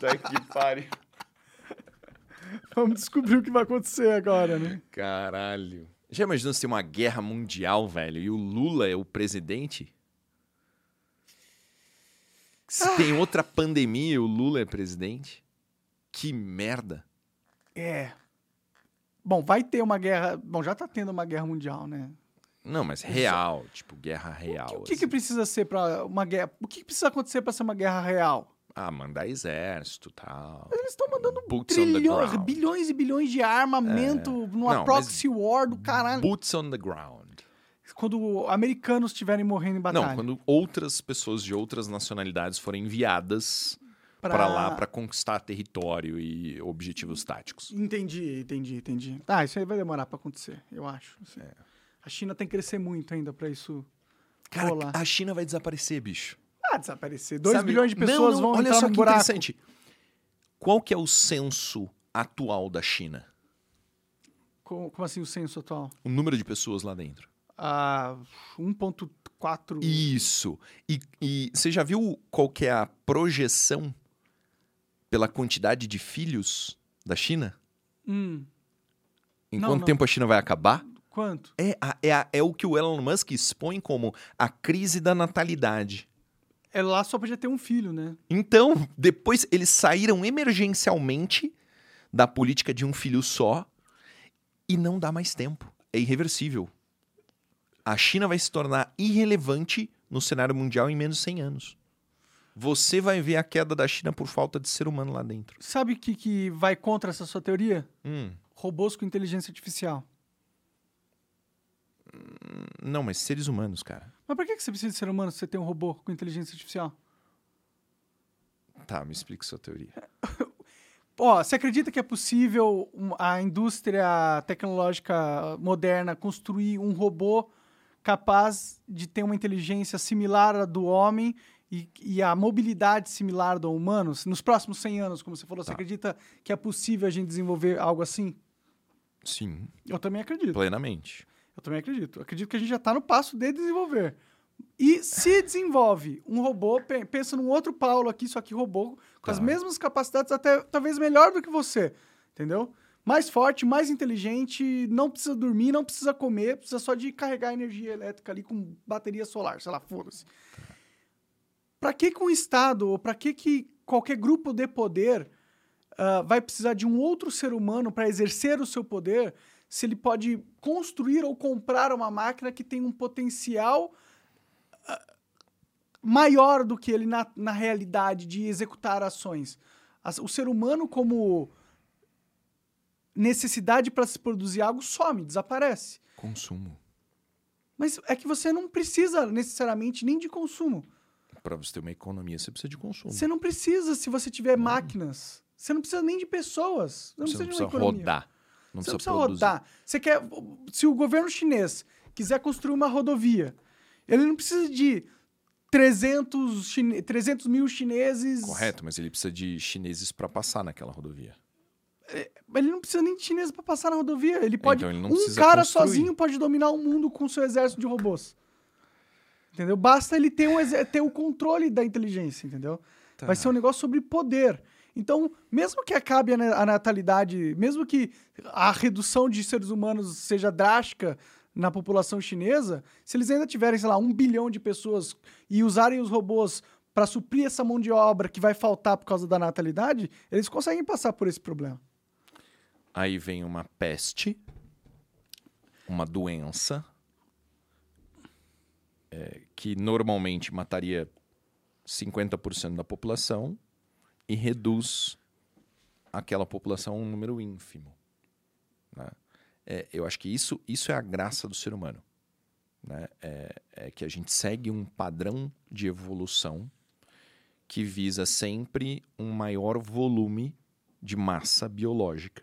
Speaker 2: Tá que pare.
Speaker 1: Vamos descobrir o que vai acontecer agora, né?
Speaker 2: Caralho. Já imaginou se tem uma guerra mundial, velho, e o Lula é o presidente? Se
Speaker 1: Ah.
Speaker 2: tem outra pandemia e o Lula é presidente? Que merda.
Speaker 1: É. Bom, vai ter uma guerra. Bom, já tá tendo uma guerra mundial, né?
Speaker 2: Não, mas real, tipo, guerra real.
Speaker 1: O que, que
Speaker 2: assim.
Speaker 1: precisa ser pra uma guerra? O que, que precisa acontecer pra ser uma guerra real?
Speaker 2: Ah, mandar exército e tal.
Speaker 1: Eles estão mandando
Speaker 2: Boots on the
Speaker 1: trilhões,
Speaker 2: ground. É.
Speaker 1: bilhões e bilhões de armamento numa
Speaker 2: Não, mas-
Speaker 1: proxy war do caralho.
Speaker 2: Boots on the ground.
Speaker 1: Quando americanos estiverem morrendo em batalha.
Speaker 2: Não, quando outras pessoas de outras nacionalidades forem enviadas pra lá pra conquistar território e
Speaker 1: Hum.
Speaker 2: objetivos táticos.
Speaker 1: Entendi, entendi, entendi. Tá, isso aí vai demorar pra acontecer, eu acho. assim.
Speaker 2: É.
Speaker 1: A China tem que crescer muito ainda pra isso.
Speaker 2: Cara,
Speaker 1: Olá.
Speaker 2: a China vai desaparecer, bicho.
Speaker 1: Ah, desaparecer. 2
Speaker 2: Sabe?
Speaker 1: bilhões de
Speaker 2: Não,
Speaker 1: pessoas
Speaker 2: não,
Speaker 1: vão
Speaker 2: olha
Speaker 1: entrar
Speaker 2: só
Speaker 1: no
Speaker 2: que
Speaker 1: buraco.
Speaker 2: interessante. Qual que é o censo atual da China?
Speaker 1: Como, como assim o censo atual?
Speaker 2: O número de pessoas lá dentro.
Speaker 1: Ah, 1.4...
Speaker 2: Isso. E, e você já viu qual que é a projeção pela quantidade de filhos da China?
Speaker 1: Hum,
Speaker 2: Em
Speaker 1: Não,
Speaker 2: quanto
Speaker 1: não.
Speaker 2: tempo a China vai acabar?
Speaker 1: Quanto?
Speaker 2: É, a- é, a- é o que o Elon Musk expõe como a crise da natalidade.
Speaker 1: É lá só podia ter um filho, né?
Speaker 2: Então, depois eles saíram emergencialmente da política de um filho só e não dá mais tempo. É irreversível. A China vai se tornar irrelevante no cenário mundial em menos de 100 anos. Você vai ver a queda da China por falta de ser humano lá dentro.
Speaker 1: Sabe o que, que vai contra essa sua teoria?
Speaker 2: Hum,
Speaker 1: Robôs com inteligência artificial.
Speaker 2: não, mas seres humanos, cara.
Speaker 1: Mas por que que você precisa de ser humano se você tem um robô com inteligência artificial?
Speaker 2: Tá, me explica sua teoria.
Speaker 1: Ó, você acredita que é possível um- a indústria tecnológica moderna construir um robô capaz de ter uma inteligência similar à do homem e, e a mobilidade similar do humano? Nos próximos 100 anos, como você falou, você
Speaker 2: Tá.
Speaker 1: acredita que é possível a gente desenvolver algo assim?
Speaker 2: Sim,
Speaker 1: Eu também acredito.
Speaker 2: plenamente.
Speaker 1: Eu também acredito. Eu acredito que a gente já está no passo de desenvolver. E se desenvolve um robô, pe- pensa num outro Paulo aqui, só que robô, com as
Speaker 2: Tá.
Speaker 1: mesmas capacidades, até talvez melhor do que você, entendeu? Mais forte, mais inteligente, não precisa dormir, não precisa comer, precisa só de carregar energia elétrica ali com bateria solar, sei lá, foda-se. Para que que um Estado, ou para que que qualquer grupo de poder ah, vai precisar de um outro ser humano para exercer o seu poder, se ele pode construir ou comprar uma máquina que tem um potencial ah, maior do que ele na, na realidade de executar ações. As- o ser humano, como necessidade para se produzir algo, some, desaparece.
Speaker 2: Consumo.
Speaker 1: Mas é que você não precisa necessariamente nem de consumo.
Speaker 2: Para você ter uma economia, você precisa de consumo.
Speaker 1: Você não precisa se você tiver máquinas. Você não precisa nem de pessoas. Você não precisa, de uma economia.
Speaker 2: rodar. Não
Speaker 1: você
Speaker 2: precisa,
Speaker 1: não precisa
Speaker 2: produzir.
Speaker 1: rodar. Você quer, se o governo chinês quiser construir uma rodovia, ele não precisa de 300, chine- 300 mil chineses.
Speaker 2: Correto, mas ele precisa de chineses para passar naquela rodovia.
Speaker 1: Ele não precisa nem de chineses para passar na rodovia. Ele pode.
Speaker 2: Então ele não
Speaker 1: um
Speaker 2: precisa
Speaker 1: cara
Speaker 2: construir.
Speaker 1: sozinho pode dominar o mundo com seu exército de robôs. Entendeu? Basta ele ter, um exer- ter o controle da inteligência, entendeu?
Speaker 2: Tá.
Speaker 1: Vai ser um negócio sobre poder. Então, mesmo que acabe a na- a natalidade, mesmo que a redução de seres humanos seja drástica na população chinesa, se eles ainda tiverem, sei lá, um bilhão de pessoas e usarem os robôs para suprir essa mão de obra que vai faltar por causa da natalidade, eles conseguem passar por esse problema.
Speaker 2: Aí vem uma peste, uma doença, é, que normalmente mataria 50% da população e reduz aquela população a um número ínfimo. né? É, eu acho que isso, isso é a graça do ser humano. né? É- é que a gente segue um padrão de evolução que visa sempre um maior volume de massa biológica.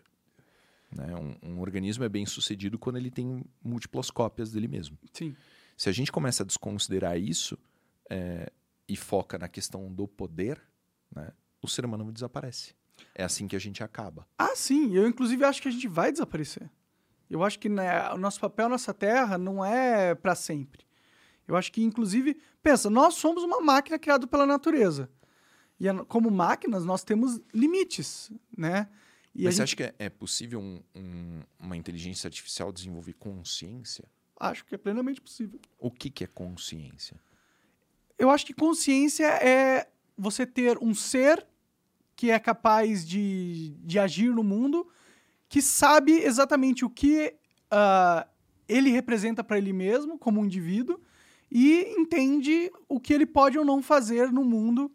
Speaker 2: né? Um, um organismo é bem sucedido quando ele tem múltiplas cópias dele mesmo.
Speaker 1: Sim.
Speaker 2: Se a gente começa a desconsiderar isso é, e foca na questão do poder, né, o ser humano desaparece. É assim que a gente acaba.
Speaker 1: Ah, sim. Eu, inclusive, acho que a gente vai desaparecer. Eu acho que né, o nosso papel nessa terra não é para sempre. Eu acho que, inclusive, pensa, nós somos uma máquina criada pela natureza. E a- como máquinas, nós temos limites, né? E a
Speaker 2: Mas você
Speaker 1: gente-
Speaker 2: acha que é, é possível um- um- uma inteligência artificial desenvolver consciência?
Speaker 1: acho que é plenamente possível.
Speaker 2: O que, que é consciência?
Speaker 1: Eu acho que consciência é você ter um ser que é capaz de, de agir no mundo, que sabe exatamente o que ah, ele representa para ele mesmo, como um indivíduo, e entende o que ele pode ou não fazer no mundo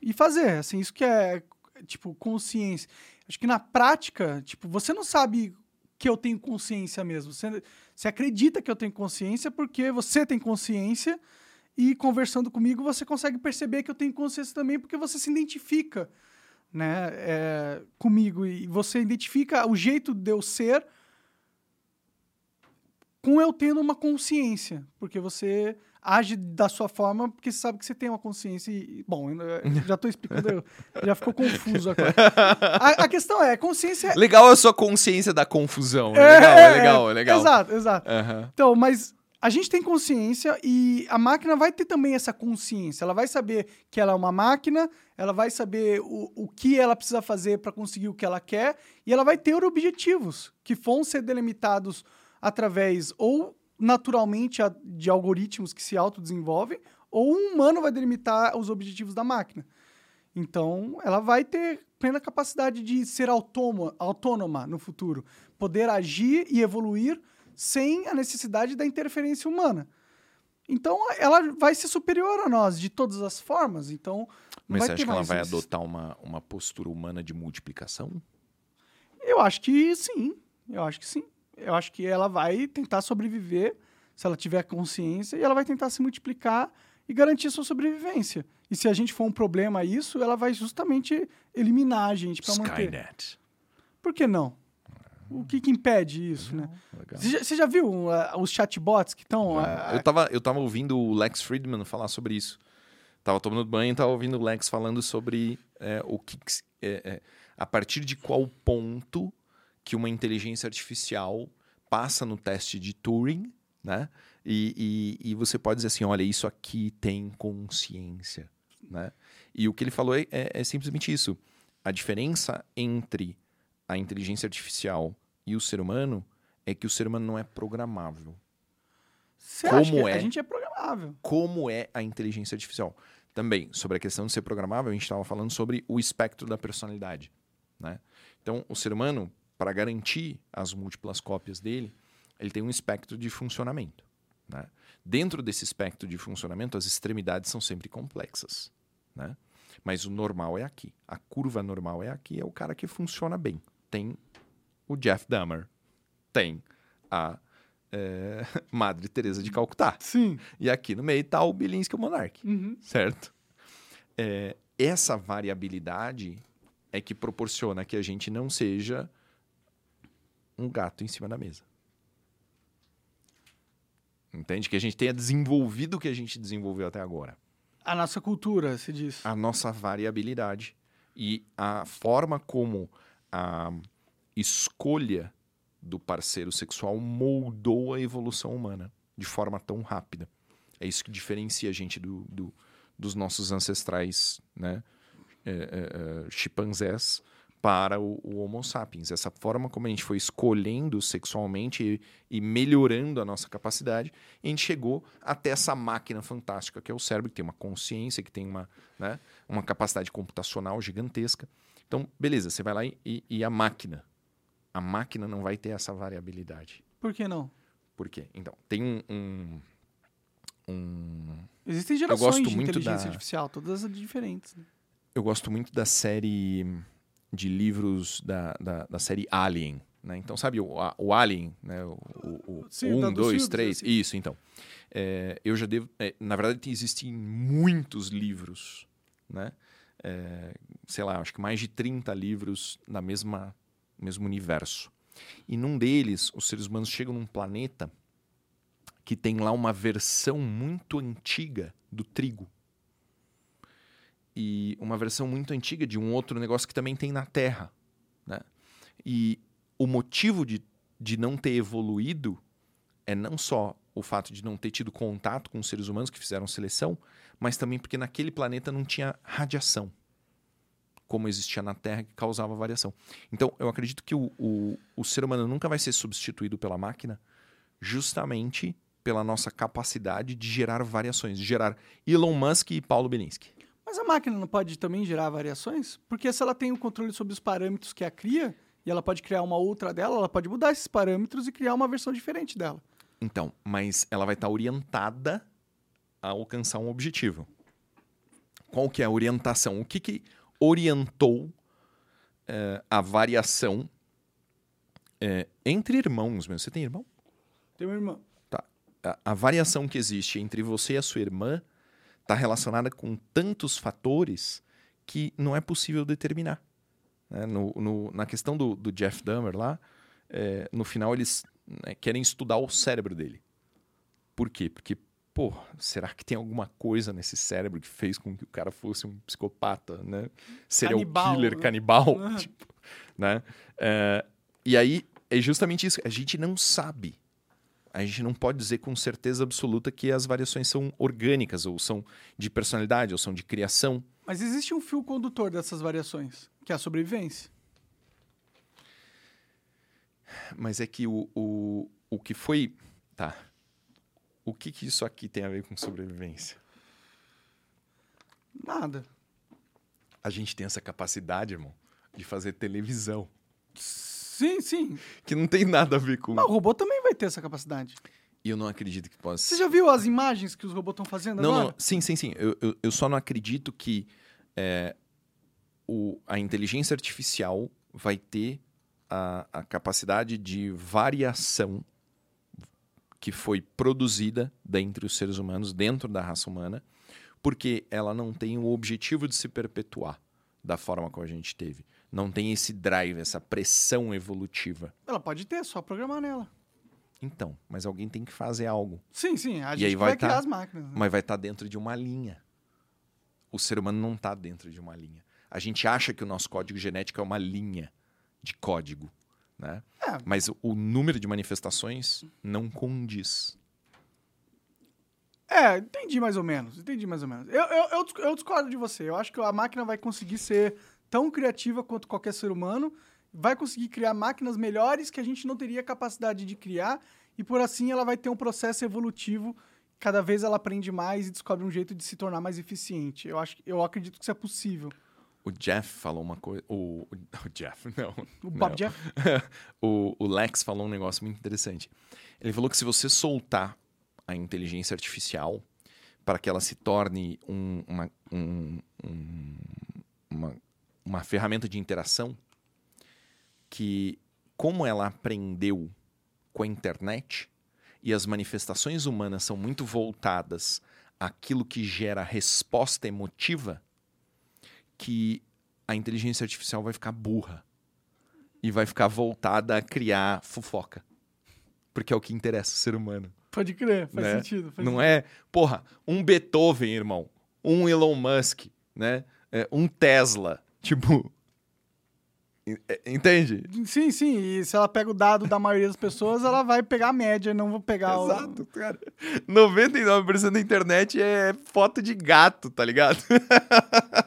Speaker 1: e fazer. Assim, isso que é, tipo, consciência. Acho que na prática, tipo, você não sabe que eu tenho consciência mesmo. Você, você acredita que eu tenho consciência porque você tem consciência e conversando comigo você consegue perceber que eu tenho consciência também porque você se identifica né é, comigo e você identifica o jeito de eu ser com eu tendo uma consciência porque você age da sua forma porque você sabe que você tem uma consciência e bom eu eu já estou explicando eu- já ficou confuso agora a, a questão é consciência
Speaker 2: Legal a sua consciência da confusão.
Speaker 1: É,
Speaker 2: Legal, é legal, é legal.
Speaker 1: exato exato
Speaker 2: Aham.
Speaker 1: então, mas a gente tem consciência e a máquina vai ter também essa consciência. Ela vai saber que ela é uma máquina, ela vai saber o, o que ela precisa fazer para conseguir o que ela quer e ela vai ter objetivos que vão ser delimitados através ou naturalmente a- de algoritmos que se autodesenvolvem ou um humano vai delimitar os objetivos da máquina. Então, ela vai ter plena capacidade de ser autônoma, autônoma no futuro, poder agir e evoluir sem a necessidade da interferência humana. Então, ela vai ser superior a nós de todas as formas. Então, não vai
Speaker 2: Mas você
Speaker 1: ter
Speaker 2: acha que ela
Speaker 1: mais
Speaker 2: vai
Speaker 1: esse-
Speaker 2: adotar uma, uma postura humana de multiplicação?
Speaker 1: Eu acho que sim. Eu acho que sim. Eu acho que ela vai tentar sobreviver se ela tiver consciência e ela vai tentar se multiplicar e garantir sua sobrevivência. E se a gente for um problema a isso, ela vai justamente eliminar a gente para manter.
Speaker 2: Skynet.
Speaker 1: Por que não? O que, que impede isso, né?
Speaker 2: Legal.
Speaker 1: Você já, você já viu uh, os chatbots que uh, estão?
Speaker 2: Ah, Eu tava, eu tava ouvindo o Lex Friedman falar sobre isso. Tava tomando banho e tava ouvindo o Lex falando sobre é, o que. que se- é, é, a partir de qual ponto que uma inteligência artificial passa no teste de Turing, né? E, e, e você pode dizer assim: olha, isso aqui tem consciência, né? E o que ele falou é, é- é simplesmente isso. A diferença entre a inteligência artificial e o ser humano é que o ser humano não é programável
Speaker 1: Você acha
Speaker 2: como
Speaker 1: que A
Speaker 2: é?
Speaker 1: gente é programável.
Speaker 2: como é a inteligência artificial. Também, sobre a questão de ser programável, a gente estava falando sobre o espectro da personalidade. Né? Então, o ser humano, para garantir as múltiplas cópias dele, ele tem um espectro de funcionamento. né? Dentro desse espectro de funcionamento, as extremidades são sempre complexas. né? Mas o normal é aqui. A curva normal é aqui, é o cara que funciona bem. Tem o Jeff Dahmer. Tem a eh, Madre Teresa de Calcutá.
Speaker 1: Sim. Uhum.
Speaker 2: E aqui no meio está o Bilinski e o Monark, certo? É, essa variabilidade é que proporciona que a gente não seja um gato em cima da mesa. Entende? Que a gente tenha desenvolvido o que a gente desenvolveu até agora.
Speaker 1: A nossa cultura, se diz.
Speaker 2: A nossa variabilidade e a forma como a escolha do parceiro sexual moldou a evolução humana de forma tão rápida. É isso que diferencia a gente do, do- dos nossos ancestrais, né? É, é, é, chimpanzés para o, o Homo sapiens. Essa forma como a gente foi escolhendo sexualmente e, e melhorando a nossa capacidade, a gente chegou até essa máquina fantástica que é o cérebro, que tem uma consciência, que tem uma, né, uma capacidade computacional gigantesca. Então, beleza, você vai lá e- e- e a máquina. A máquina não vai ter essa variabilidade.
Speaker 1: Por que não?
Speaker 2: Por quê? Então, tem um. um, um-
Speaker 1: Existem
Speaker 2: gosto
Speaker 1: gerações de
Speaker 2: muito
Speaker 1: inteligência
Speaker 2: da-
Speaker 1: artificial, todas diferentes. né?
Speaker 2: Eu gosto muito da série de livros da, da, da série Alien. Né? Então, sabe o, a- o Alien, né? O, o, o
Speaker 1: Sim, da-
Speaker 2: um,
Speaker 1: do
Speaker 2: dois,
Speaker 1: Silvio,
Speaker 2: três.
Speaker 1: sim,
Speaker 2: Isso, então. É, eu já devo. é, na verdade, existem muitos livros, né? É, sei lá, acho que mais de 30 livros na mesma mesmo universo. E num deles, os seres humanos chegam num planeta que tem lá uma versão muito antiga do trigo. E uma versão muito antiga de um outro negócio que também tem na Terra. né? E o motivo de, de não ter evoluído é não só o fato de não ter tido contato com os seres humanos que fizeram seleção, mas também porque naquele planeta não tinha radiação, como existia na Terra, que causava variação. Então, eu acredito que o, o, o ser humano nunca vai ser substituído pela máquina, justamente pela nossa capacidade de gerar variações, de gerar Elon Musk e Paulo Belinsky.
Speaker 1: Mas a máquina não pode também gerar variações? Porque se ela tem o controle sobre os parâmetros que a cria, e ela pode criar uma outra dela, ela pode mudar esses parâmetros e criar uma versão diferente dela.
Speaker 2: Então, mas ela vai estar orientada a alcançar um objetivo. Qual que é a orientação? O que, que orientou eh, a variação eh, entre irmãos? Meu? Você tem irmão?
Speaker 1: Tem uma irmã.
Speaker 2: a, a variação que existe entre você e a sua irmã está relacionada com tantos fatores que não é possível determinar. né? No- no- na questão do, do Jeff Dahmer lá, é, no final eles né, querem estudar o cérebro dele. Por quê? Porque, pô, será que tem alguma coisa nesse cérebro que fez com que o cara fosse um psicopata, né? Serial
Speaker 1: Canibal,
Speaker 2: killer,
Speaker 1: né?
Speaker 2: canibal,
Speaker 1: Aham.
Speaker 2: tipo, né? É, e aí, é justamente isso. A gente não sabe A gente não pode dizer com certeza absoluta que as variações são orgânicas, ou são de personalidade, ou são de criação.
Speaker 1: Mas existe um fio condutor dessas variações, que é a sobrevivência.
Speaker 2: Mas é que o, o, o que foi. Tá. O que, que isso aqui tem a ver com sobrevivência?
Speaker 1: Nada.
Speaker 2: A gente tem essa capacidade, irmão, de fazer televisão.
Speaker 1: Sim, sim.
Speaker 2: Que não tem nada a ver com.
Speaker 1: Mas o robô também vai ter essa capacidade.
Speaker 2: E eu não acredito que possa.
Speaker 1: Você já viu as imagens que os robôs estão fazendo
Speaker 2: Não,
Speaker 1: agora?
Speaker 2: não, sim, sim, sim. Eu, eu, eu só não acredito que é, o, a inteligência artificial vai ter a, a capacidade de variação que foi produzida dentre os seres humanos, dentro da raça humana, porque ela não tem o objetivo de se perpetuar da forma como a gente teve. Não tem esse drive, essa pressão evolutiva.
Speaker 1: Ela pode ter, só programar nela.
Speaker 2: Então, mas alguém tem que fazer algo.
Speaker 1: Sim, sim. A
Speaker 2: E
Speaker 1: gente
Speaker 2: aí
Speaker 1: que
Speaker 2: vai
Speaker 1: vai criar
Speaker 2: tá-
Speaker 1: as máquinas. né?
Speaker 2: mas vai estar dentro de uma linha. O ser humano não está dentro de uma linha. A gente acha que o nosso código genético é uma linha de código, né?
Speaker 1: É.
Speaker 2: Mas o- o número de manifestações não condiz.
Speaker 1: É, entendi mais ou menos. Entendi mais ou menos. Eu, eu, eu, dis- eu discordo de você. Eu acho que a máquina vai conseguir ser tão criativa quanto qualquer ser humano. Vai conseguir criar máquinas melhores que a gente não teria capacidade de criar. E por assim ela vai ter um processo evolutivo. Cada vez ela aprende mais e descobre um jeito de se tornar mais eficiente. Eu, acho, que- eu acredito que isso é possível.
Speaker 2: O Jeff falou uma coisa. O, o Jeff, não.
Speaker 1: O
Speaker 2: Não.
Speaker 1: Bob Jeff.
Speaker 2: o, o Lex falou um negócio muito interessante. Ele falou que se você soltar a inteligência artificial para que ela se torne um- uma, um- um- uma, uma ferramenta de interação, que como ela aprendeu com a internet e as manifestações humanas são muito voltadas àquilo que gera resposta emotiva, que a inteligência artificial vai ficar burra e vai ficar voltada a criar fofoca. Porque é o que interessa o ser humano.
Speaker 1: Pode crer, faz
Speaker 2: Né?
Speaker 1: sentido. Faz
Speaker 2: Não é, porra, um Beethoven, irmão, um Elon Musk, né? É, um Tesla, tipo. en- é, Entende?
Speaker 1: Sim, sim. E se ela pega o dado da maioria das pessoas, ela vai pegar a média, não vou pegar o.
Speaker 2: Exato, cara. 99% da internet é foto de gato, tá ligado?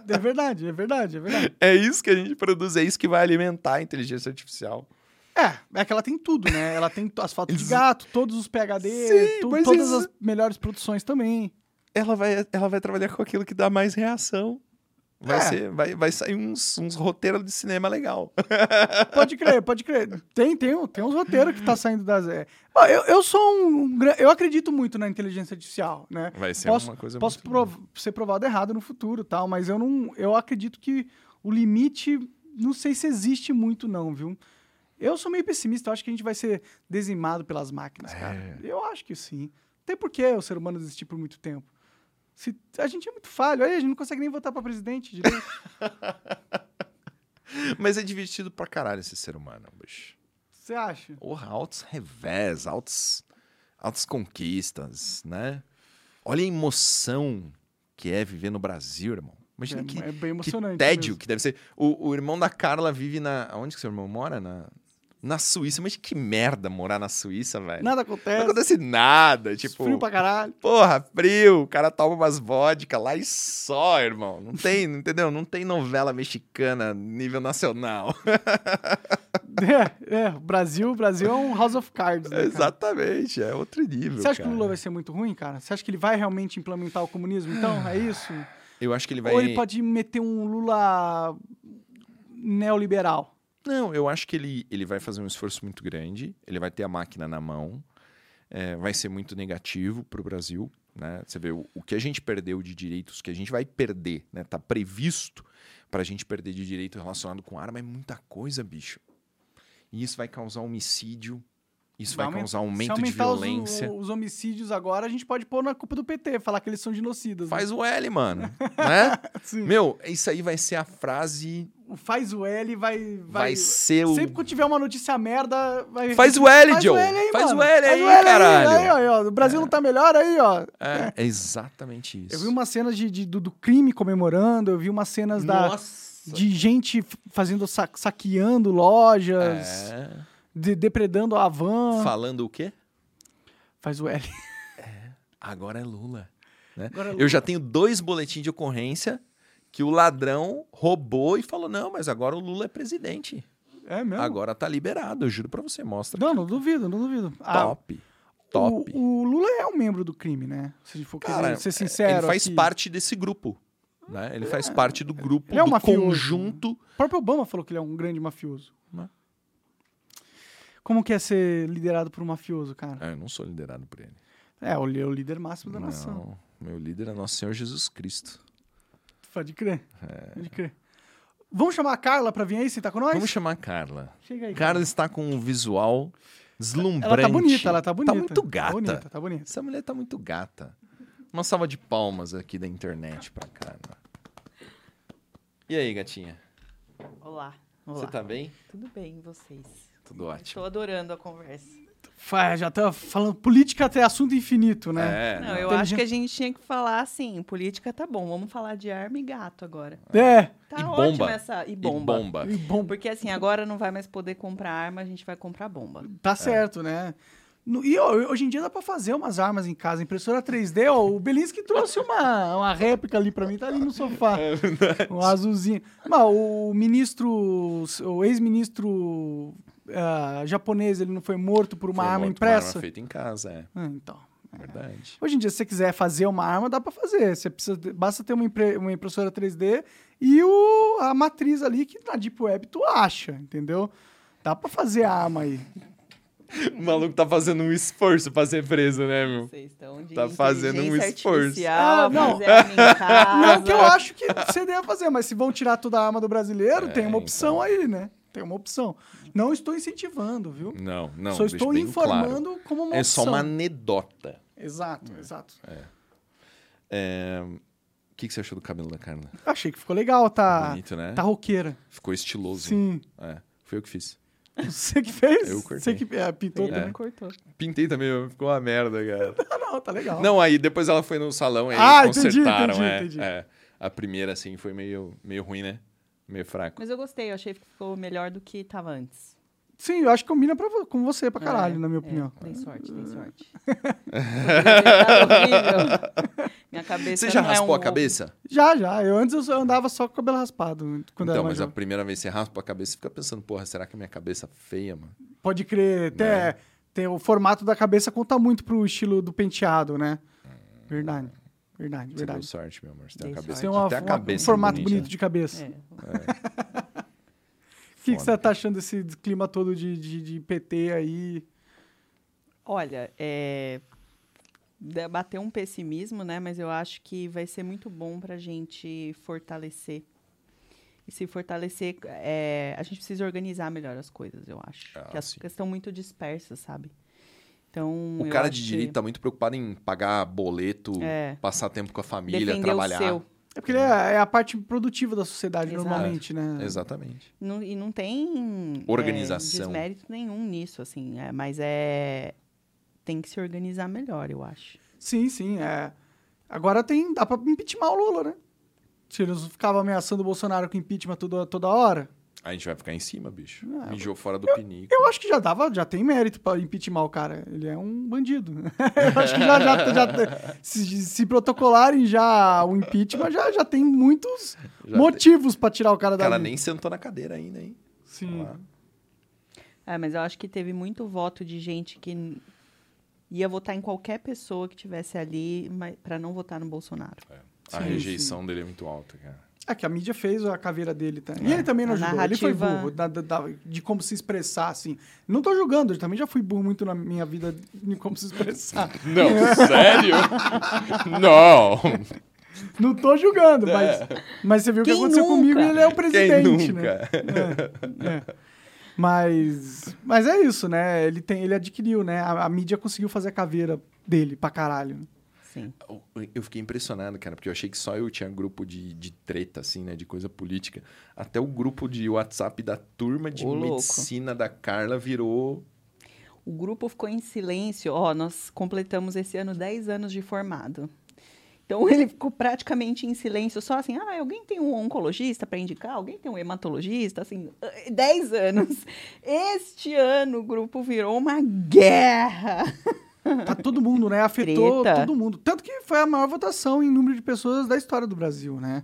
Speaker 1: É verdade, é verdade, é verdade.
Speaker 2: É isso que a gente produz, é isso que vai alimentar a inteligência artificial.
Speaker 1: É, é que ela tem tudo, né? Ela tem to- as fotos de
Speaker 2: Ex-
Speaker 1: gato, todos os PHD,
Speaker 2: Sim,
Speaker 1: tu-
Speaker 2: mas
Speaker 1: todas
Speaker 2: isso-
Speaker 1: as melhores produções também.
Speaker 2: Ela vai, ela vai trabalhar com aquilo que dá mais reação. Vai,
Speaker 1: É.
Speaker 2: ser, vai, vai sair uns, uns roteiros de cinema legal.
Speaker 1: Pode crer, pode crer. Tem, tem, um- tem uns roteiros que tá saindo das. é. Bom, Eu, eu sou um. gra- Eu acredito muito na inteligência artificial, né?
Speaker 2: Vai ser
Speaker 1: posso,
Speaker 2: uma coisa
Speaker 1: posso
Speaker 2: é muito...
Speaker 1: prov- ser provado errado no futuro tal, mas eu não. Eu acredito que o limite. Não sei se existe muito, não, viu? Eu sou meio pessimista, eu acho que a gente vai ser dizimado pelas máquinas,
Speaker 2: É.
Speaker 1: cara. Eu acho que sim. Tem por que o ser humano existir por muito tempo. Se, a gente é muito falho, aí a gente não consegue nem votar pra presidente direito.
Speaker 2: Mas é divertido pra caralho esse ser humano, bicho.
Speaker 1: Você acha?
Speaker 2: Porra, altos revés, altos, altas conquistas, né? Olha a emoção que é viver no Brasil, irmão. Imagina
Speaker 1: É,
Speaker 2: que,
Speaker 1: é bem
Speaker 2: que
Speaker 1: emocionante.
Speaker 2: tédio
Speaker 1: mesmo.
Speaker 2: que deve ser. O, o irmão da Carla vive na... Onde que seu irmão mora? Na, na Suíça. Mas que merda morar na Suíça, velho.
Speaker 1: Nada
Speaker 2: Não
Speaker 1: acontece.
Speaker 2: acontece nada, tipo...
Speaker 1: é. Frio pra caralho.
Speaker 2: Porra, frio, o cara toma umas vodka lá e só, irmão. Não tem, entendeu? Não tem novela mexicana nível nacional.
Speaker 1: É, é, o Brasil, o Brasil é um House of Cards, né, cara?
Speaker 2: Exatamente, é outro nível.
Speaker 1: Você acha que o
Speaker 2: cara.
Speaker 1: Lula vai ser muito ruim, cara? Você acha que ele vai realmente implementar o comunismo? Então, é isso?
Speaker 2: Eu acho que ele vai.
Speaker 1: Ou ele pode meter um Lula neoliberal?
Speaker 2: Não, eu acho que ele, ele vai fazer um esforço muito grande, ele vai ter a máquina na mão, é, vai ser muito negativo para o Brasil. Né? Você vê o, o que a gente perdeu de direitos, que a gente vai perder, né? tá previsto para a gente perder de direito relacionado com arma, é muita coisa, bicho. E isso vai causar homicídio, isso vai,
Speaker 1: Vai aumentar- Se
Speaker 2: causar Um aumento de
Speaker 1: aumentar os-
Speaker 2: violência.
Speaker 1: Os, homicídios agora, a gente pode pôr na culpa do PT, falar que eles são genocidas.
Speaker 2: Faz o L, mano. né?
Speaker 1: né? Sim.
Speaker 2: Meu, isso aí vai ser a frase,
Speaker 1: O faz o L, vai...
Speaker 2: vai,
Speaker 1: vai...
Speaker 2: ser o...
Speaker 1: Sempre que tiver uma notícia merda, vai...
Speaker 2: Faz o L,
Speaker 1: Faz
Speaker 2: Joe!
Speaker 1: o L aí,
Speaker 2: Faz
Speaker 1: mano.
Speaker 2: o L
Speaker 1: Faz
Speaker 2: aí,
Speaker 1: o L aí,
Speaker 2: caralho!
Speaker 1: Aí, ó, ó, o Brasil não tá melhor aí, ó.
Speaker 2: É, é exatamente isso.
Speaker 1: Eu vi umas cenas de, de- do, do crime comemorando, eu vi umas cenas da...
Speaker 2: Nossa!
Speaker 1: de gente f- fazendo sa- saqueando lojas,
Speaker 2: É.
Speaker 1: de- depredando a van.
Speaker 2: Falando o quê?
Speaker 1: Faz o L.
Speaker 2: Agora é Lula.
Speaker 1: Agora,
Speaker 2: Eu já tenho dois boletins de ocorrência que o ladrão roubou e falou: não, mas agora o Lula é presidente.
Speaker 1: É mesmo?
Speaker 2: Agora tá liberado, eu juro pra você. Mostra.
Speaker 1: Não, não duvido, não duvido. Ah,
Speaker 2: top. Top.
Speaker 1: O, o Lula é um membro do crime, né? Se a gente for querer
Speaker 2: Cara, é,
Speaker 1: ser sincero.
Speaker 2: Ele faz
Speaker 1: aqui.
Speaker 2: parte desse grupo. Né? Ele faz parte do grupo,
Speaker 1: Ele é um
Speaker 2: do
Speaker 1: mafioso, né?
Speaker 2: conjunto.
Speaker 1: O próprio Obama falou que ele é um grande mafioso.
Speaker 2: Né?
Speaker 1: Como que é ser liderado por um mafioso, cara?
Speaker 2: Ah, eu não sou liderado por ele.
Speaker 1: É, o, li- o líder máximo da nação.
Speaker 2: Não, meu líder é Nosso Senhor Jesus Cristo.
Speaker 1: Pode crer. Pode crer. Vamos chamar a Carla pra vir aí sentar com nós?
Speaker 2: É. Vamos chamar a Carla.
Speaker 1: Chega aí.
Speaker 2: Carla está com um visual deslumbrante.
Speaker 1: Ela tá bonita, ela tá bonita.
Speaker 2: é um Tá muito gata.
Speaker 1: Tá bonita, tá bonita.
Speaker 2: Essa mulher tá muito gata. Uma salva de palmas aqui da internet pra Carla. E aí, gatinha?
Speaker 6: Olá.
Speaker 2: Você
Speaker 6: Olá.
Speaker 2: tá bem?
Speaker 6: Tudo bem, e vocês?
Speaker 2: Tudo ótimo.
Speaker 6: Estou adorando a conversa.
Speaker 1: Fa- Já tá falando política até assunto infinito, né?
Speaker 2: É,
Speaker 6: não, eu
Speaker 1: Inteligente.
Speaker 6: acho que a gente tinha que falar assim, política tá bom, vamos falar de arma e gato agora.
Speaker 1: É.
Speaker 6: Tá
Speaker 2: E
Speaker 6: ótima
Speaker 2: bomba.
Speaker 6: essa e
Speaker 2: e
Speaker 6: bomba.
Speaker 2: bomba.
Speaker 1: E bom,
Speaker 6: Porque assim, agora não vai mais poder comprar arma, a gente vai comprar bomba.
Speaker 2: É.
Speaker 1: tá certo, né? No- e ó, hoje em dia dá pra fazer umas armas em casa. Impressora 3D, ó, o Belinsky trouxe uma, uma réplica ali pra mim, tá ali no sofá.
Speaker 2: É
Speaker 1: um azulzinho. Mas o ministro, o ex-ministro ah, japonês, ele não foi morto por uma
Speaker 2: Foi um
Speaker 1: arma
Speaker 2: morto com uma
Speaker 1: impressa?
Speaker 2: arma feita em casa, é.
Speaker 1: Ah, então.
Speaker 2: Verdade.
Speaker 1: Hoje em dia, se você quiser fazer uma arma, dá pra fazer. Você precisa, basta ter uma, impre- uma impressora 3D e o, a matriz ali que na Deep Web tu acha, entendeu? Dá pra fazer a arma aí. É.
Speaker 2: O maluco tá fazendo um esforço pra ser preso, né, meu?
Speaker 6: Vocês estão de
Speaker 2: Tá fazendo um
Speaker 6: inteligência
Speaker 2: esforço.
Speaker 6: artificial,
Speaker 1: Ah, não.
Speaker 6: fazer arma em
Speaker 2: Ah,
Speaker 6: casa.
Speaker 1: Não que eu acho que você deve fazer, mas se vão tirar toda a arma do brasileiro,
Speaker 2: É,
Speaker 1: tem uma opção aí, né? Tem uma opção. Não estou incentivando, viu?
Speaker 2: Não, não.
Speaker 1: Só
Speaker 2: deixa
Speaker 1: estou
Speaker 2: bem claro.
Speaker 1: informando como uma
Speaker 2: É só
Speaker 1: opção.
Speaker 2: uma É. anedota.
Speaker 1: Exato, exato.
Speaker 2: O que, que você achou do cabelo da Carla?
Speaker 1: Achei que ficou legal, tá?
Speaker 2: Bonito, né?
Speaker 1: Tá roqueira.
Speaker 2: Ficou estiloso.
Speaker 1: Sim.
Speaker 2: É, foi eu que fiz.
Speaker 1: Você que fez?
Speaker 2: Eu
Speaker 1: Você
Speaker 2: cortei.
Speaker 1: que é, pintou
Speaker 6: Ele
Speaker 1: também.
Speaker 6: não cortou.
Speaker 2: Pintei também, mas ficou uma merda, cara.
Speaker 1: Ah, não, tá legal.
Speaker 2: Não, aí depois ela foi no salão e
Speaker 1: Ah,
Speaker 2: aí
Speaker 1: entendi,
Speaker 2: consertaram.
Speaker 1: entendi,
Speaker 2: é,
Speaker 1: entendi.
Speaker 2: é. A primeira, assim, foi meio, meio ruim, né? Meio fraco.
Speaker 6: Mas eu gostei, eu achei que ficou melhor do que tava antes.
Speaker 1: Sim, eu acho que combina pra, vo- com você pra caralho,
Speaker 6: É,
Speaker 1: na minha
Speaker 6: é,
Speaker 1: opinião.
Speaker 6: Tem sorte, tem sorte. Tá horrível. Minha cabeça
Speaker 2: Você já
Speaker 6: não é
Speaker 2: raspou
Speaker 6: um
Speaker 2: a cabeça?
Speaker 1: Já, já. Eu antes eu só andava só com o cabelo raspado. Quando era
Speaker 2: então,
Speaker 1: mais
Speaker 2: mas a
Speaker 1: jovem.
Speaker 2: primeira vez que você raspa a cabeça, você fica pensando, porra, será que minha cabeça é feia, mano?
Speaker 1: Pode crer,
Speaker 2: Né.
Speaker 1: até tem o formato da cabeça conta muito pro estilo do penteado, né? Verdade. Verdade,
Speaker 2: Você deu
Speaker 1: verdade.
Speaker 2: sorte, meu amor. Você tem a
Speaker 6: Dei
Speaker 2: cabeça,
Speaker 6: sorte.
Speaker 1: Tem uma-
Speaker 2: até a
Speaker 1: uma- um
Speaker 2: cabeça é
Speaker 1: formato
Speaker 2: bonita.
Speaker 1: bonito de cabeça.
Speaker 6: ovo. É,
Speaker 1: O que, que
Speaker 2: Foda.
Speaker 1: você tá achando desse clima todo de, de, de PT aí?
Speaker 6: Olha, é... da- bateu um pessimismo, né? Mas eu acho que vai ser muito bom para a gente fortalecer. E se fortalecer, é, a gente precisa organizar melhor as coisas, eu acho.
Speaker 2: Ah,
Speaker 6: Porque as
Speaker 2: sim.
Speaker 6: coisas estão muito dispersas, sabe? Então,
Speaker 2: O
Speaker 6: eu
Speaker 2: cara
Speaker 6: acho
Speaker 2: de
Speaker 6: que
Speaker 2: direito tá muito preocupado em pagar boleto,
Speaker 6: É.
Speaker 2: passar tempo com a família,
Speaker 6: defender
Speaker 2: trabalhar.
Speaker 6: o seu.
Speaker 1: É porque ele é, é a parte produtiva da sociedade,
Speaker 6: Exato.
Speaker 1: normalmente, né?
Speaker 2: Hum. Exatamente.
Speaker 6: Não- e não tem é,
Speaker 2: Organização.
Speaker 6: desmérito nenhum nisso, assim. é, mas é tem que se organizar melhor, eu acho.
Speaker 1: Sim, sim. É. Agora tem, dá pra impeachment o Lula, né? Se eles ficavam ameaçando o Bolsonaro com impeachment toda, toda hora.
Speaker 2: A gente vai ficar em cima, bicho.
Speaker 1: Ah,
Speaker 2: Mijou fora do pinico.
Speaker 1: Eu acho que já dava, já tem mérito pra impeachment o cara. Ele é um bandido. Eu acho que já, já, já- se, se protocolarem já o impeachment, já, já tem muitos
Speaker 2: Já
Speaker 1: motivos pra tirar o cara
Speaker 2: O
Speaker 1: da
Speaker 2: cara
Speaker 1: lista.
Speaker 2: nem sentou na cadeira ainda, hein?
Speaker 1: Sim.
Speaker 2: Lá.
Speaker 6: É, mas eu acho que teve muito voto de gente que n- ia votar em qualquer pessoa que tivesse ali para não votar no Bolsonaro.
Speaker 2: A
Speaker 1: Sim,
Speaker 2: rejeição dele é muito alta, cara.
Speaker 1: É que a mídia fez a caveira dele, tá? E ele também não
Speaker 6: A
Speaker 1: ajudou. Ele foi
Speaker 6: narrativa-
Speaker 1: burro da- da- da- de como se expressar, assim. Não tô julgando, eu também já fui burro muito na minha vida de como se expressar.
Speaker 2: Não, sério? não!
Speaker 1: Não tô julgando, mas, mas você viu o que
Speaker 6: Quem
Speaker 1: aconteceu
Speaker 6: nunca?
Speaker 1: comigo e ele é o
Speaker 2: É. Quem
Speaker 1: presidente, né?
Speaker 2: nunca?
Speaker 1: É. Mas, mas é isso, né? Ele, tem, ele adquiriu, né? A, a mídia conseguiu fazer a caveira dele pra caralho.
Speaker 6: Sim.
Speaker 2: Eu fiquei impressionado, cara, porque eu achei que só eu tinha grupo de, de treta, assim, né? De coisa política. Até o grupo de WhatsApp da turma de
Speaker 6: Ô, louco.
Speaker 2: medicina da Carla virou.
Speaker 6: O grupo ficou em silêncio. Ó, nós completamos esse ano 10 anos de formado. Então ele ficou praticamente em silêncio, só assim, ah, alguém tem um oncologista para indicar? Alguém tem um hematologista? Assim, eh, 10 anos. Este ano o grupo virou uma guerra.
Speaker 1: Tá todo mundo, né? Afetou
Speaker 6: Treta.
Speaker 1: todo mundo. Tanto que foi a maior votação em número de pessoas da história do Brasil, né?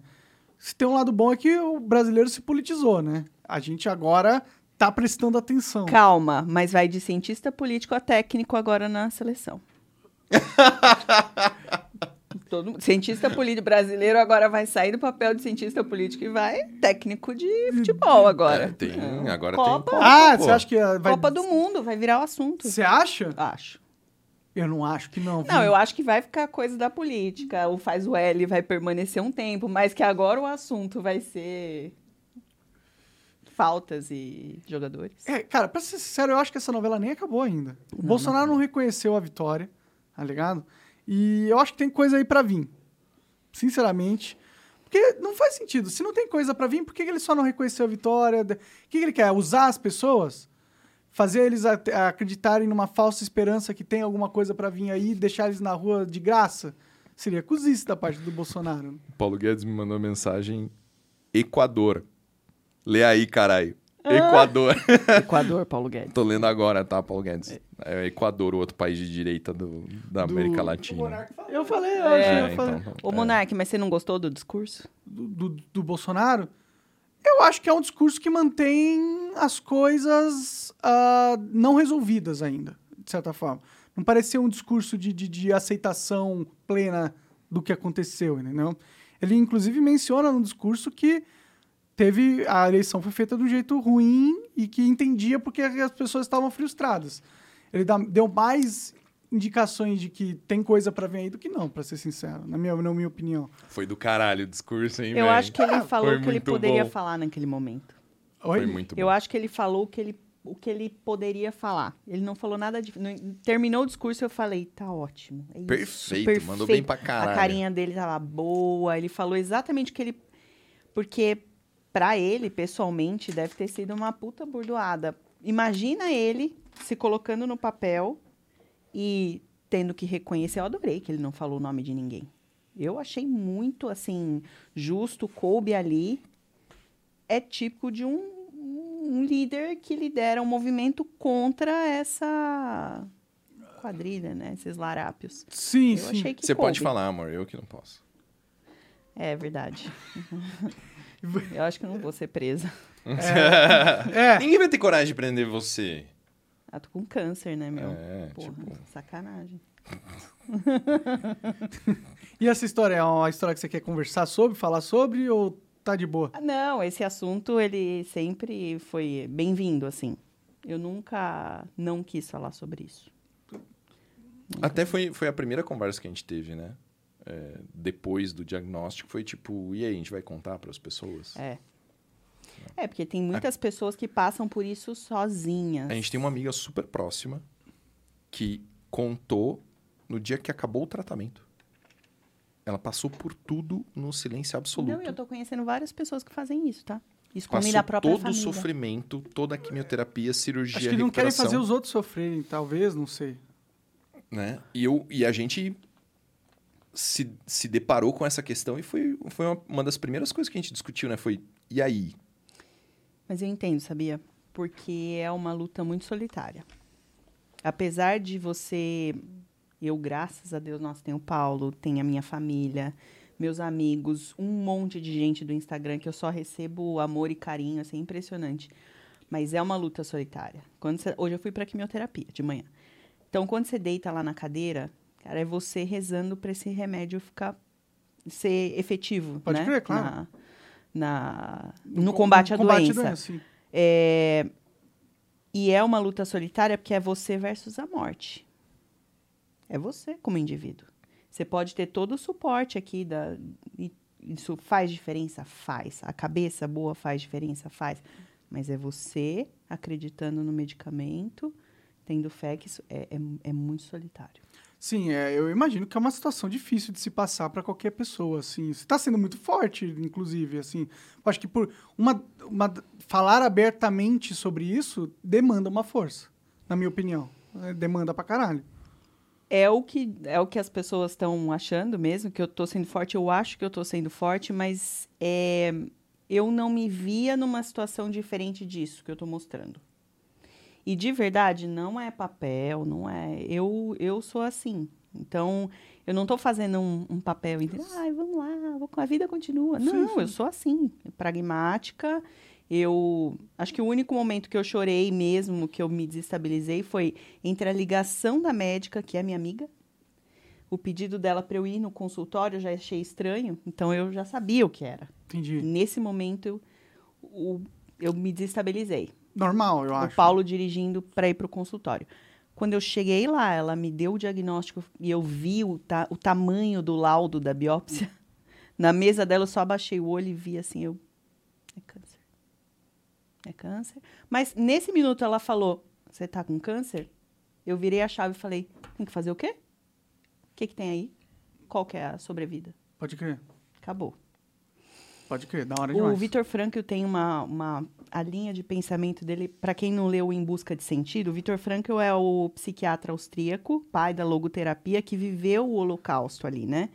Speaker 1: Se tem um lado bom é que o brasileiro se politizou, né? A gente agora tá prestando atenção.
Speaker 6: Calma, mas vai de cientista político a técnico agora na seleção. Todo mundo- cientista político brasileiro agora vai sair do papel de cientista político e vai técnico de futebol agora.
Speaker 2: É, tem- agora tem
Speaker 6: Copa,
Speaker 2: Copa.
Speaker 1: ah,
Speaker 2: pô, pô.
Speaker 1: você acha que eh, vai...
Speaker 6: Copa do Mundo, vai virar o assunto.
Speaker 1: Você acha?
Speaker 6: Acho.
Speaker 1: Eu não acho que não.
Speaker 6: Não, eu acho que vai ficar coisa da política. O faz o L vai permanecer um tempo, mas que agora o assunto vai ser faltas e jogadores.
Speaker 1: É, cara, pra ser sincero, eu acho que essa novela nem acabou ainda. O Bolsonaro não. reconheceu a vitória, tá ligado? E eu acho que tem coisa aí pra vir. Sinceramente. Porque não faz sentido. Se não tem coisa pra vir, por que que ele só não reconheceu a vitória? De- O que que ele quer? Usar as pessoas? Fazer eles at- acreditarem numa falsa esperança que tem alguma coisa pra vir aí e deixar eles na rua de graça? Seria cozice da parte do Bolsonaro. né?
Speaker 2: Paulo Guedes me mandou uma mensagem Equador. Lê aí, caralho. Equador.
Speaker 6: Equador, Paulo Guedes.
Speaker 2: Tô lendo agora, tá, Paulo Guedes? É Equador, o outro país de direita do- da América Latina.
Speaker 1: Eu falei, eu,
Speaker 6: É,
Speaker 1: achei- eu
Speaker 2: então,
Speaker 1: falei.
Speaker 2: tá.
Speaker 6: Ô, Monark, mas você não gostou do discurso?
Speaker 1: do, do- do Bolsonaro, eu acho que é um discurso que mantém as coisas ah, não resolvidas ainda, de certa forma. Não pareceu um discurso de, de, de aceitação plena do que aconteceu, entendeu? Ele, inclusive, menciona no discurso que teve a eleição foi feita de um jeito ruim e que entendia porque as pessoas estavam frustradas. Ele dá- deu mais indicações de que tem coisa pra vir aí do que não, pra ser sincero, na minha, na minha opinião.
Speaker 2: Foi do caralho o discurso, hein, Ah,
Speaker 6: Eu acho que ele falou
Speaker 2: foi
Speaker 6: o que ele
Speaker 2: muito
Speaker 6: poderia
Speaker 2: bom.
Speaker 6: falar naquele momento.
Speaker 1: Oi?
Speaker 2: Foi muito bom.
Speaker 6: Eu acho que ele falou o que ele, o que ele poderia falar. Ele não falou nada de. não- terminou o discurso, eu falei, tá ótimo. é isso,
Speaker 2: Perfeito, mandou bem pra caralho.
Speaker 6: A carinha dele tava boa, ele falou exatamente o que ele. Porque pra ele, pessoalmente, deve ter sido uma puta burdoada. Imagina ele se colocando no papel e tendo que reconhecer. Eu adorei que ele não falou o nome de ninguém. Eu achei muito, assim, justo, coube ali. É típico de um, um líder que lidera um movimento contra essa quadrilha, né? Esses larápios.
Speaker 1: Sim,
Speaker 6: Eu
Speaker 1: sim.
Speaker 6: achei que
Speaker 2: Você pode
Speaker 6: coube.
Speaker 2: falar, amor, eu que não posso.
Speaker 6: É verdade. Eu acho que eu não vou ser presa.
Speaker 1: É,
Speaker 2: Ninguém vai ter coragem de prender você.
Speaker 6: Ah, tô com câncer, né, meu?
Speaker 2: É,
Speaker 6: Porra, sacanagem.
Speaker 1: e essa história é uma história que você quer conversar sobre, falar sobre ou tá de boa?
Speaker 6: Ah, Não, esse assunto, ele sempre foi bem-vindo, assim. Eu nunca não quis falar sobre isso.
Speaker 2: Até foi, foi a primeira conversa que a gente teve, né? É, depois do diagnóstico, foi tipo, e aí, a gente vai contar pras pessoas?
Speaker 6: É. É, porque tem muitas pessoas que passam por isso sozinhas.
Speaker 2: A gente tem uma amiga super próxima que contou no dia que acabou o tratamento. Ela passou por tudo no silêncio absoluto.
Speaker 6: Não, eu tô conhecendo várias pessoas que fazem isso, tá? Escondem
Speaker 2: Passou
Speaker 6: da própria é
Speaker 2: todo o
Speaker 6: família.
Speaker 2: sofrimento, toda a quimioterapia, cirurgia,
Speaker 1: Acho que não querem
Speaker 2: recuperação,
Speaker 1: fazer os outros sofrerem, talvez, não sei.
Speaker 2: né? E, eu, e a gente se, se deparou com essa questão e foi, foi uma, uma das primeiras coisas que a gente discutiu, né? Foi, e aí?
Speaker 6: Mas eu entendo, sabia? Porque é uma luta muito solitária. Apesar de você. Eu, graças a Deus, nossa, tenho o Paulo, tenho a minha família, meus amigos, um monte de gente do Instagram que eu só recebo amor e carinho, assim, impressionante. Mas é uma luta solitária. Quando você- Hoje eu fui para quimioterapia de manhã. Então, quando você deita lá na cadeira, cara, é você rezando para esse remédio ficar ser efetivo,
Speaker 1: Pode
Speaker 6: né?
Speaker 1: crer, claro.
Speaker 6: Na, na- no combate à doença.
Speaker 1: sim.
Speaker 6: É, E é uma luta solitária porque é você versus a morte. É você como indivíduo. Você pode ter todo o suporte aqui da e isso faz diferença, faz. A cabeça boa faz diferença, faz. Mas é você acreditando no medicamento, tendo fé que isso é, é, é muito solitário.
Speaker 1: Sim, é, eu imagino que é uma situação difícil de se passar pra qualquer pessoa, assim. Você tá sendo muito forte, inclusive, assim. Eu Acho que por uma, uma falar abertamente sobre isso demanda uma força, na minha opinião. É, demanda pra caralho.
Speaker 6: É o que é o que as pessoas estão achando mesmo que eu tô sendo forte. Eu acho que eu tô sendo forte, mas é, eu não me via numa situação diferente disso que eu tô mostrando. E de verdade, não é papel, não é. Eu, eu sou assim. Então, eu não estou fazendo um, um papel entre. Ai, vamos lá, vou- a vida continua. não, eu sou assim, pragmática. Eu acho que o único momento que eu chorei mesmo, que eu me desestabilizei, foi entre a ligação da médica, que é minha amiga, o pedido dela para eu ir no consultório, eu já achei estranho, então eu já sabia o que era.
Speaker 1: Entendi.
Speaker 6: Nesse momento, eu, o- eu me desestabilizei
Speaker 1: Normal, eu acho.
Speaker 6: o Paulo dirigindo para ir para o consultório. Quando eu cheguei lá, ela me deu o diagnóstico e eu vi o, ta- o tamanho do laudo da biópsia. Na mesa dela, eu só abaixei o olho e vi assim, eu... É câncer. É câncer. Mas nesse minuto ela falou, você tá com câncer? Eu virei a chave e falei, tem que fazer o quê? O que que tem aí? Qual que é a sobrevida?
Speaker 1: Pode crer.
Speaker 6: Acabou.
Speaker 1: Pode crer. Da hora
Speaker 6: O
Speaker 1: demais.
Speaker 6: Vitor Frankl tem uma, uma a linha de pensamento dele, para quem não leu Em Busca de Sentido, o Vitor Frankl é o psiquiatra austríaco, pai da logoterapia, que viveu o holocausto ali, né?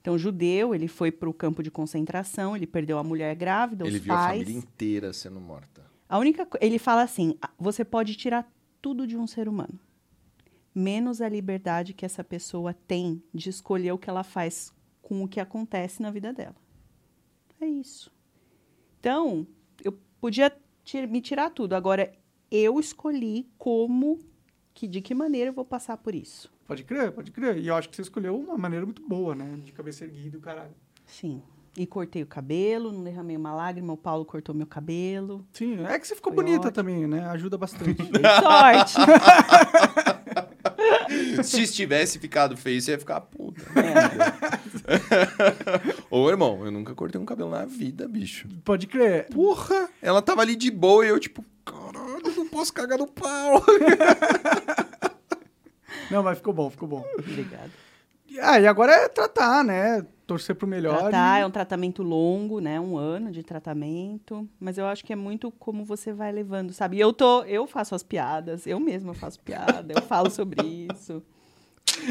Speaker 6: Então, judeu, ele foi para o campo de concentração, ele perdeu a mulher grávida,
Speaker 2: Ele
Speaker 6: os
Speaker 2: viu a
Speaker 6: pais.
Speaker 2: família inteira sendo morta.
Speaker 6: A única co- ele fala assim: "Ah, você pode tirar tudo de um ser humano, menos a liberdade que essa pessoa tem de escolher o que ela faz com o que acontece na vida dela. É isso. Então, eu podia ti- me tirar tudo, agora eu escolhi como que de que maneira eu vou passar por isso.
Speaker 1: Pode crer, pode crer. E eu acho que você escolheu uma maneira muito boa, né? De cabeça erguida, caralho.
Speaker 6: Sim. E cortei o cabelo, não derramei uma lágrima, o Paulo cortou meu cabelo.
Speaker 1: Sim, é que você ficou
Speaker 6: Foi
Speaker 1: bonita
Speaker 6: ótimo. É.
Speaker 1: também, né? Ajuda bastante.
Speaker 6: Sorte!
Speaker 2: Se tivesse ficado feio, você ia ficar puta.
Speaker 6: É.
Speaker 2: Ô, irmão, eu nunca cortei um cabelo na vida, bicho.
Speaker 1: Pode crer. Porra!
Speaker 2: Ela tava ali de boa e eu, tipo, caralho, não posso cagar no pau.
Speaker 1: Não, mas ficou bom, ficou bom.
Speaker 6: Obrigada.
Speaker 1: Ah, e agora é tratar, né? Torcer pro melhor. né?
Speaker 6: Tratar
Speaker 1: e-
Speaker 6: é um tratamento longo, né? Um ano de tratamento. Mas eu acho que é muito como você vai levando, sabe? E eu tô, eu faço as piadas, eu mesma faço piada, eu falo sobre isso.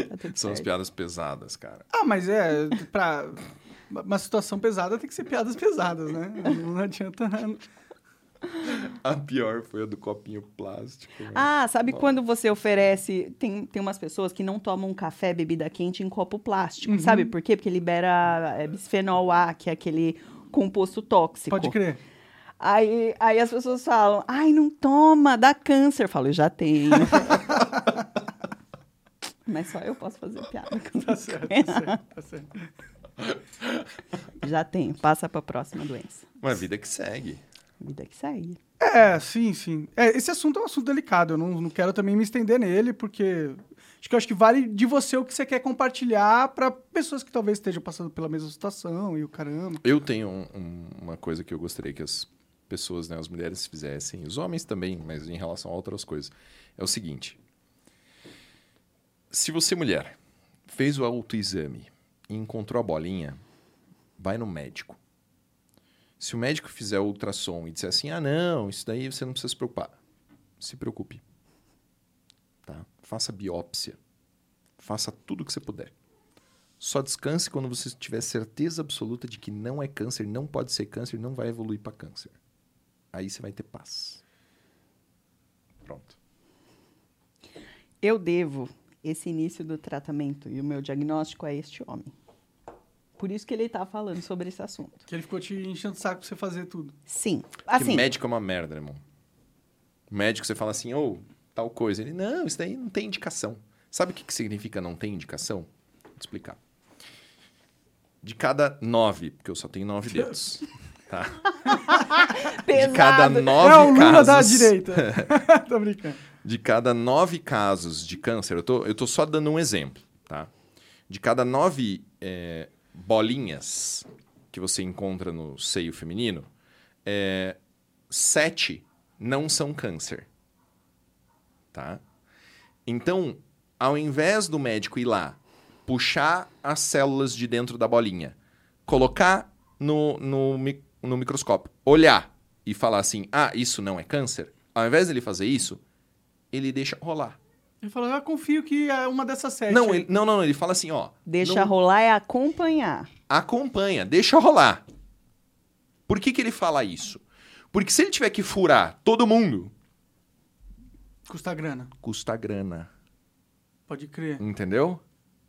Speaker 6: Tá tudo
Speaker 2: São as
Speaker 6: certo.
Speaker 2: piadas né? pesadas, cara.
Speaker 1: Ah, mas é, pra uma situação pesada tem que ser piadas pesadas, né? Não adianta.
Speaker 2: A pior foi a do copinho plástico. né?
Speaker 6: Ah, sabe
Speaker 2: Bom.
Speaker 6: quando você oferece. Tem, tem umas pessoas que não tomam café, bebida quente em copo plástico. Sabe
Speaker 1: Uhum.
Speaker 6: por quê? Porque libera é, bisfenol A, que é aquele composto tóxico.
Speaker 1: Pode crer.
Speaker 6: Aí, aí as pessoas falam, ai, não toma, dá câncer. Eu falo, eu já tenho. Mas só eu posso fazer piada. com
Speaker 1: Tá
Speaker 6: isso.
Speaker 1: certo, tá certo, tá certo.
Speaker 6: Já tenho, passa pra próxima doença.
Speaker 2: Mas a vida que segue.
Speaker 6: Vida que segue.
Speaker 1: É, sim, sim. É, esse assunto é um assunto delicado. Eu não, não quero também me estender nele, porque acho que eu acho que vale de você o que você quer compartilhar pra pessoas que talvez estejam passando pela mesma situação e o caramba.
Speaker 2: Eu tenho um- um- uma coisa que eu gostaria que as pessoas, né, as mulheres fizessem, os homens também, mas em relação a outras coisas. É o seguinte: se você, mulher, fez o autoexame e encontrou a bolinha, vai no médico. Se o médico fizer o ultrassom e disser assim: ah, não, isso daí você não precisa se preocupar. Se preocupe. Tá? Faça biópsia. Faça tudo o que você puder. Só descanse quando você tiver certeza absoluta de que não é câncer, não pode ser câncer, não vai evoluir para câncer. Aí você vai ter paz. Pronto.
Speaker 6: Eu devo esse início do tratamento e o meu diagnóstico a este homem. Por isso que ele tá falando sobre esse assunto.
Speaker 1: Que ele ficou te enchendo o saco pra você fazer tudo.
Speaker 6: Sim.
Speaker 2: Porque
Speaker 6: Assim,
Speaker 2: médico é uma merda, irmão. Médico, você fala assim, ou tal coisa. Ele, não, isso daí não tem indicação. Sabe o que, que significa não tem indicação? Vou te explicar. De cada nove, porque eu só tenho nove dedos. Tá?
Speaker 6: pesado.
Speaker 2: De cada nove
Speaker 1: é o Lula
Speaker 2: casos.
Speaker 1: da direita. Tô brincando.
Speaker 2: de cada nove casos de câncer, eu tô, eu tô só dando um exemplo, tá? De cada nove é, bolinhas que você encontra no seio feminino, é, sete não são câncer, tá? Então, ao invés do médico ir lá, puxar as células de dentro da bolinha, colocar no, no, mi- no microscópio, olhar e falar assim, ah, isso não é câncer, ao invés dele fazer isso, ele deixa rolar.
Speaker 1: Ele falou, eu confio que é uma dessas sete.
Speaker 2: Não,
Speaker 1: aí.
Speaker 2: ele, não, não, não, ele fala assim, ó.
Speaker 6: Deixa
Speaker 2: não-
Speaker 6: rolar é acompanhar.
Speaker 2: acompanha, deixa rolar. Por que, que ele fala isso? Porque se ele tiver que furar todo mundo,
Speaker 1: Custa grana.
Speaker 2: Custa grana.
Speaker 1: Pode crer,
Speaker 2: Entendeu?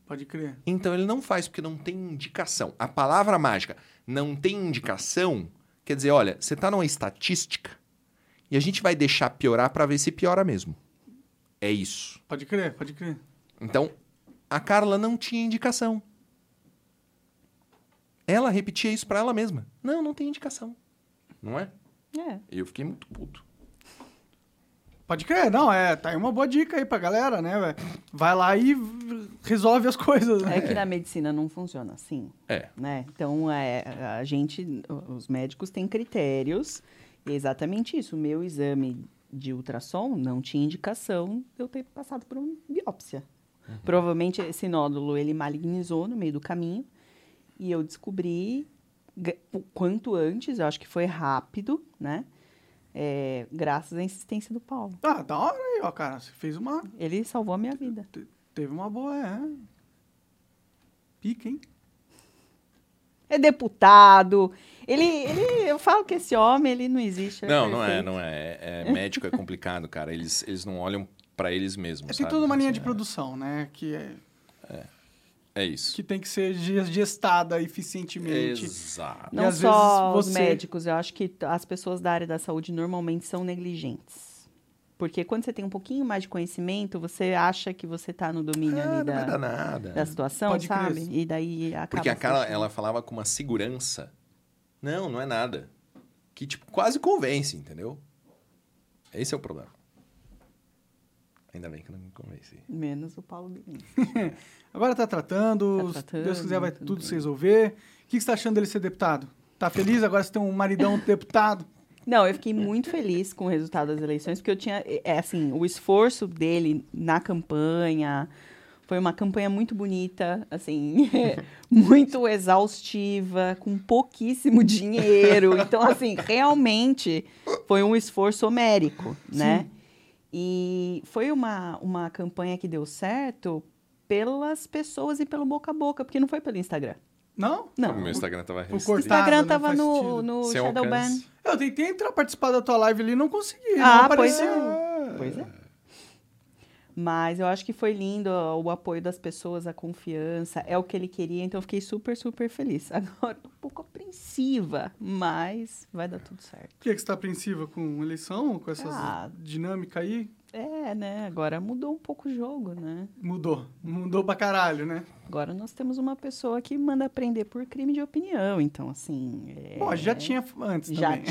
Speaker 1: pode crer.
Speaker 2: Então ele não faz porque não tem indicação. A palavra mágica não tem indicação quer dizer, olha, você tá numa estatística e a gente vai deixar piorar para ver se piora mesmo. É isso.
Speaker 1: Pode crer, pode crer.
Speaker 2: Então, a Carla não tinha indicação. Ela repetia isso para ela mesma. Não, não tem indicação. Não é?
Speaker 6: É.
Speaker 2: Eu fiquei muito puto.
Speaker 1: Pode crer, não, é, tá aí uma boa dica aí pra galera, né, velho? Vai lá e v- resolve as coisas, né?
Speaker 6: É que na medicina não funciona assim.
Speaker 2: É.
Speaker 6: Né? Então, é, a gente, os médicos têm critérios, e é exatamente isso. O meu exame de ultrassom não tinha indicação de eu ter passado por uma biópsia.
Speaker 2: Uhum.
Speaker 6: Provavelmente esse nódulo, ele malignizou no meio do caminho, e eu descobri ga- o quanto antes, eu acho que foi rápido, né? É, graças à insistência do Paulo.
Speaker 1: Ah, da hora aí, ó, cara. Você fez uma.
Speaker 6: Ele salvou a minha vida.
Speaker 1: Teve uma boa, é. Pica, hein?
Speaker 6: É deputado. Ele, ele, eu falo que esse homem, ele não existe.
Speaker 2: Não, não é,
Speaker 6: perfeito.
Speaker 2: não é. É- é médico é complicado, cara. Eles, eles não olham para eles mesmos.
Speaker 1: É, tem
Speaker 2: sabe?
Speaker 1: toda uma linha de
Speaker 2: É-
Speaker 1: produção, né? Que, é,
Speaker 2: É isso.
Speaker 1: que tem que ser ge- gestada eficientemente.
Speaker 2: Exato.
Speaker 1: E
Speaker 6: Não
Speaker 1: às
Speaker 6: só
Speaker 1: vezes
Speaker 6: os
Speaker 1: você-
Speaker 6: médicos, eu acho que t- as pessoas da área da saúde normalmente são negligentes. Porque quando você tem um pouquinho mais de conhecimento, você acha que você tá no domínio
Speaker 2: Ah, não vai
Speaker 6: ali
Speaker 2: dar
Speaker 6: da,
Speaker 2: nada.
Speaker 6: da situação,
Speaker 1: é Pode crer.
Speaker 6: sabe? E daí acaba.
Speaker 2: Porque a Carla,
Speaker 6: sentindo.
Speaker 2: ela falava com uma segurança. Não, não é nada. Que, tipo, quase convence, entendeu? Esse é o problema. Ainda bem que eu não me convenci.
Speaker 6: Menos o Paulo Birinho.
Speaker 1: Agora tá tratando,
Speaker 6: Tá
Speaker 1: se Deus quiser vai
Speaker 6: tratando,
Speaker 1: tudo
Speaker 6: tudo.
Speaker 1: se resolver. O que, que você tá achando dele ser deputado? Tá feliz agora você tem um maridão deputado?
Speaker 6: Não, eu fiquei muito feliz com o resultado das eleições, porque eu tinha, é assim, o esforço dele na campanha foi uma campanha muito bonita, assim, muito exaustiva, com pouquíssimo dinheiro. Então, assim, realmente foi um esforço homérico, né? E foi uma, uma campanha que deu certo pelas pessoas e pelo boca a boca, porque não foi pelo Instagram.
Speaker 1: Não?
Speaker 6: Não.
Speaker 2: O meu Instagram tava
Speaker 1: O
Speaker 6: O
Speaker 1: cortado,
Speaker 6: Instagram
Speaker 1: né?
Speaker 6: tava
Speaker 1: Faz
Speaker 6: no,
Speaker 1: sentido.
Speaker 6: no
Speaker 2: Sem
Speaker 6: Shadowban.
Speaker 2: alcance.
Speaker 1: Eu tentei entrar participar da tua live ali e não consegui. não
Speaker 6: Ah, pois
Speaker 1: apareceu.
Speaker 6: é. Pois é. Mas eu acho que foi lindo ó, o apoio das pessoas, a confiança, é o que ele queria, então eu fiquei super, super feliz. Agora, um pouco apreensiva, mas vai dar tudo certo.
Speaker 1: Por que, que você tá apreensiva com eleição, com essas
Speaker 6: Ah.
Speaker 1: dinâmicas aí?
Speaker 6: É, né? Agora mudou um pouco o jogo, né?
Speaker 1: Mudou. Mudou pra caralho, né?
Speaker 6: Agora nós temos uma pessoa que manda prender por crime de opinião, então, assim. é-
Speaker 1: Bom, já tinha antes
Speaker 6: Já
Speaker 1: também.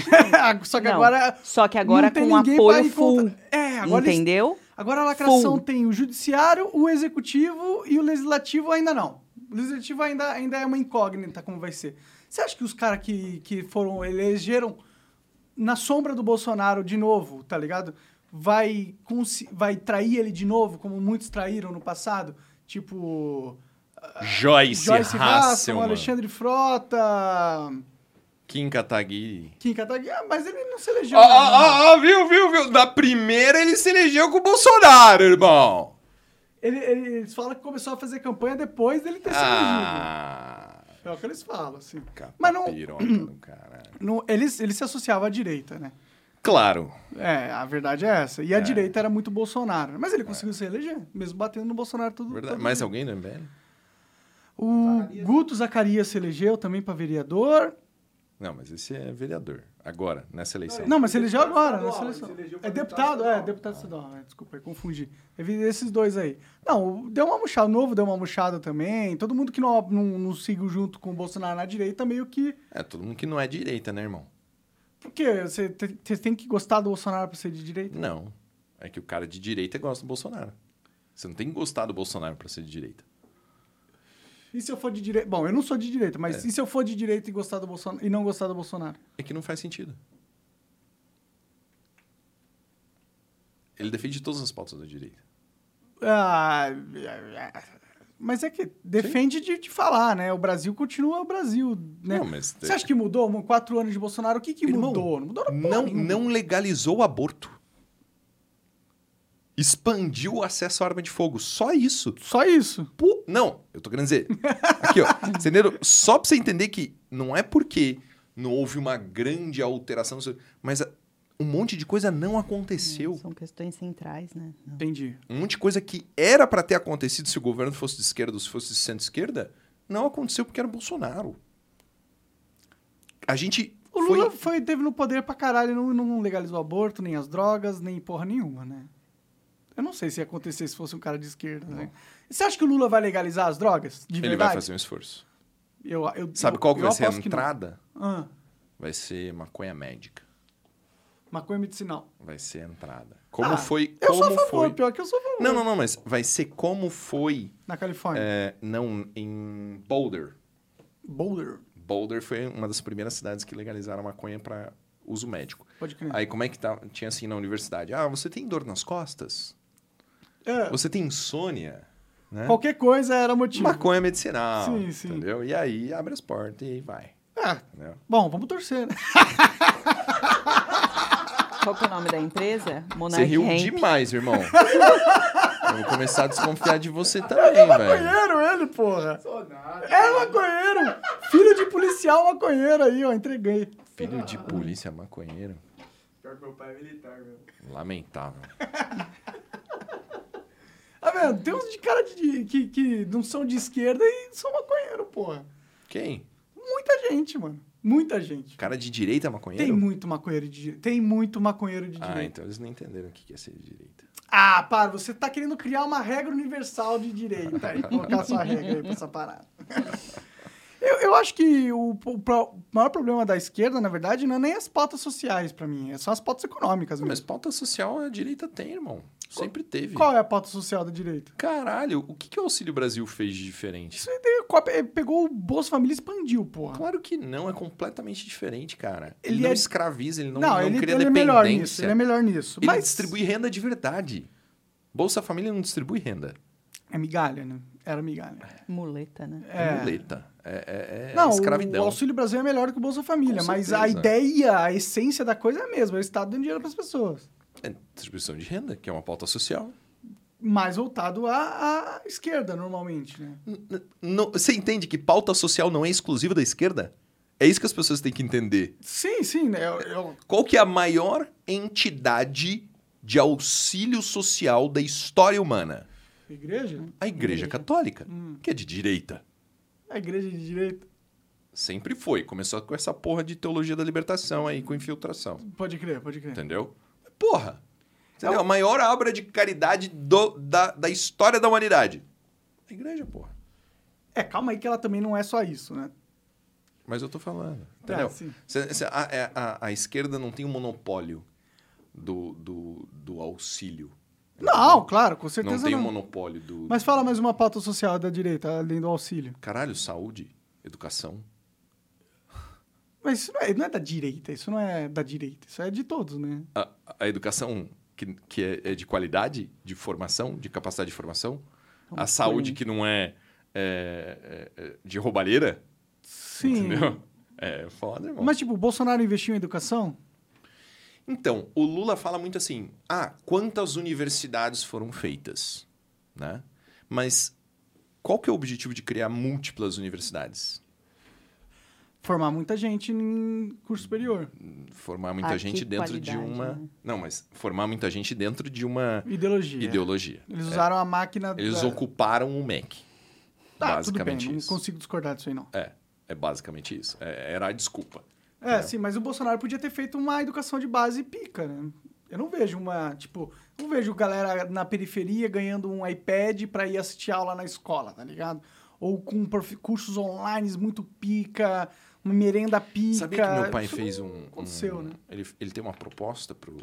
Speaker 6: tinha.
Speaker 1: Só que
Speaker 6: Não,
Speaker 1: agora.
Speaker 6: Só que agora
Speaker 1: não tem
Speaker 6: com
Speaker 1: ninguém pra
Speaker 6: apoio
Speaker 1: ir
Speaker 6: full.
Speaker 1: contra- É, agora eles
Speaker 6: entendeu?
Speaker 1: Agora a lacração
Speaker 6: Full.
Speaker 1: tem o judiciário, o executivo e o legislativo ainda não. O legislativo ainda, ainda é uma incógnita como vai ser. Você acha que os caras que, que foram elegeram na sombra do Bolsonaro de novo, tá ligado? Vai, consi- vai trair ele de novo, como muitos traíram no passado? Tipo.
Speaker 2: Joyce,
Speaker 1: Joyce Hasselman,
Speaker 2: Hasselman,
Speaker 1: Alexandre Frota,
Speaker 2: Kim Kataguiri.
Speaker 1: Kim Kataguiri. Ah, mas ele não se elegeu.
Speaker 2: Ó,
Speaker 1: né?
Speaker 2: ó, ó, ó, viu, viu, viu? Na primeira ele se elegeu com o Bolsonaro, irmão.
Speaker 1: Ele, ele- eles falam que começou a fazer campanha depois dele ter se elegido.
Speaker 2: Ah,
Speaker 1: É o que eles falam, assim. Mas
Speaker 2: mas
Speaker 1: não-
Speaker 2: não... piroca do caralho.
Speaker 1: No- eles, eles se associavam à direita, né?
Speaker 2: Claro.
Speaker 1: É, a verdade é essa. E a direita era muito Bolsonaro. Mas ele conseguiu se eleger, mesmo batendo no Bolsonaro todo.
Speaker 2: Verdade. é
Speaker 1: todo
Speaker 2: Mais
Speaker 1: dia.
Speaker 2: alguém do MBL?
Speaker 1: O Guto Zacarias se elegeu também pra vereador.
Speaker 2: Não, mas esse é vereador. Agora, nessa eleição.
Speaker 1: Não, mas se elegeu
Speaker 3: deputado
Speaker 1: agora, na
Speaker 3: estadual, ele
Speaker 1: seleção.
Speaker 3: se elegeu pra
Speaker 1: É
Speaker 3: deputado
Speaker 1: deputado, é,
Speaker 3: estadual.
Speaker 1: deputado estadual. é, Desculpa, eu confundi. É vi- esses dois aí. Não, o- deu uma murchada, o novo deu uma murchada também. Todo mundo que não, não, não seguiu junto com o Bolsonaro na direita, meio que.
Speaker 2: É, todo mundo que não é direita, né, irmão?
Speaker 1: Porque você te- você tem que gostar do Bolsonaro pra ser de direita?
Speaker 2: Não. É que o cara de direita gosta do Bolsonaro. Você não tem que gostar do Bolsonaro pra ser de direita.
Speaker 1: E se eu for de direita? Bom, eu não sou de direita, mas e se eu for de direita e gostar do Bolsonaro e não gostar do Bolsonaro?
Speaker 2: É que não faz sentido. Ele defende todas as pautas da direita.
Speaker 1: Ah, mas é que defende de, de falar, né? O Brasil continua o Brasil, né?
Speaker 2: Não, mas-
Speaker 1: Você acha que é mudou? um, Quatro anos de Bolsonaro, o que, que
Speaker 2: Irmão,
Speaker 1: mudou? Não mudou porra
Speaker 2: Não,
Speaker 1: nenhuma.
Speaker 2: não legalizou o aborto. Expandiu o acesso à arma de fogo. Só isso.
Speaker 1: Só isso.
Speaker 2: Pu- Não, eu tô querendo dizer. Aqui, ó. Entenderam? Só pra você entender que não é porque não houve uma grande alteração, não sei- mas a- um monte de coisa não aconteceu.
Speaker 6: São questões centrais, né? Não.
Speaker 1: Entendi.
Speaker 2: Um monte de coisa que era para ter acontecido se o governo fosse de esquerda ou se fosse de centro-esquerda, não aconteceu porque era Bolsonaro. A gente.
Speaker 1: O
Speaker 2: foi-
Speaker 1: Lula foi, teve no poder pra caralho, não, não legalizou aborto, nem as drogas, nem porra nenhuma, né? Eu não sei se ia acontecer se fosse um cara de esquerda, né? Você acha que o Lula vai legalizar as drogas? De
Speaker 2: Ele
Speaker 1: verdade?
Speaker 2: vai fazer um esforço.
Speaker 1: Eu, eu-
Speaker 2: Sabe
Speaker 1: eu-
Speaker 2: qual que
Speaker 1: eu
Speaker 2: vai ser a
Speaker 1: aposto que não.
Speaker 2: entrada?
Speaker 1: Ah,
Speaker 2: Vai ser maconha médica.
Speaker 1: maconha medicinal.
Speaker 2: Vai ser a entrada. Como
Speaker 1: Ah,
Speaker 2: foi.
Speaker 1: Eu
Speaker 2: como
Speaker 1: sou a favor,
Speaker 2: foi.
Speaker 1: pior que eu sou a favor.
Speaker 2: Não, não, não, mas vai ser como foi.
Speaker 1: Na Califórnia.
Speaker 2: é, não, em Boulder.
Speaker 1: Boulder.
Speaker 2: Boulder foi uma das primeiras cidades que legalizaram a maconha para uso médico.
Speaker 1: Pode crer.
Speaker 2: Aí como é que tá? Tinha assim na universidade: ah, você tem dor nas costas?
Speaker 1: É,
Speaker 2: Você tem insônia? Né?
Speaker 1: Qualquer coisa era motivo.
Speaker 2: Maconha medicinal.
Speaker 1: é tipo? Sim, sim.
Speaker 2: Entendeu? E aí abre as portas e vai.
Speaker 1: Ah,
Speaker 2: entendeu?
Speaker 1: bom, vamos torcer, né?
Speaker 6: Qual que é o nome da empresa?
Speaker 2: Você
Speaker 6: Monarch
Speaker 2: riu
Speaker 6: é Hemp.
Speaker 2: demais, irmão. Eu vou começar a desconfiar de você também, velho.
Speaker 1: Maconheiro ele, porra.
Speaker 3: Sou nada.
Speaker 1: É maconheiro. Filho de policial maconheiro aí, ó. Entreguei.
Speaker 2: Filho de polícia maconheiro.
Speaker 3: Pior que meu pai é militar, meu.
Speaker 2: Lamentável.
Speaker 1: Tá vendo? Tem uns de cara de, de- que, que não são de esquerda e são maconheiro, porra.
Speaker 2: Quem?
Speaker 1: Muita gente, mano. Muita gente.
Speaker 2: Cara de direita maconheiro?
Speaker 1: Tem muito maconheiro de direita. Tem muito maconheiro de
Speaker 2: Ah,
Speaker 1: direita.
Speaker 2: então eles não entenderam o que que é ser de direita.
Speaker 1: Ah, para, você tá querendo criar uma regra universal de direita e colocar sua regra aí pra essa parada. Eu, eu acho que o, po- pro- maior problema da esquerda, na verdade, não é nem as pautas sociais pra mim, é só as pautas econômicas
Speaker 2: Mas
Speaker 1: mesmo.
Speaker 2: pauta social a direita tem, irmão. Sempre teve.
Speaker 1: Qual é a pauta social da direita?
Speaker 2: Caralho, o que, que o Auxílio Brasil fez de diferente?
Speaker 1: Isso aí tem- co- é, pegou o Bolsa Família e expandiu, porra.
Speaker 2: Claro que não, é completamente diferente, cara. Ele,
Speaker 1: Ele
Speaker 2: não
Speaker 1: é-
Speaker 2: escraviza, ele não,
Speaker 1: Não,
Speaker 2: não,
Speaker 1: ele,
Speaker 2: cria
Speaker 1: ele é
Speaker 2: dependência.
Speaker 1: melhor nisso, ele é melhor nisso.
Speaker 2: Ele
Speaker 1: mas
Speaker 2: distribui renda de verdade. Bolsa Família não distribui renda.
Speaker 1: É migalha, né? Era migalha.
Speaker 6: Muleta, né?
Speaker 2: É,
Speaker 1: É.
Speaker 2: muleta. É, é- é
Speaker 1: Não, o
Speaker 2: escravidão.
Speaker 1: Auxílio Brasil é melhor que o Bolsa Família,
Speaker 2: Com
Speaker 1: mas a
Speaker 2: certeza.
Speaker 1: ideia, a essência da coisa é a mesma, é o Estado dando dinheiro pras pessoas.
Speaker 2: É distribuição de renda, que é uma pauta social.
Speaker 1: mais voltado à, à esquerda, normalmente, né?
Speaker 2: N- n- não- você entende que pauta social não é exclusiva da esquerda? É isso que as pessoas têm que entender.
Speaker 1: Sim, sim, né? Eu, eu-
Speaker 2: Qual que é a maior entidade de auxílio social da história humana?
Speaker 1: Igreja? né?
Speaker 2: A Igreja Católica,
Speaker 1: Hum.
Speaker 2: que é de direita.
Speaker 1: A igreja de direita?
Speaker 2: Sempre foi. Começou com essa porra de teologia da libertação aí, com infiltração.
Speaker 1: Pode crer, pode crer.
Speaker 2: Entendeu? Porra!
Speaker 1: É
Speaker 2: Entendeu? A maior obra de caridade do- da, da história da humanidade. A igreja, porra.
Speaker 1: É, calma aí que ela também não é só isso, né?
Speaker 2: Mas eu tô falando.
Speaker 1: Tá,
Speaker 2: Entendeu?
Speaker 1: sim.
Speaker 2: Cê- cê- a, é- a- a esquerda não tem o monopólio do, do, do auxílio.
Speaker 1: Não, claro, com
Speaker 2: Não
Speaker 1: certeza
Speaker 2: tem
Speaker 1: não.
Speaker 2: o monopólio do.
Speaker 1: Mas fala mais uma pauta social da direita, além do auxílio.
Speaker 2: Caralho, saúde, educação.
Speaker 1: Mas isso não é, não é da direita, isso não é da direita, isso é de todos, né?
Speaker 2: A, a educação que, que é, é de qualidade, de formação, de capacidade de formação. a saúde que não é, é, é, é, de roubalheira.
Speaker 1: Sim.
Speaker 2: Entendeu? É foda, irmão.
Speaker 1: Mas, tipo, o Bolsonaro investiu em educação?
Speaker 2: Então, o Lula fala muito assim: ah, quantas universidades foram feitas? Né? Mas qual que é o objetivo de criar múltiplas universidades?
Speaker 1: Formar muita gente em curso superior.
Speaker 2: Formar muita
Speaker 6: Ah,
Speaker 2: gente
Speaker 6: que
Speaker 2: dentro de
Speaker 6: qualidade,
Speaker 2: uma.
Speaker 6: né?
Speaker 2: Não, mas formar muita gente dentro de uma
Speaker 1: Ideologia.
Speaker 2: ideologia.
Speaker 1: Eles usaram a máquina...
Speaker 2: É. Eles
Speaker 1: da...
Speaker 2: ocuparam o MEC.
Speaker 1: Tá, É. tudo bem,
Speaker 2: basicamente
Speaker 1: não
Speaker 2: isso.
Speaker 1: consigo discordar disso aí, não.
Speaker 2: É, é basicamente isso. É- era a desculpa.
Speaker 1: É,
Speaker 2: É.
Speaker 1: sim, mas o Bolsonaro podia ter feito uma educação de base pica, né? Eu não vejo uma, tipo, não vejo galera na periferia ganhando um iPad pra ir assistir aula na escola, tá ligado? Ou com prof- cursos online muito pica, uma merenda pica.
Speaker 2: Sabia que meu pai
Speaker 1: Isso
Speaker 2: fez
Speaker 1: não
Speaker 2: um. um-
Speaker 1: Aconteceu, né?
Speaker 2: Ele, ele tem uma proposta pro.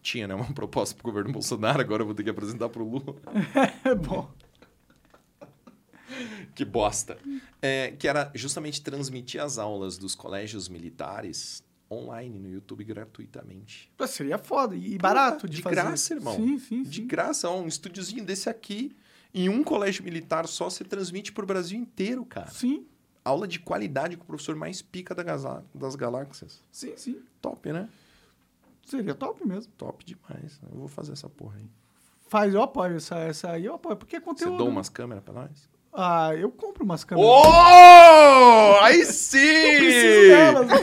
Speaker 2: Tinha, né? Uma proposta pro governo Bolsonaro, agora eu vou ter que apresentar pro Lula.
Speaker 1: É bom.
Speaker 2: que bosta. É, que era justamente transmitir as aulas dos colégios militares online no YouTube gratuitamente.
Speaker 1: Pô, seria foda e barato de,
Speaker 2: de
Speaker 1: fazer.
Speaker 2: graça, irmão.
Speaker 1: Sim, sim, sim.
Speaker 2: De graça, ó, um estúdiozinho desse aqui. Em um colégio militar só, você transmite pro Brasil inteiro, cara.
Speaker 1: Sim,
Speaker 2: Aula de qualidade com o professor mais pica da gasa- das galáxias.
Speaker 1: sim, sim.
Speaker 2: Top, né?
Speaker 1: Seria top mesmo.
Speaker 2: Top demais. né? Eu vou fazer essa porra aí.
Speaker 1: Faz, eu apoio essa, essa aí, eu apoio. Porque é
Speaker 2: Você
Speaker 1: conteúdo.
Speaker 2: dou umas câmeras pra nós?
Speaker 1: Ah, eu compro umas câmeras.
Speaker 2: Oh! Aí sim!
Speaker 1: Eu preciso delas.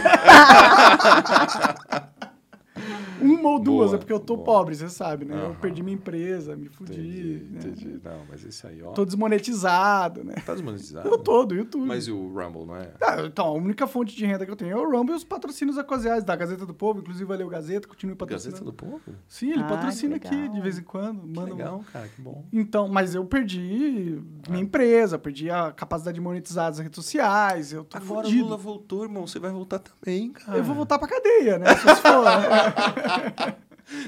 Speaker 1: Uma ou duas,
Speaker 2: Boa,
Speaker 1: é porque eu tô
Speaker 2: boa.
Speaker 1: pobre, você sabe, né? Eu
Speaker 2: Aham.
Speaker 1: perdi minha empresa, me fudi,
Speaker 2: Entendi,
Speaker 1: né?
Speaker 2: entendi. Não, mas esse aí, ó.
Speaker 1: Tô desmonetizado, né?
Speaker 2: Tá desmonetizado.
Speaker 1: Eu tô do YouTube.
Speaker 2: Mas e o Rumble, não é?
Speaker 1: Ah, então, a única fonte de renda que eu tenho é o Rumble e os patrocínios acuasiais da Gazeta do Povo. Inclusive, valeu Gazeta, continue patrocinando.
Speaker 2: Gazeta tá do Povo?
Speaker 1: Sim, ele
Speaker 6: Ah,
Speaker 1: patrocina
Speaker 6: que
Speaker 1: aqui
Speaker 6: legal.
Speaker 1: de vez em quando.
Speaker 2: Que
Speaker 1: Manda um-
Speaker 2: legal, Ah. cara, que bom.
Speaker 1: Então, mas eu perdi minha empresa, perdi a capacidade de monetizar as redes sociais, eu tô Tá
Speaker 2: Agora Ah, o
Speaker 1: fudido.
Speaker 2: Lula voltou, irmão. Você vai Ah. voltar também, cara.
Speaker 1: Eu vou voltar pra cadeia, né? Se isso for.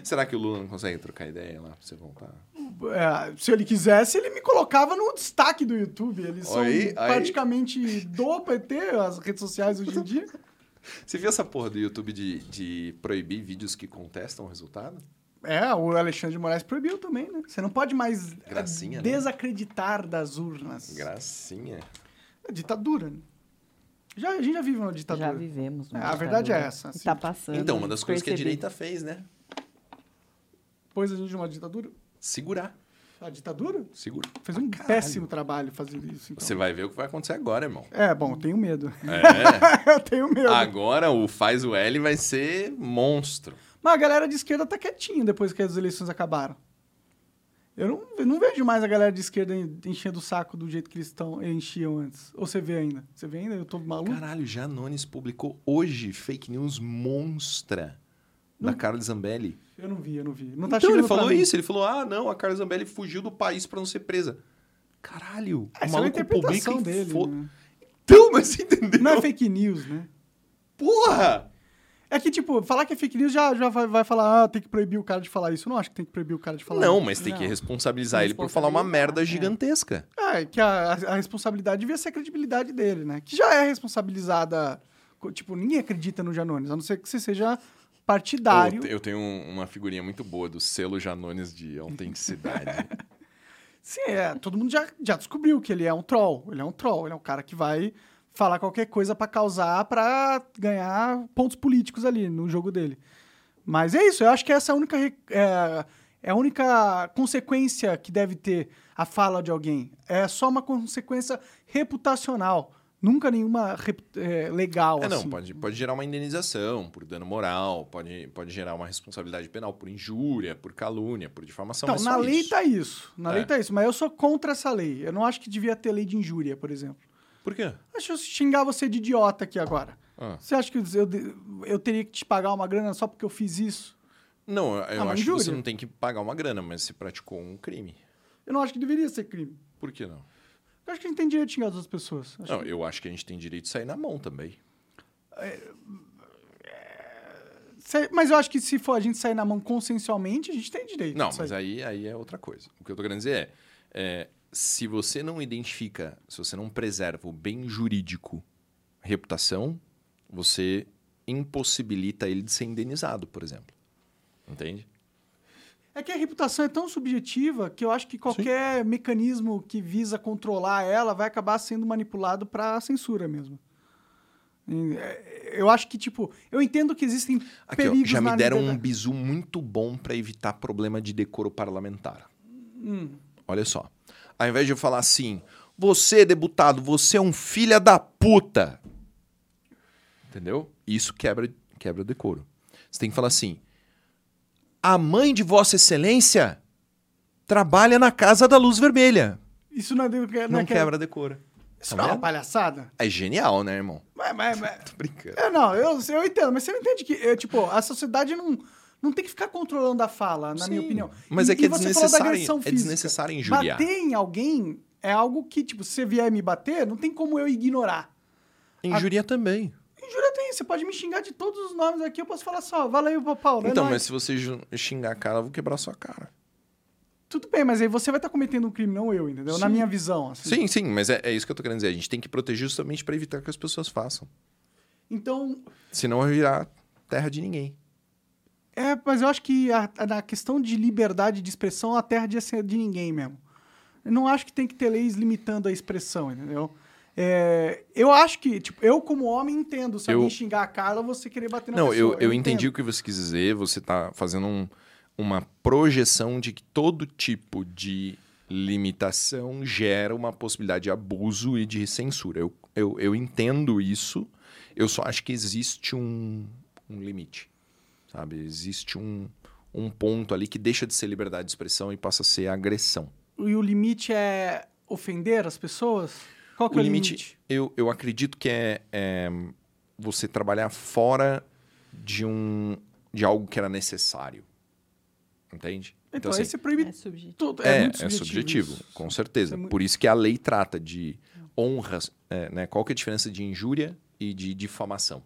Speaker 2: Será que o Lula não consegue trocar ideia lá pra você voltar?
Speaker 1: É, se ele quisesse, ele me colocava no destaque do YouTube. Eles são
Speaker 2: Aí, aí.
Speaker 1: praticamente do PT, as redes sociais hoje em dia.
Speaker 2: Você viu essa porra do YouTube de, de proibir vídeos que contestam o resultado?
Speaker 1: É, o Alexandre de Moraes proibiu também, né? Você não pode mais é,
Speaker 2: Gracinha, né?
Speaker 1: desacreditar das urnas.
Speaker 2: Gracinha.
Speaker 1: É ditadura, né? Já, a gente já vive uma ditadura.
Speaker 6: Já vivemos. uma
Speaker 1: É, a verdade é
Speaker 6: ditadura.
Speaker 1: essa,
Speaker 6: E
Speaker 1: assim.
Speaker 6: Tá passando.
Speaker 2: Então, uma das coisas que a
Speaker 6: percebi.
Speaker 2: direita fez, né?
Speaker 1: Pôs a gente numa ditadura.
Speaker 2: Segurar.
Speaker 1: A ditadura
Speaker 2: Segura.
Speaker 1: fez um péssimo trabalho fazendo isso. Então.
Speaker 2: Você vai ver o que vai acontecer agora, irmão.
Speaker 1: É, bom, eu tenho medo.
Speaker 2: É.
Speaker 1: eu tenho medo.
Speaker 2: Agora o faz o L vai ser monstro.
Speaker 1: Mas a galera de esquerda tá quietinha depois que as eleições acabaram. Eu não, eu não vejo mais a galera de esquerda en- enchendo o saco do jeito que eles estão enchiam antes. Ou você vê ainda? Você vê ainda? Eu tô maluco?
Speaker 2: Caralho, Janones publicou hoje fake news monstra da Carla Zambelli.
Speaker 1: Eu não vi, eu não vi. Não tá
Speaker 2: então
Speaker 1: chegando
Speaker 2: ele falou
Speaker 1: pra mim.
Speaker 2: isso, ele falou: "Ah, não, a Carla Zambelli fugiu do país pra não ser presa". Caralho,
Speaker 1: Essa
Speaker 2: o
Speaker 1: é uma
Speaker 2: maluco publica
Speaker 1: interpretação
Speaker 2: e
Speaker 1: dele.
Speaker 2: fo-
Speaker 1: né?
Speaker 2: Então, mas você entendeu?
Speaker 1: Não é fake news, né?
Speaker 2: Porra!
Speaker 1: É que, tipo, falar que é fake news já, já vai, vai falar, ah, tem que proibir o cara de falar isso. Eu não acho que tem que proibir o cara de falar
Speaker 2: não,
Speaker 1: isso.
Speaker 2: mas tem que
Speaker 6: Não.
Speaker 2: responsabilizar ele por falar uma
Speaker 6: Responsabilizar,
Speaker 2: merda
Speaker 6: é.
Speaker 2: gigantesca.
Speaker 1: É, que a, a responsabilidade devia ser a credibilidade dele, né? Que já é responsabilizada. co- Tipo, ninguém acredita no Janones, a não ser que você seja partidário.
Speaker 2: Eu tenho um, uma figurinha muito boa do selo Janones de autenticidade.
Speaker 1: Sim, é, todo mundo já, já descobriu que ele é um troll. Ele é um troll, ele é um cara que vai falar qualquer coisa pra causar, pra ganhar pontos políticos ali no jogo dele. Mas é isso, eu acho que essa é a única, re- é, é a única consequência que deve ter a fala de alguém. É só uma consequência reputacional, nunca nenhuma repu- é, legal.
Speaker 2: É, não,
Speaker 1: assim.
Speaker 2: pode, pode gerar uma indenização por dano moral, pode, pode gerar uma responsabilidade penal por injúria, por calúnia, por difamação.
Speaker 1: Então,
Speaker 2: mas
Speaker 1: na
Speaker 2: é só
Speaker 1: lei
Speaker 2: isso.
Speaker 1: tá isso. Na
Speaker 2: É.
Speaker 1: lei tá isso, mas eu sou contra essa lei. Eu não acho que devia ter lei de injúria, por exemplo.
Speaker 2: Por quê?
Speaker 1: Acho que eu xingar você de idiota aqui agora.
Speaker 2: Ah.
Speaker 1: Você acha que eu, de- eu teria que te pagar uma grana só porque eu fiz isso?
Speaker 2: Não, eu- eu
Speaker 1: Ah, mas
Speaker 2: acho que você
Speaker 1: injúria.
Speaker 2: não tem que pagar uma grana, mas você praticou um crime.
Speaker 1: Eu não acho que deveria ser crime.
Speaker 2: Por que não?
Speaker 1: Eu acho que a gente tem direito de xingar as outras pessoas. Acho-
Speaker 2: Não, eu acho que a gente tem direito de sair na mão também.
Speaker 1: Se- mas eu acho que se for a gente sair na mão consensualmente, a gente tem direito.
Speaker 2: Não,
Speaker 1: disso
Speaker 2: mas
Speaker 1: aí.
Speaker 2: aí, aí é outra coisa. O que eu tô querendo dizer é, é, se você não identifica, se você não preserva o bem jurídico, reputação, você impossibilita ele de ser indenizado, por exemplo. Entende?
Speaker 1: É que a reputação é tão subjetiva que eu acho que qualquer mecanismo que visa controlar ela vai acabar sendo manipulado pra censura mesmo. E, é, Eu acho que, tipo, eu entendo que existem
Speaker 2: Aqui, ó,
Speaker 1: perigos
Speaker 2: já me
Speaker 1: na
Speaker 2: deram um
Speaker 1: liberdade.
Speaker 2: bizu muito bom para evitar problema de decoro parlamentar.
Speaker 1: Hum.
Speaker 2: Olha só. Ao invés de eu falar assim, você, deputado, você é um filha da puta. Entendeu? Isso quebra, quebra o decoro. Você tem que falar assim, a mãe de vossa excelência trabalha na casa da luz vermelha.
Speaker 1: Isso não é... Não, é
Speaker 2: um Não,
Speaker 1: que-
Speaker 2: quebra decoro.
Speaker 1: Isso
Speaker 2: Tá
Speaker 1: não é uma
Speaker 2: vendo?
Speaker 1: palhaçada?
Speaker 2: É genial, né, irmão?
Speaker 1: Mas- mas- mas...
Speaker 2: Tô brincando.
Speaker 1: É, não, eu, eu entendo, mas você não entende que, é, tipo, a sociedade não, não tem que ficar controlando a fala, na minha
Speaker 2: Sim,
Speaker 1: opinião.
Speaker 2: mas é que é
Speaker 1: você falou
Speaker 2: desnecessário-
Speaker 1: da agressão
Speaker 2: é
Speaker 1: física.
Speaker 2: desnecessário injuriar.
Speaker 1: Bater em alguém é algo que, tipo, se você vier me bater, não tem como eu ignorar.
Speaker 2: Injúria também.
Speaker 1: Injúria tem, você pode me xingar de todos os nomes aqui, eu posso falar só, valeu, Paulo. é
Speaker 2: Então,
Speaker 1: nóis.
Speaker 2: mas se você ju- xingar a cara, eu vou quebrar a sua cara.
Speaker 1: Tudo bem, mas aí você vai estar cometendo um crime, não eu, entendeu? Na
Speaker 2: Sim.
Speaker 1: minha visão, assim.
Speaker 2: Sim, sim, mas é, é isso que eu tô querendo dizer. A gente tem que proteger justamente pra evitar que as pessoas façam.
Speaker 1: Então,
Speaker 2: Senão vai virar terra de ninguém.
Speaker 1: É, mas eu acho que a, a- na questão de liberdade de expressão, a terra devia ser de ninguém mesmo. Eu não acho que tem que ter leis limitando a expressão, entendeu? É, eu acho que, tipo, eu como homem entendo. Se
Speaker 2: Eu-
Speaker 1: alguém xingar a Carla, você querer bater na
Speaker 2: Não,
Speaker 1: pessoa.
Speaker 2: eu, eu entendi
Speaker 1: entendo.
Speaker 2: o que você quis dizer. Você tá fazendo um- uma projeção de que todo tipo de limitação gera uma possibilidade de abuso e de censura. Eu, eu, eu entendo isso. Eu só acho que existe um, um limite. sabe? Existe um, um ponto ali que deixa de ser liberdade de expressão e passa a ser agressão.
Speaker 1: E o limite é ofender as pessoas? Qual que
Speaker 2: O
Speaker 1: é o
Speaker 2: limite,
Speaker 1: limite?
Speaker 2: eu, eu acredito que é, é você trabalhar fora de um de algo que era necessário. Entende?
Speaker 1: Então,
Speaker 2: assim,
Speaker 1: esse proíbe
Speaker 6: É subjetivo.
Speaker 1: tudo.
Speaker 2: é,
Speaker 1: É,
Speaker 2: é
Speaker 1: muito
Speaker 2: subjetivo,
Speaker 1: isso.
Speaker 2: com certeza.
Speaker 1: É muito-
Speaker 2: Por isso que a lei trata de honras, é, né? Qual que é a diferença de injúria e de difamação?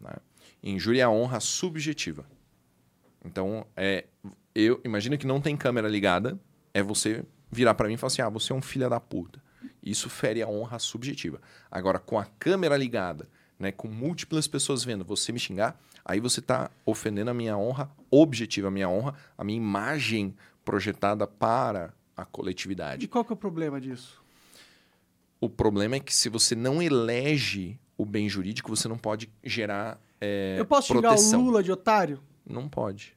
Speaker 2: né? Injúria é a honra subjetiva. Então, é, eu imagina que não tem câmera ligada, é você virar pra mim e falar assim: "Ah, você é um filho da puta". Isso fere a honra subjetiva. Agora, com a câmera ligada, né, com múltiplas pessoas vendo você me xingar, aí você tá ofendendo a minha honra objetiva, a minha honra, a minha imagem projetada para a coletividade.
Speaker 1: E qual que é o problema disso?
Speaker 2: O problema é que se você não elege o bem jurídico, você não pode gerar é,
Speaker 1: eu posso xingar
Speaker 2: proteção.
Speaker 1: o Lula de otário?
Speaker 2: Não pode.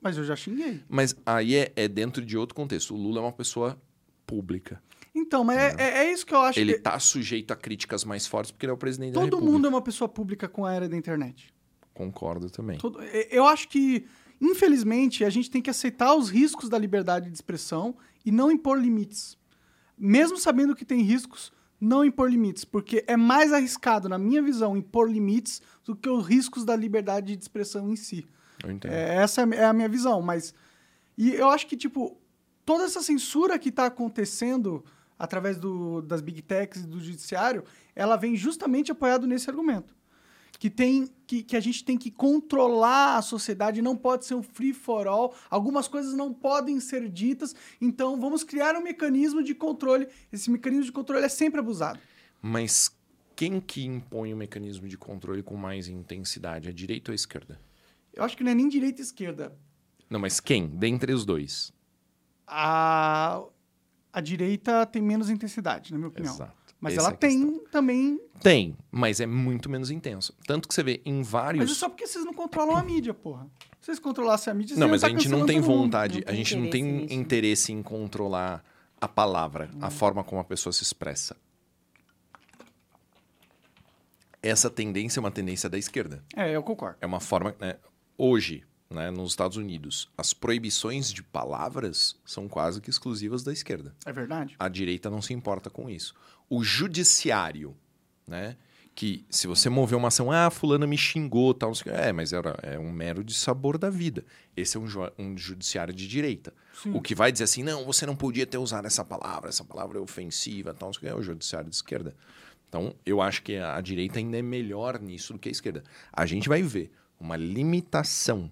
Speaker 1: Mas eu já xinguei.
Speaker 2: Mas aí é, é dentro de outro contexto. O Lula é uma pessoa pública.
Speaker 1: Então, mas é, é- é isso que eu acho
Speaker 2: Uhum. ele
Speaker 1: que
Speaker 2: está sujeito a críticas mais fortes porque ele é o presidente da
Speaker 1: todo
Speaker 2: República.
Speaker 1: mundo é uma pessoa pública com a era da internet.
Speaker 2: Concordo também.
Speaker 1: Todo- e- eu acho que, infelizmente, a gente tem que aceitar os riscos da liberdade de expressão e não impor limites. Mesmo sabendo que tem riscos, não impor limites, porque é mais arriscado, na minha visão, impor limites do que os riscos da liberdade de expressão em si.
Speaker 2: Eu entendo.
Speaker 1: É, essa é a mi- é a minha visão, mas. E eu acho que, tipo, toda essa censura que está acontecendo através do, das big techs e do judiciário, ela vem justamente apoiado nesse argumento. Que, tem, que, que a gente tem que controlar a sociedade, não pode ser um free for all, algumas coisas não podem ser ditas, então vamos criar um mecanismo de controle. Esse mecanismo de controle é sempre abusado.
Speaker 2: Mas quem que impõe o mecanismo de controle com mais intensidade? A direita ou a esquerda?
Speaker 1: Eu acho que não é nem direita e esquerda.
Speaker 2: Não, mas quem? Dentre os dois.
Speaker 1: A, a direita tem menos intensidade, na minha opinião.
Speaker 2: Exato.
Speaker 1: Mas
Speaker 2: Essa é
Speaker 1: ela
Speaker 2: a
Speaker 1: tem
Speaker 2: questão.
Speaker 1: também.
Speaker 2: Tem, mas é muito menos intenso. Tanto que você vê em vários.
Speaker 1: Mas é só porque vocês não controlam a mídia, porra. Se vocês controlassem a mídia, vocês
Speaker 2: Não,
Speaker 1: iam
Speaker 2: mas
Speaker 1: tá
Speaker 2: a gente não
Speaker 1: cancelando
Speaker 2: tem
Speaker 1: todo mundo.
Speaker 2: vontade,
Speaker 6: Não
Speaker 2: a
Speaker 6: tem
Speaker 2: gente não tem
Speaker 6: interesse nisso, né?
Speaker 2: interesse em controlar a palavra,
Speaker 1: Hum.
Speaker 2: a forma como a pessoa se expressa. Essa tendência é uma tendência da esquerda.
Speaker 1: É, eu concordo.
Speaker 2: É uma forma. né, hoje, né, nos Estados Unidos, as proibições de palavras são quase que exclusivas da esquerda.
Speaker 1: É verdade.
Speaker 2: A direita não se importa com isso. O judiciário, né? Que se você mover uma ação, ah, fulano me xingou, tal, não sei o quê. É, mas era, é um mero de sabor da vida. Esse é um, ju- um judiciário de direita.
Speaker 1: Sim.
Speaker 2: O que vai dizer assim, não, você não podia ter usado essa palavra, essa palavra é ofensiva, tal, não sei o quê, é o judiciário de esquerda. Então, eu acho que a, a direita ainda é melhor nisso do que a esquerda. A gente vai ver uma limitação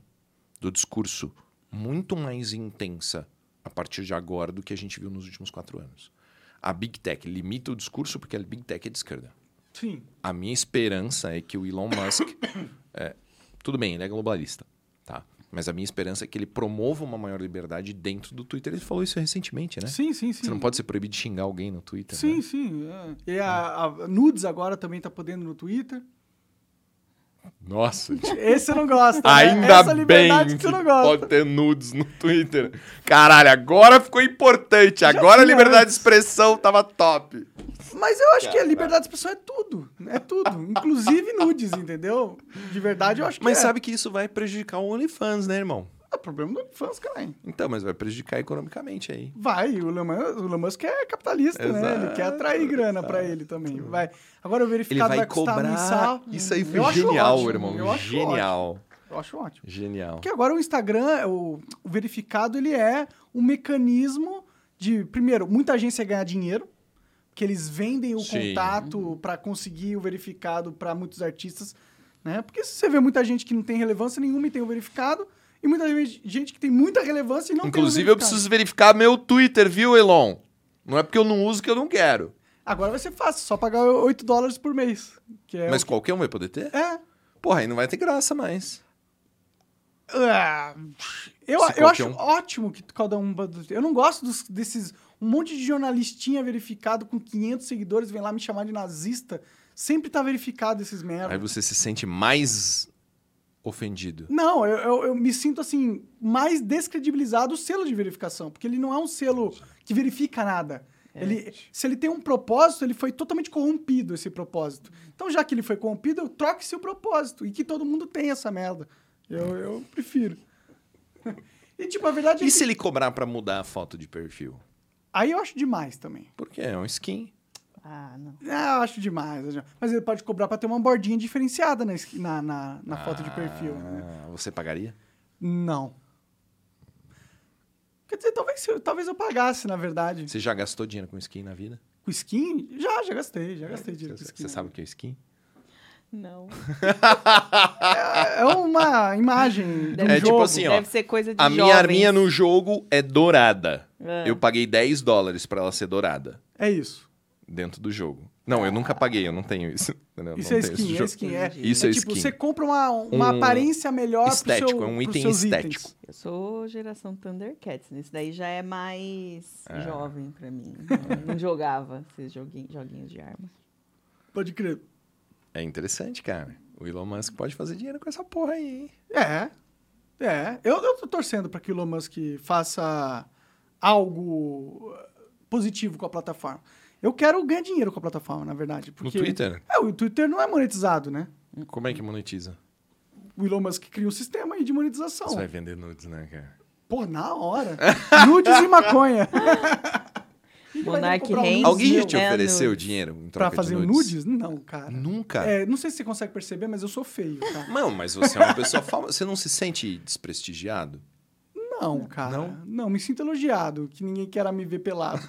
Speaker 2: do discurso muito mais intensa a partir de agora do que a gente viu nos últimos quatro anos. A Big Tech limita o discurso porque a Big Tech é de esquerda.
Speaker 1: Sim.
Speaker 2: A minha esperança é que o Elon Musk. é, tudo bem, ele é globalista, tá? Mas a minha esperança é que ele promova uma maior liberdade dentro do Twitter. Ele falou isso recentemente, né?
Speaker 1: Sim, sim, sim.
Speaker 2: Você não pode ser proibido de xingar alguém no Twitter.
Speaker 1: Sim,
Speaker 2: né?
Speaker 1: sim. é. E a, a Nudes agora também tá podendo no Twitter.
Speaker 2: Nossa,
Speaker 1: Esse você não gosta. né?
Speaker 2: Ainda
Speaker 1: Essa liberdade
Speaker 2: bem
Speaker 1: que você não gosta.
Speaker 2: pode ter nudes no Twitter. Caralho, agora ficou importante. agora a
Speaker 1: tinha
Speaker 2: liberdade de
Speaker 1: antes. É.
Speaker 2: expressão tava top.
Speaker 1: Mas eu acho que a liberdade de expressão é tudo. É tudo. Inclusive nudes, entendeu? De verdade, eu acho que
Speaker 2: Mas
Speaker 1: é.
Speaker 2: sabe que isso vai prejudicar o OnlyFans, né, irmão?
Speaker 1: É problema do né? fãs, cara.
Speaker 2: Então, mas vai prejudicar economicamente aí.
Speaker 1: Vai, o Elon Musk- o Elon Musk é capitalista, né? Ele
Speaker 2: Exato,
Speaker 1: quer atrair grana pra ele também. Vai. Agora o
Speaker 2: Ele
Speaker 1: verificado
Speaker 2: vai,
Speaker 1: custar um
Speaker 2: cobrar.
Speaker 1: mensal.
Speaker 2: Isso aí foi
Speaker 1: tá Eu acho
Speaker 2: genial,
Speaker 1: ótimo,
Speaker 2: irmão.
Speaker 1: eu acho
Speaker 2: genial.
Speaker 1: ótimo, Eu acho ótimo.
Speaker 2: Genial.
Speaker 1: Porque agora o Instagram, é o, o verificado, ele é um mecanismo de, primeiro, muita agência ganhar dinheiro, porque eles vendem o
Speaker 2: Sim.
Speaker 1: contato pra conseguir o verificado pra muitos artistas, né? Porque você vê muita gente que não tem relevância nenhuma e tem o verificado, e muita gente que tem muita relevância e não
Speaker 2: Inclusive,
Speaker 1: tem o
Speaker 2: eu
Speaker 1: verificado.
Speaker 2: preciso verificar meu Twitter, viu, Elon? Não é porque eu não uso que eu não quero.
Speaker 1: Agora vai ser fácil, só pagar 8 dólares por mês. Que é.
Speaker 2: Mas
Speaker 1: o-
Speaker 2: qualquer um vai poder ter?
Speaker 1: É.
Speaker 2: Porra, aí não vai ter graça mais.
Speaker 1: Ah, Eu,
Speaker 2: Se
Speaker 1: eu
Speaker 2: qualquer
Speaker 1: acho
Speaker 2: um-
Speaker 1: ótimo que cada um. Eu não gosto dos- desses. Um monte de jornalistinha verificado com 500 seguidores vem lá me chamar de nazista. Sempre tá verificado esses merda.
Speaker 2: Aí você se sente mais ofendido.
Speaker 1: Não, eu, eu- eu me sinto assim, mais descredibilizado o selo de verificação, porque ele não é um selo que verifica nada.
Speaker 2: É.
Speaker 1: Ele, se ele tem um propósito, ele foi totalmente corrompido esse propósito. Então, já que ele foi corrompido, troque-se o propósito e que todo mundo tem essa merda. Eu, eu prefiro. E, tipo, a verdade é
Speaker 2: E
Speaker 1: que...
Speaker 2: se ele cobrar pra mudar a foto de perfil?
Speaker 1: Aí eu acho demais também.
Speaker 2: Porque é um skin.
Speaker 6: Ah, não.
Speaker 1: Ah, eu acho demais. eu já- Mas ele pode cobrar pra ter uma bordinha diferenciada na, esqui- na, na, na foto de perfil. Né?
Speaker 2: Ah, Você pagaria?
Speaker 1: Não. Quer dizer, talvez, se eu- talvez eu pagasse, na verdade.
Speaker 2: Você já gastou dinheiro com skin na vida?
Speaker 1: Com skin? Já, já gastei. Já gastei dinheiro
Speaker 2: Você-
Speaker 1: com skin.
Speaker 2: Você sabe o que é skin?
Speaker 6: Não.
Speaker 1: É é uma imagem de um
Speaker 2: É tipo
Speaker 1: jogo.
Speaker 2: assim, ó,
Speaker 6: Deve ser coisa de
Speaker 2: A minha
Speaker 6: jovens.
Speaker 2: arminha no jogo é dourada.
Speaker 6: Ah.
Speaker 2: Eu paguei 10 dólares pra ela ser dourada
Speaker 1: É isso.
Speaker 2: dentro do jogo. Não, eu nunca paguei, eu não tenho isso. entendeu?
Speaker 1: Isso
Speaker 2: Não
Speaker 1: é
Speaker 2: tenho
Speaker 1: skin,
Speaker 2: esse
Speaker 1: é
Speaker 2: jogo.
Speaker 1: skin. É,
Speaker 6: Entendi.
Speaker 2: Isso é
Speaker 1: tipo,
Speaker 2: skin.
Speaker 1: você compra uma, uma
Speaker 2: Um
Speaker 1: aparência melhor pro
Speaker 2: estético,
Speaker 1: seu,
Speaker 2: é um
Speaker 1: pros
Speaker 2: item
Speaker 1: seus
Speaker 2: estético.
Speaker 1: itens.
Speaker 6: Eu sou geração Thundercats, né? Isso daí já é mais
Speaker 2: É.
Speaker 6: jovem pra mim. Eu não jogava esses joguinhos, joguinhos de arma.
Speaker 1: Pode crer.
Speaker 2: É interessante, cara. O Elon Musk pode fazer dinheiro com essa porra aí, hein?
Speaker 1: É. É. Eu, eu tô torcendo pra que o Elon Musk faça algo eh, positivo com a plataforma. Eu quero ganhar dinheiro com a plataforma, na verdade. Porque...
Speaker 2: No Twitter?
Speaker 1: É, o Twitter não é monetizado, né?
Speaker 2: Como é que monetiza?
Speaker 1: O Elon Musk cria um sistema aí de monetização.
Speaker 2: Você vai vender nudes, né, cara?
Speaker 1: Pô, na hora. Nudes e maconha.
Speaker 6: Monark
Speaker 1: comprar um
Speaker 6: Reigns.
Speaker 1: Nudes
Speaker 2: Alguém já
Speaker 1: meu
Speaker 2: te
Speaker 6: é
Speaker 2: ofereceu
Speaker 6: nudes.
Speaker 2: dinheiro em troca
Speaker 1: Pra fazer
Speaker 2: de
Speaker 1: nudes?
Speaker 2: nudes?
Speaker 1: Não, cara.
Speaker 2: Nunca?
Speaker 1: É, não sei se você consegue perceber, mas eu sou feio, cara.
Speaker 2: Não, mas você é uma pessoa famosa. Você não se sente desprestigiado?
Speaker 1: Não, cara. Não?
Speaker 2: Não?
Speaker 1: me sinto elogiado, que ninguém queira me ver pelado.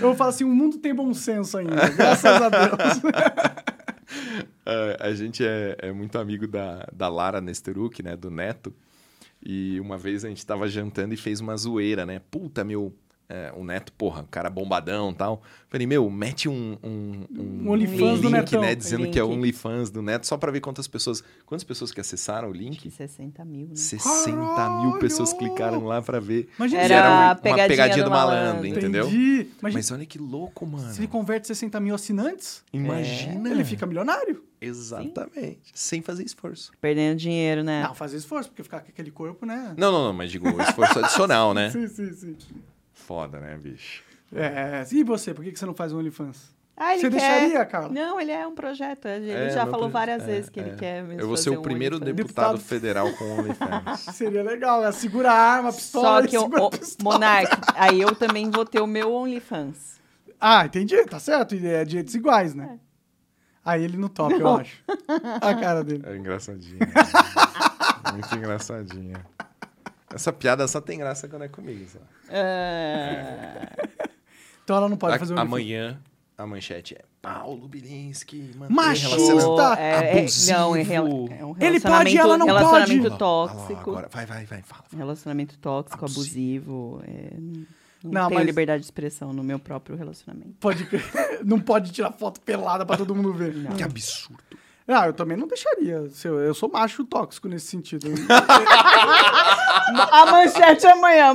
Speaker 1: eu falo assim, o mundo tem bom senso ainda, graças a Deus.
Speaker 2: É, a gente é, é muito amigo da, da Lara Nesteruk, né? Do Neto. E uma vez a gente tava jantando e fez uma zoeira, né? Puta, meu... é, o Neto, porra, o cara bombadão e tal. Falei, meu, mete um... Um,
Speaker 1: Um OnlyFans
Speaker 6: do
Speaker 2: link,
Speaker 1: Netão.
Speaker 2: né? Dizendo que é
Speaker 6: Link.
Speaker 2: OnlyFans do Neto, só pra ver quantas pessoas... Quantas pessoas que acessaram o
Speaker 6: Acho que
Speaker 2: link?
Speaker 6: 60 mil, né?
Speaker 2: 60 mil pessoas
Speaker 1: Caralho!
Speaker 2: clicaram lá pra ver.
Speaker 1: Imagina
Speaker 2: E
Speaker 6: Era
Speaker 2: um-
Speaker 6: a pegadinha do malandro.
Speaker 2: entendeu?
Speaker 1: Entendi. Imagina,
Speaker 2: Mas olha que louco, mano.
Speaker 1: se ele converte 60 mil assinantes,
Speaker 2: Imagina.
Speaker 1: ele fica milionário.
Speaker 2: Exatamente. Sem fazer esforço.
Speaker 6: Perdendo dinheiro, né?
Speaker 1: Não, fazer esforço, porque ficar com aquele corpo, né?
Speaker 2: Não, não, não, mas digo, um esforço adicional,
Speaker 6: é.
Speaker 2: né?
Speaker 1: Sim, sim, sim.
Speaker 2: Foda, né, bicho?
Speaker 1: É, e você, por que que você não faz um OnlyFans?
Speaker 6: Ah, ele
Speaker 1: Você
Speaker 6: quer-
Speaker 1: deixaria, Carla?
Speaker 6: Não, ele é um projeto. Ele
Speaker 2: É,
Speaker 6: já
Speaker 2: meu
Speaker 6: falou
Speaker 2: projeto.
Speaker 6: várias
Speaker 2: É,
Speaker 6: vezes que
Speaker 2: é.
Speaker 6: ele quer mesmo
Speaker 2: Eu vou ser
Speaker 6: fazer
Speaker 2: o
Speaker 6: um
Speaker 2: primeiro
Speaker 6: OnlyFans.
Speaker 2: deputado,
Speaker 1: Deputado.
Speaker 2: federal com OnlyFans.
Speaker 1: Seria legal, né? Segura a arma, a pistola,
Speaker 6: Só que,
Speaker 1: e
Speaker 6: o,
Speaker 1: segura a
Speaker 6: o-
Speaker 1: pistola.
Speaker 6: Monark, aí eu também vou ter o meu OnlyFans.
Speaker 1: Ah, entendi, tá certo. E é direitos iguais, né? Aí ele no top, eu acho. A cara dele.
Speaker 2: É engraçadinha. Muito engraçadinha. Essa piada só tem graça quando é comigo. Só.
Speaker 6: Ah,
Speaker 1: Então ela não pode fazer um
Speaker 2: amanhã, a manchete é Paulo Bilinski. mantém
Speaker 1: Machista!
Speaker 2: relacionamento-
Speaker 1: Tá
Speaker 6: é, é- não, é, rela-
Speaker 2: abusivo.
Speaker 6: é um relacionamento,
Speaker 1: Ele pode e ela não
Speaker 6: relacionamento
Speaker 2: Olha lá, olha Ah, lá,
Speaker 6: tóxico.
Speaker 2: Agora, vai, vai, vai, fala. fala.
Speaker 6: Relacionamento tóxico, abusivo. é, não
Speaker 1: Não,
Speaker 6: não tenho
Speaker 1: mas-
Speaker 6: liberdade de expressão no meu próprio relacionamento.
Speaker 1: Pode... não pode tirar foto pelada pra todo mundo ver.
Speaker 2: Que absurdo.
Speaker 1: Ah, eu também não deixaria. Se Eu eu sou macho tóxico nesse sentido.
Speaker 6: A manchete
Speaker 1: é
Speaker 6: amanhã,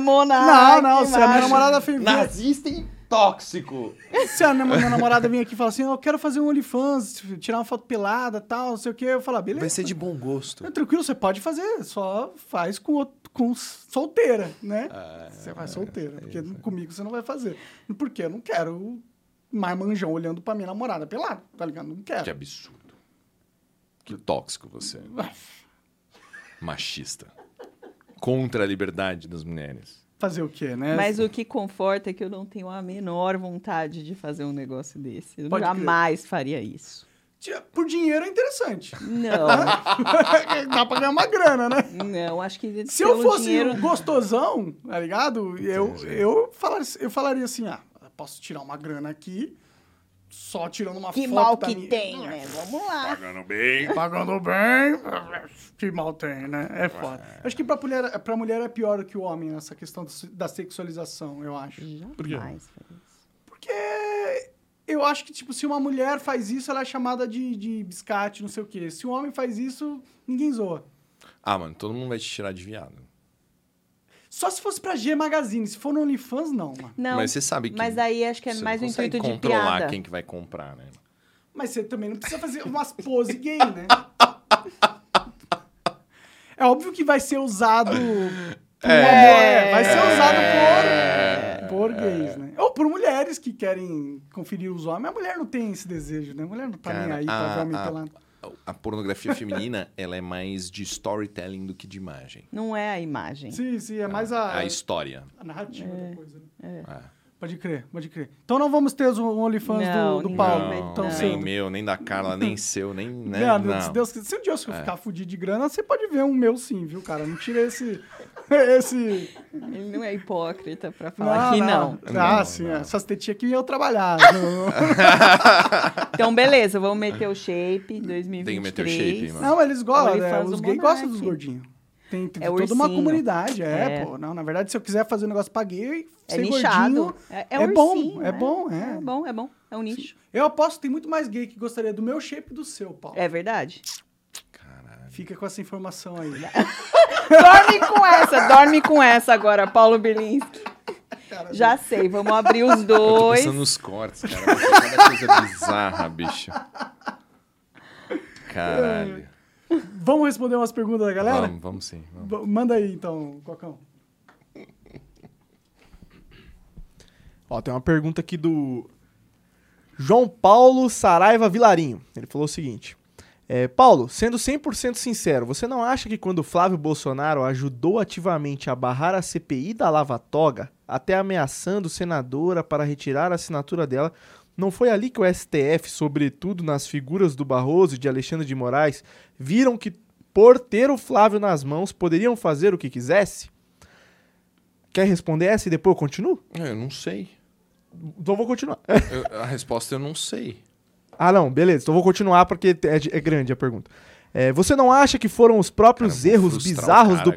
Speaker 1: não,
Speaker 6: Monark.
Speaker 1: não. Se a minha namorada... fe-
Speaker 2: Nazista e tóxico.
Speaker 1: Se a minha minha namorada vir aqui e falar assim, eu quero fazer um OnlyFans, tirar uma foto pelada tal, não sei o quê, eu falar, beleza.
Speaker 2: Vai ser de bom gosto.
Speaker 1: É tranquilo, você pode fazer, só faz com, outro- com solteira, né?
Speaker 2: Ah,
Speaker 1: você vai
Speaker 2: é
Speaker 1: solteira, porque comigo você não vai fazer. Porque eu não quero marmanjão olhando pra minha namorada pelado, tá ligado? Não
Speaker 2: Que
Speaker 1: quero.
Speaker 2: absurdo. Que tóxico você. é. Machista. Contra a liberdade das mulheres.
Speaker 1: Fazer o quê, né?
Speaker 6: Mas o que conforta é que eu não tenho a menor vontade de fazer um negócio desse. Eu
Speaker 1: Pode crer.
Speaker 6: jamais faria isso.
Speaker 1: Ti- Por dinheiro é interessante.
Speaker 6: Não,
Speaker 1: Dá pra ganhar uma grana, né?
Speaker 6: não, acho que
Speaker 1: Se eu
Speaker 6: pelo
Speaker 1: fosse
Speaker 6: dinheiro...
Speaker 1: um gostosão, tá ligado? Eu, eu, falar, eu falaria assim, ah, posso tirar uma grana aqui, só tirando uma foto tá da minha-
Speaker 6: né? Vamos lá.
Speaker 4: Pagando bem.
Speaker 1: Pagando bem, que mal tem, né? É foda. Acho que pra mulher, pra mulher é pior do que o homem nessa questão da se- da sexualização, eu acho.
Speaker 6: Jamais faria isso.
Speaker 1: Porque eu acho que, tipo, se uma mulher faz isso, ela é chamada de, de biscate, não sei o quê. Se um homem faz isso, ninguém zoa.
Speaker 2: Ah, mano, todo mundo vai te tirar de viado.
Speaker 1: Só se fosse pra G Magazine. Se for no OnlyFans, não, mano.
Speaker 6: Não,
Speaker 2: mas você sabe que.
Speaker 6: mas aí acho que é
Speaker 2: você
Speaker 6: mais
Speaker 2: não
Speaker 6: um
Speaker 2: consegue
Speaker 6: intuito de
Speaker 2: controlar
Speaker 6: piada.
Speaker 2: quem que vai comprar, né?
Speaker 1: Mas você também não precisa fazer umas pose gay, né? É óbvio que vai ser usado por amor. Vai ser usado por, por gays, né? Ou por mulheres que querem conferir os homens. A mulher não tem esse desejo, né? A mulher não tá nem aí pra ver homem pelado.
Speaker 2: a- a pornografia feminina ela é mais de storytelling do que de imagem.
Speaker 6: Não é a imagem.
Speaker 1: Sim, sim, é mais
Speaker 2: A,
Speaker 6: Ah,
Speaker 1: a,
Speaker 2: história.
Speaker 1: a narrativa
Speaker 6: É.
Speaker 1: da coisa. Né?
Speaker 2: Ah,
Speaker 1: Pode crer, pode crer. Então não vamos ter um OnlyFans
Speaker 6: Não,
Speaker 1: do, do
Speaker 6: ninguém
Speaker 1: Paulo então,
Speaker 6: vai-
Speaker 1: tão
Speaker 6: não.
Speaker 2: nem
Speaker 1: cedo.
Speaker 2: meu, nem da Carla, nem seu, nem. Né?
Speaker 1: Não,
Speaker 2: Não. É.
Speaker 1: Se, Deus, quiser- se um dia eu ficar fudido de grana, você pode ver um meu sim, viu, cara? Não tira esse. esse...
Speaker 6: Ele não é hipócrita pra falar que não.
Speaker 1: Ah,
Speaker 2: Não,
Speaker 1: sim,
Speaker 2: não.
Speaker 1: essas tetinhas que eu trabalhar. não,
Speaker 6: Então, beleza, vamos meter o shape 2023.
Speaker 2: Tem que meter o shape, mano.
Speaker 1: não, eles gostam, né?
Speaker 6: OnlyFans
Speaker 1: Os
Speaker 6: do
Speaker 1: gays
Speaker 6: Monark.
Speaker 1: gostam dos gordinhos. Tem, tem
Speaker 6: É
Speaker 1: toda uma
Speaker 6: ursinho.
Speaker 1: comunidade, é,
Speaker 6: É.
Speaker 1: pô. Não, na verdade, se eu quiser fazer um negócio pra gay,
Speaker 6: É
Speaker 1: ser
Speaker 6: nichado.
Speaker 1: gordinho,
Speaker 6: É,
Speaker 1: é bom,
Speaker 6: ursinho,
Speaker 1: é bom, é.
Speaker 6: É bom, é bom. É um nicho.
Speaker 1: eu aposto que tem muito mais gay que gostaria do meu shape e do seu, Paulo.
Speaker 6: É verdade.
Speaker 1: Fica com essa informação aí.
Speaker 6: Dorme com essa, dorme com essa agora, Paulo Bilinski. Já sei, vamos abrir os
Speaker 2: Eu tô
Speaker 6: dois.
Speaker 2: pensando nos cortes, cara. Vai ser cada coisa bizarra, bicho. Caralho.
Speaker 1: Vamos responder umas perguntas da galera?
Speaker 2: Vamos, vamos sim. vamos.
Speaker 1: B- Manda aí, então, Cocão.
Speaker 5: Ó, tem uma pergunta aqui do João Paulo Saraiva Vilarinho. Ele falou o seguinte: é, Paulo, sendo 100% sincero, você não acha que quando Flávio Bolsonaro ajudou ativamente a barrar a CPI da Lava Toga, até ameaçando senadora para retirar a assinatura dela, não foi ali que o STF, sobretudo nas figuras do Barroso e de Alexandre de Moraes, viram que por ter o Flávio nas mãos poderiam fazer o que quisesse? Quer responder essa e depois eu continuo?
Speaker 2: É, Eu não sei.
Speaker 5: Então vou continuar.
Speaker 2: Eu- a resposta eu não sei.
Speaker 5: Ah, não, beleza. Então vou continuar porque é, de- é grande a pergunta. É, você não acha que foram os próprios
Speaker 2: Cara, eu vou
Speaker 5: erros
Speaker 2: frustrar o
Speaker 5: bizarros
Speaker 2: cara agora,
Speaker 5: do
Speaker 2: né?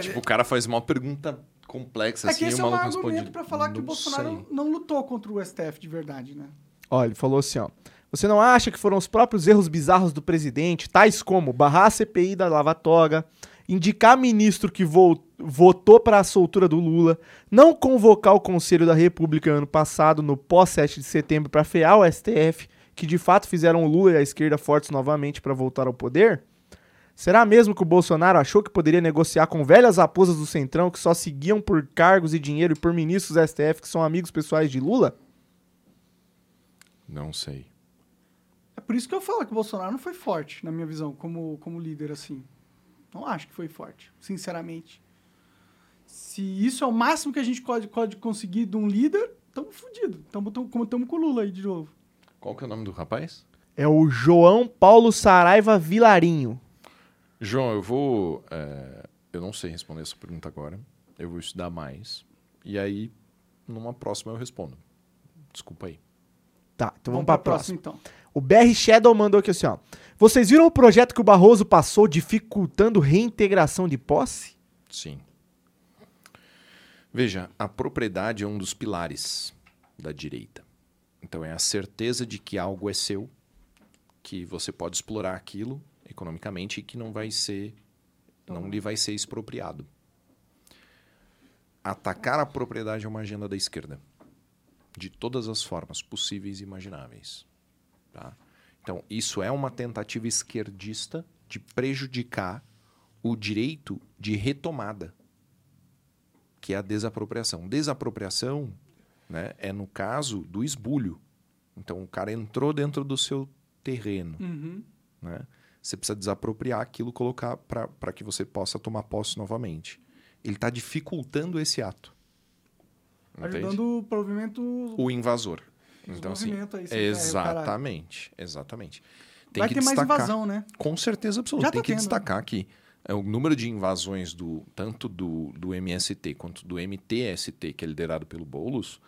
Speaker 2: Tipo, o cara faz uma pergunta complexa
Speaker 1: É que
Speaker 2: assim e
Speaker 1: esse
Speaker 2: o
Speaker 1: é um
Speaker 2: maluco
Speaker 1: argumento
Speaker 2: responde.
Speaker 1: pra falar que o
Speaker 2: "Não
Speaker 1: Bolsonaro
Speaker 2: sei."
Speaker 1: não lutou contra o STF de verdade, né?
Speaker 5: Olha, ele falou assim, ó. Você não acha que foram os próprios erros bizarros do presidente, tais como barrar a CPI da Lava Toga, indicar ministro que vo- votou para a soltura do Lula, não convocar o Conselho da República ano passado, no pós-7 de setembro, para frear o STF, que de fato fizeram o Lula e a esquerda fortes novamente para voltar ao poder? Será mesmo que o Bolsonaro achou que poderia negociar com velhas raposas do Centrão que só seguiam por cargos e dinheiro e por ministros do STF que são amigos pessoais de Lula?
Speaker 2: Não sei.
Speaker 1: É por isso que eu falo que o Bolsonaro não foi forte, na minha visão, como, como líder, assim. Não acho que foi forte, sinceramente. Se isso é o máximo que a gente pode, pode conseguir de um líder, estamos fodidos. Estamos com o Lula aí de novo.
Speaker 2: Qual que é o nome do rapaz?
Speaker 5: É o João Paulo Saraiva Vilarinho.
Speaker 2: João, eu vou. é, eu não sei responder essa pergunta agora. Eu vou estudar mais. E aí, numa próxima eu respondo. Desculpa aí.
Speaker 5: Tá, então vamos, pra para
Speaker 1: pra
Speaker 5: próxima.
Speaker 1: então.
Speaker 5: O BR Shadow mandou aqui assim, ó. Vocês viram o projeto que o Barroso passou dificultando reintegração de posse?
Speaker 2: Sim. Veja, a propriedade é um dos pilares da direita. Então é a certeza de que algo é seu, que você pode explorar aquilo economicamente e que não vai ser não lhe vai ser expropriado. Atacar a propriedade é uma agenda da esquerda, de todas as formas possíveis e imagináveis. Tá? Então, isso é uma tentativa esquerdista de prejudicar o direito de retomada, que é a desapropriação. Desapropriação né, é no caso do esbulho. Então, o cara entrou dentro do seu terreno. né? Você precisa desapropriar aquilo, colocar para que você possa tomar posse novamente. Ele está dificultando esse ato. Entende?
Speaker 1: Ajudando o provimento...
Speaker 2: o invasor. Então, assim,
Speaker 1: movimento aí, você quer,
Speaker 2: exatamente, exatamente. Tem
Speaker 1: Vai
Speaker 2: que
Speaker 1: ter mais
Speaker 2: destacar,
Speaker 1: invasão, né?
Speaker 2: com certeza absoluta.
Speaker 1: Já
Speaker 2: Tem
Speaker 1: tá
Speaker 2: que
Speaker 1: tendo, né?
Speaker 2: destacar que é, o número de invasões do tanto do, do MST quanto do MTST, que é liderado pelo Boulos,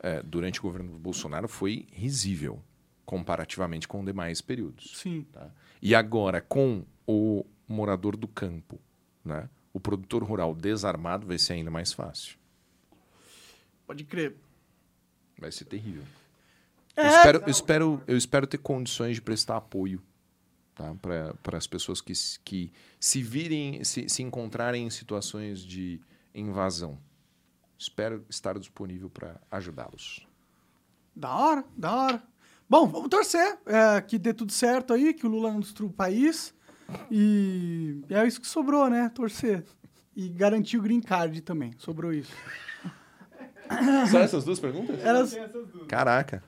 Speaker 2: é, durante o governo do Bolsonaro foi risível, comparativamente com demais períodos.
Speaker 1: Sim.
Speaker 2: Tá? E agora, com o morador do campo, né? o produtor rural desarmado vai ser ainda mais fácil.
Speaker 1: Pode crer.
Speaker 2: Vai ser terrível.
Speaker 1: É,
Speaker 2: Eu, espero, eu, espero, eu espero ter condições de prestar apoio tá? para as pessoas que, se- que se virem, se, se encontrarem em situações de invasão. Espero estar disponível para ajudá-los.
Speaker 1: Da hora, da hora. Bom, vamos torcer é, que dê tudo certo aí, que o Lula não destrua o país. E é isso que sobrou, né? Torcer. E garantir o green card também. Sobrou isso.
Speaker 2: Só essas duas perguntas?
Speaker 1: Elas...
Speaker 2: Caraca,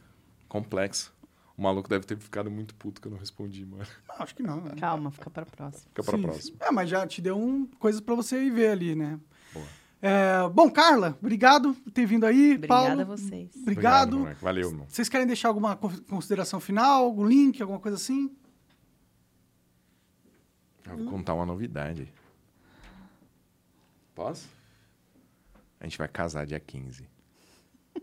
Speaker 2: complexo. O maluco deve ter ficado muito puto que eu não respondi, mano.
Speaker 1: Ah, acho que não. né?
Speaker 6: Calma, fica pra próxima.
Speaker 2: Fica pra
Speaker 1: Sim, sim.
Speaker 2: próxima.
Speaker 1: É, mas já te deu um, coisas pra você ir ver ali, né?
Speaker 2: Boa.
Speaker 1: É, bom, Carla, obrigado por ter vindo aí.
Speaker 6: Obrigada
Speaker 1: Paulo,
Speaker 6: a vocês.
Speaker 1: Obrigado.
Speaker 2: moleque. Valeu, irmão.
Speaker 1: Vocês querem deixar alguma con- consideração final, algum link, alguma coisa assim?
Speaker 2: Eu Ah,
Speaker 1: Uhum.
Speaker 2: vou contar uma novidade. Posso? A gente vai casar dia 15.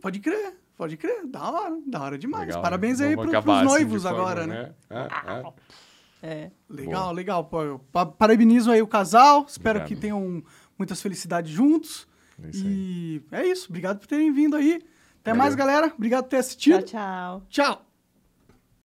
Speaker 1: Pode crer, pode crer. Da hora, da hora demais.
Speaker 2: Legal, né?
Speaker 1: Parabéns aí
Speaker 2: Vamos
Speaker 1: pro,
Speaker 2: acabar
Speaker 1: pros
Speaker 2: assim de
Speaker 1: noivos
Speaker 2: forma,
Speaker 1: agora, né?
Speaker 2: É, é.
Speaker 6: É.
Speaker 1: Legal,
Speaker 2: Boa.
Speaker 1: legal. Pô, eu pa- parabenizo aí o casal. Espero
Speaker 2: Obrigado.
Speaker 1: que tenham muitas felicidades juntos.
Speaker 2: É isso aí.
Speaker 1: E é isso. Obrigado por terem vindo aí. Até
Speaker 2: Valeu.
Speaker 1: mais, galera. Obrigado por ter
Speaker 6: Tchau,
Speaker 1: assistido.
Speaker 6: tchau.
Speaker 1: tchau.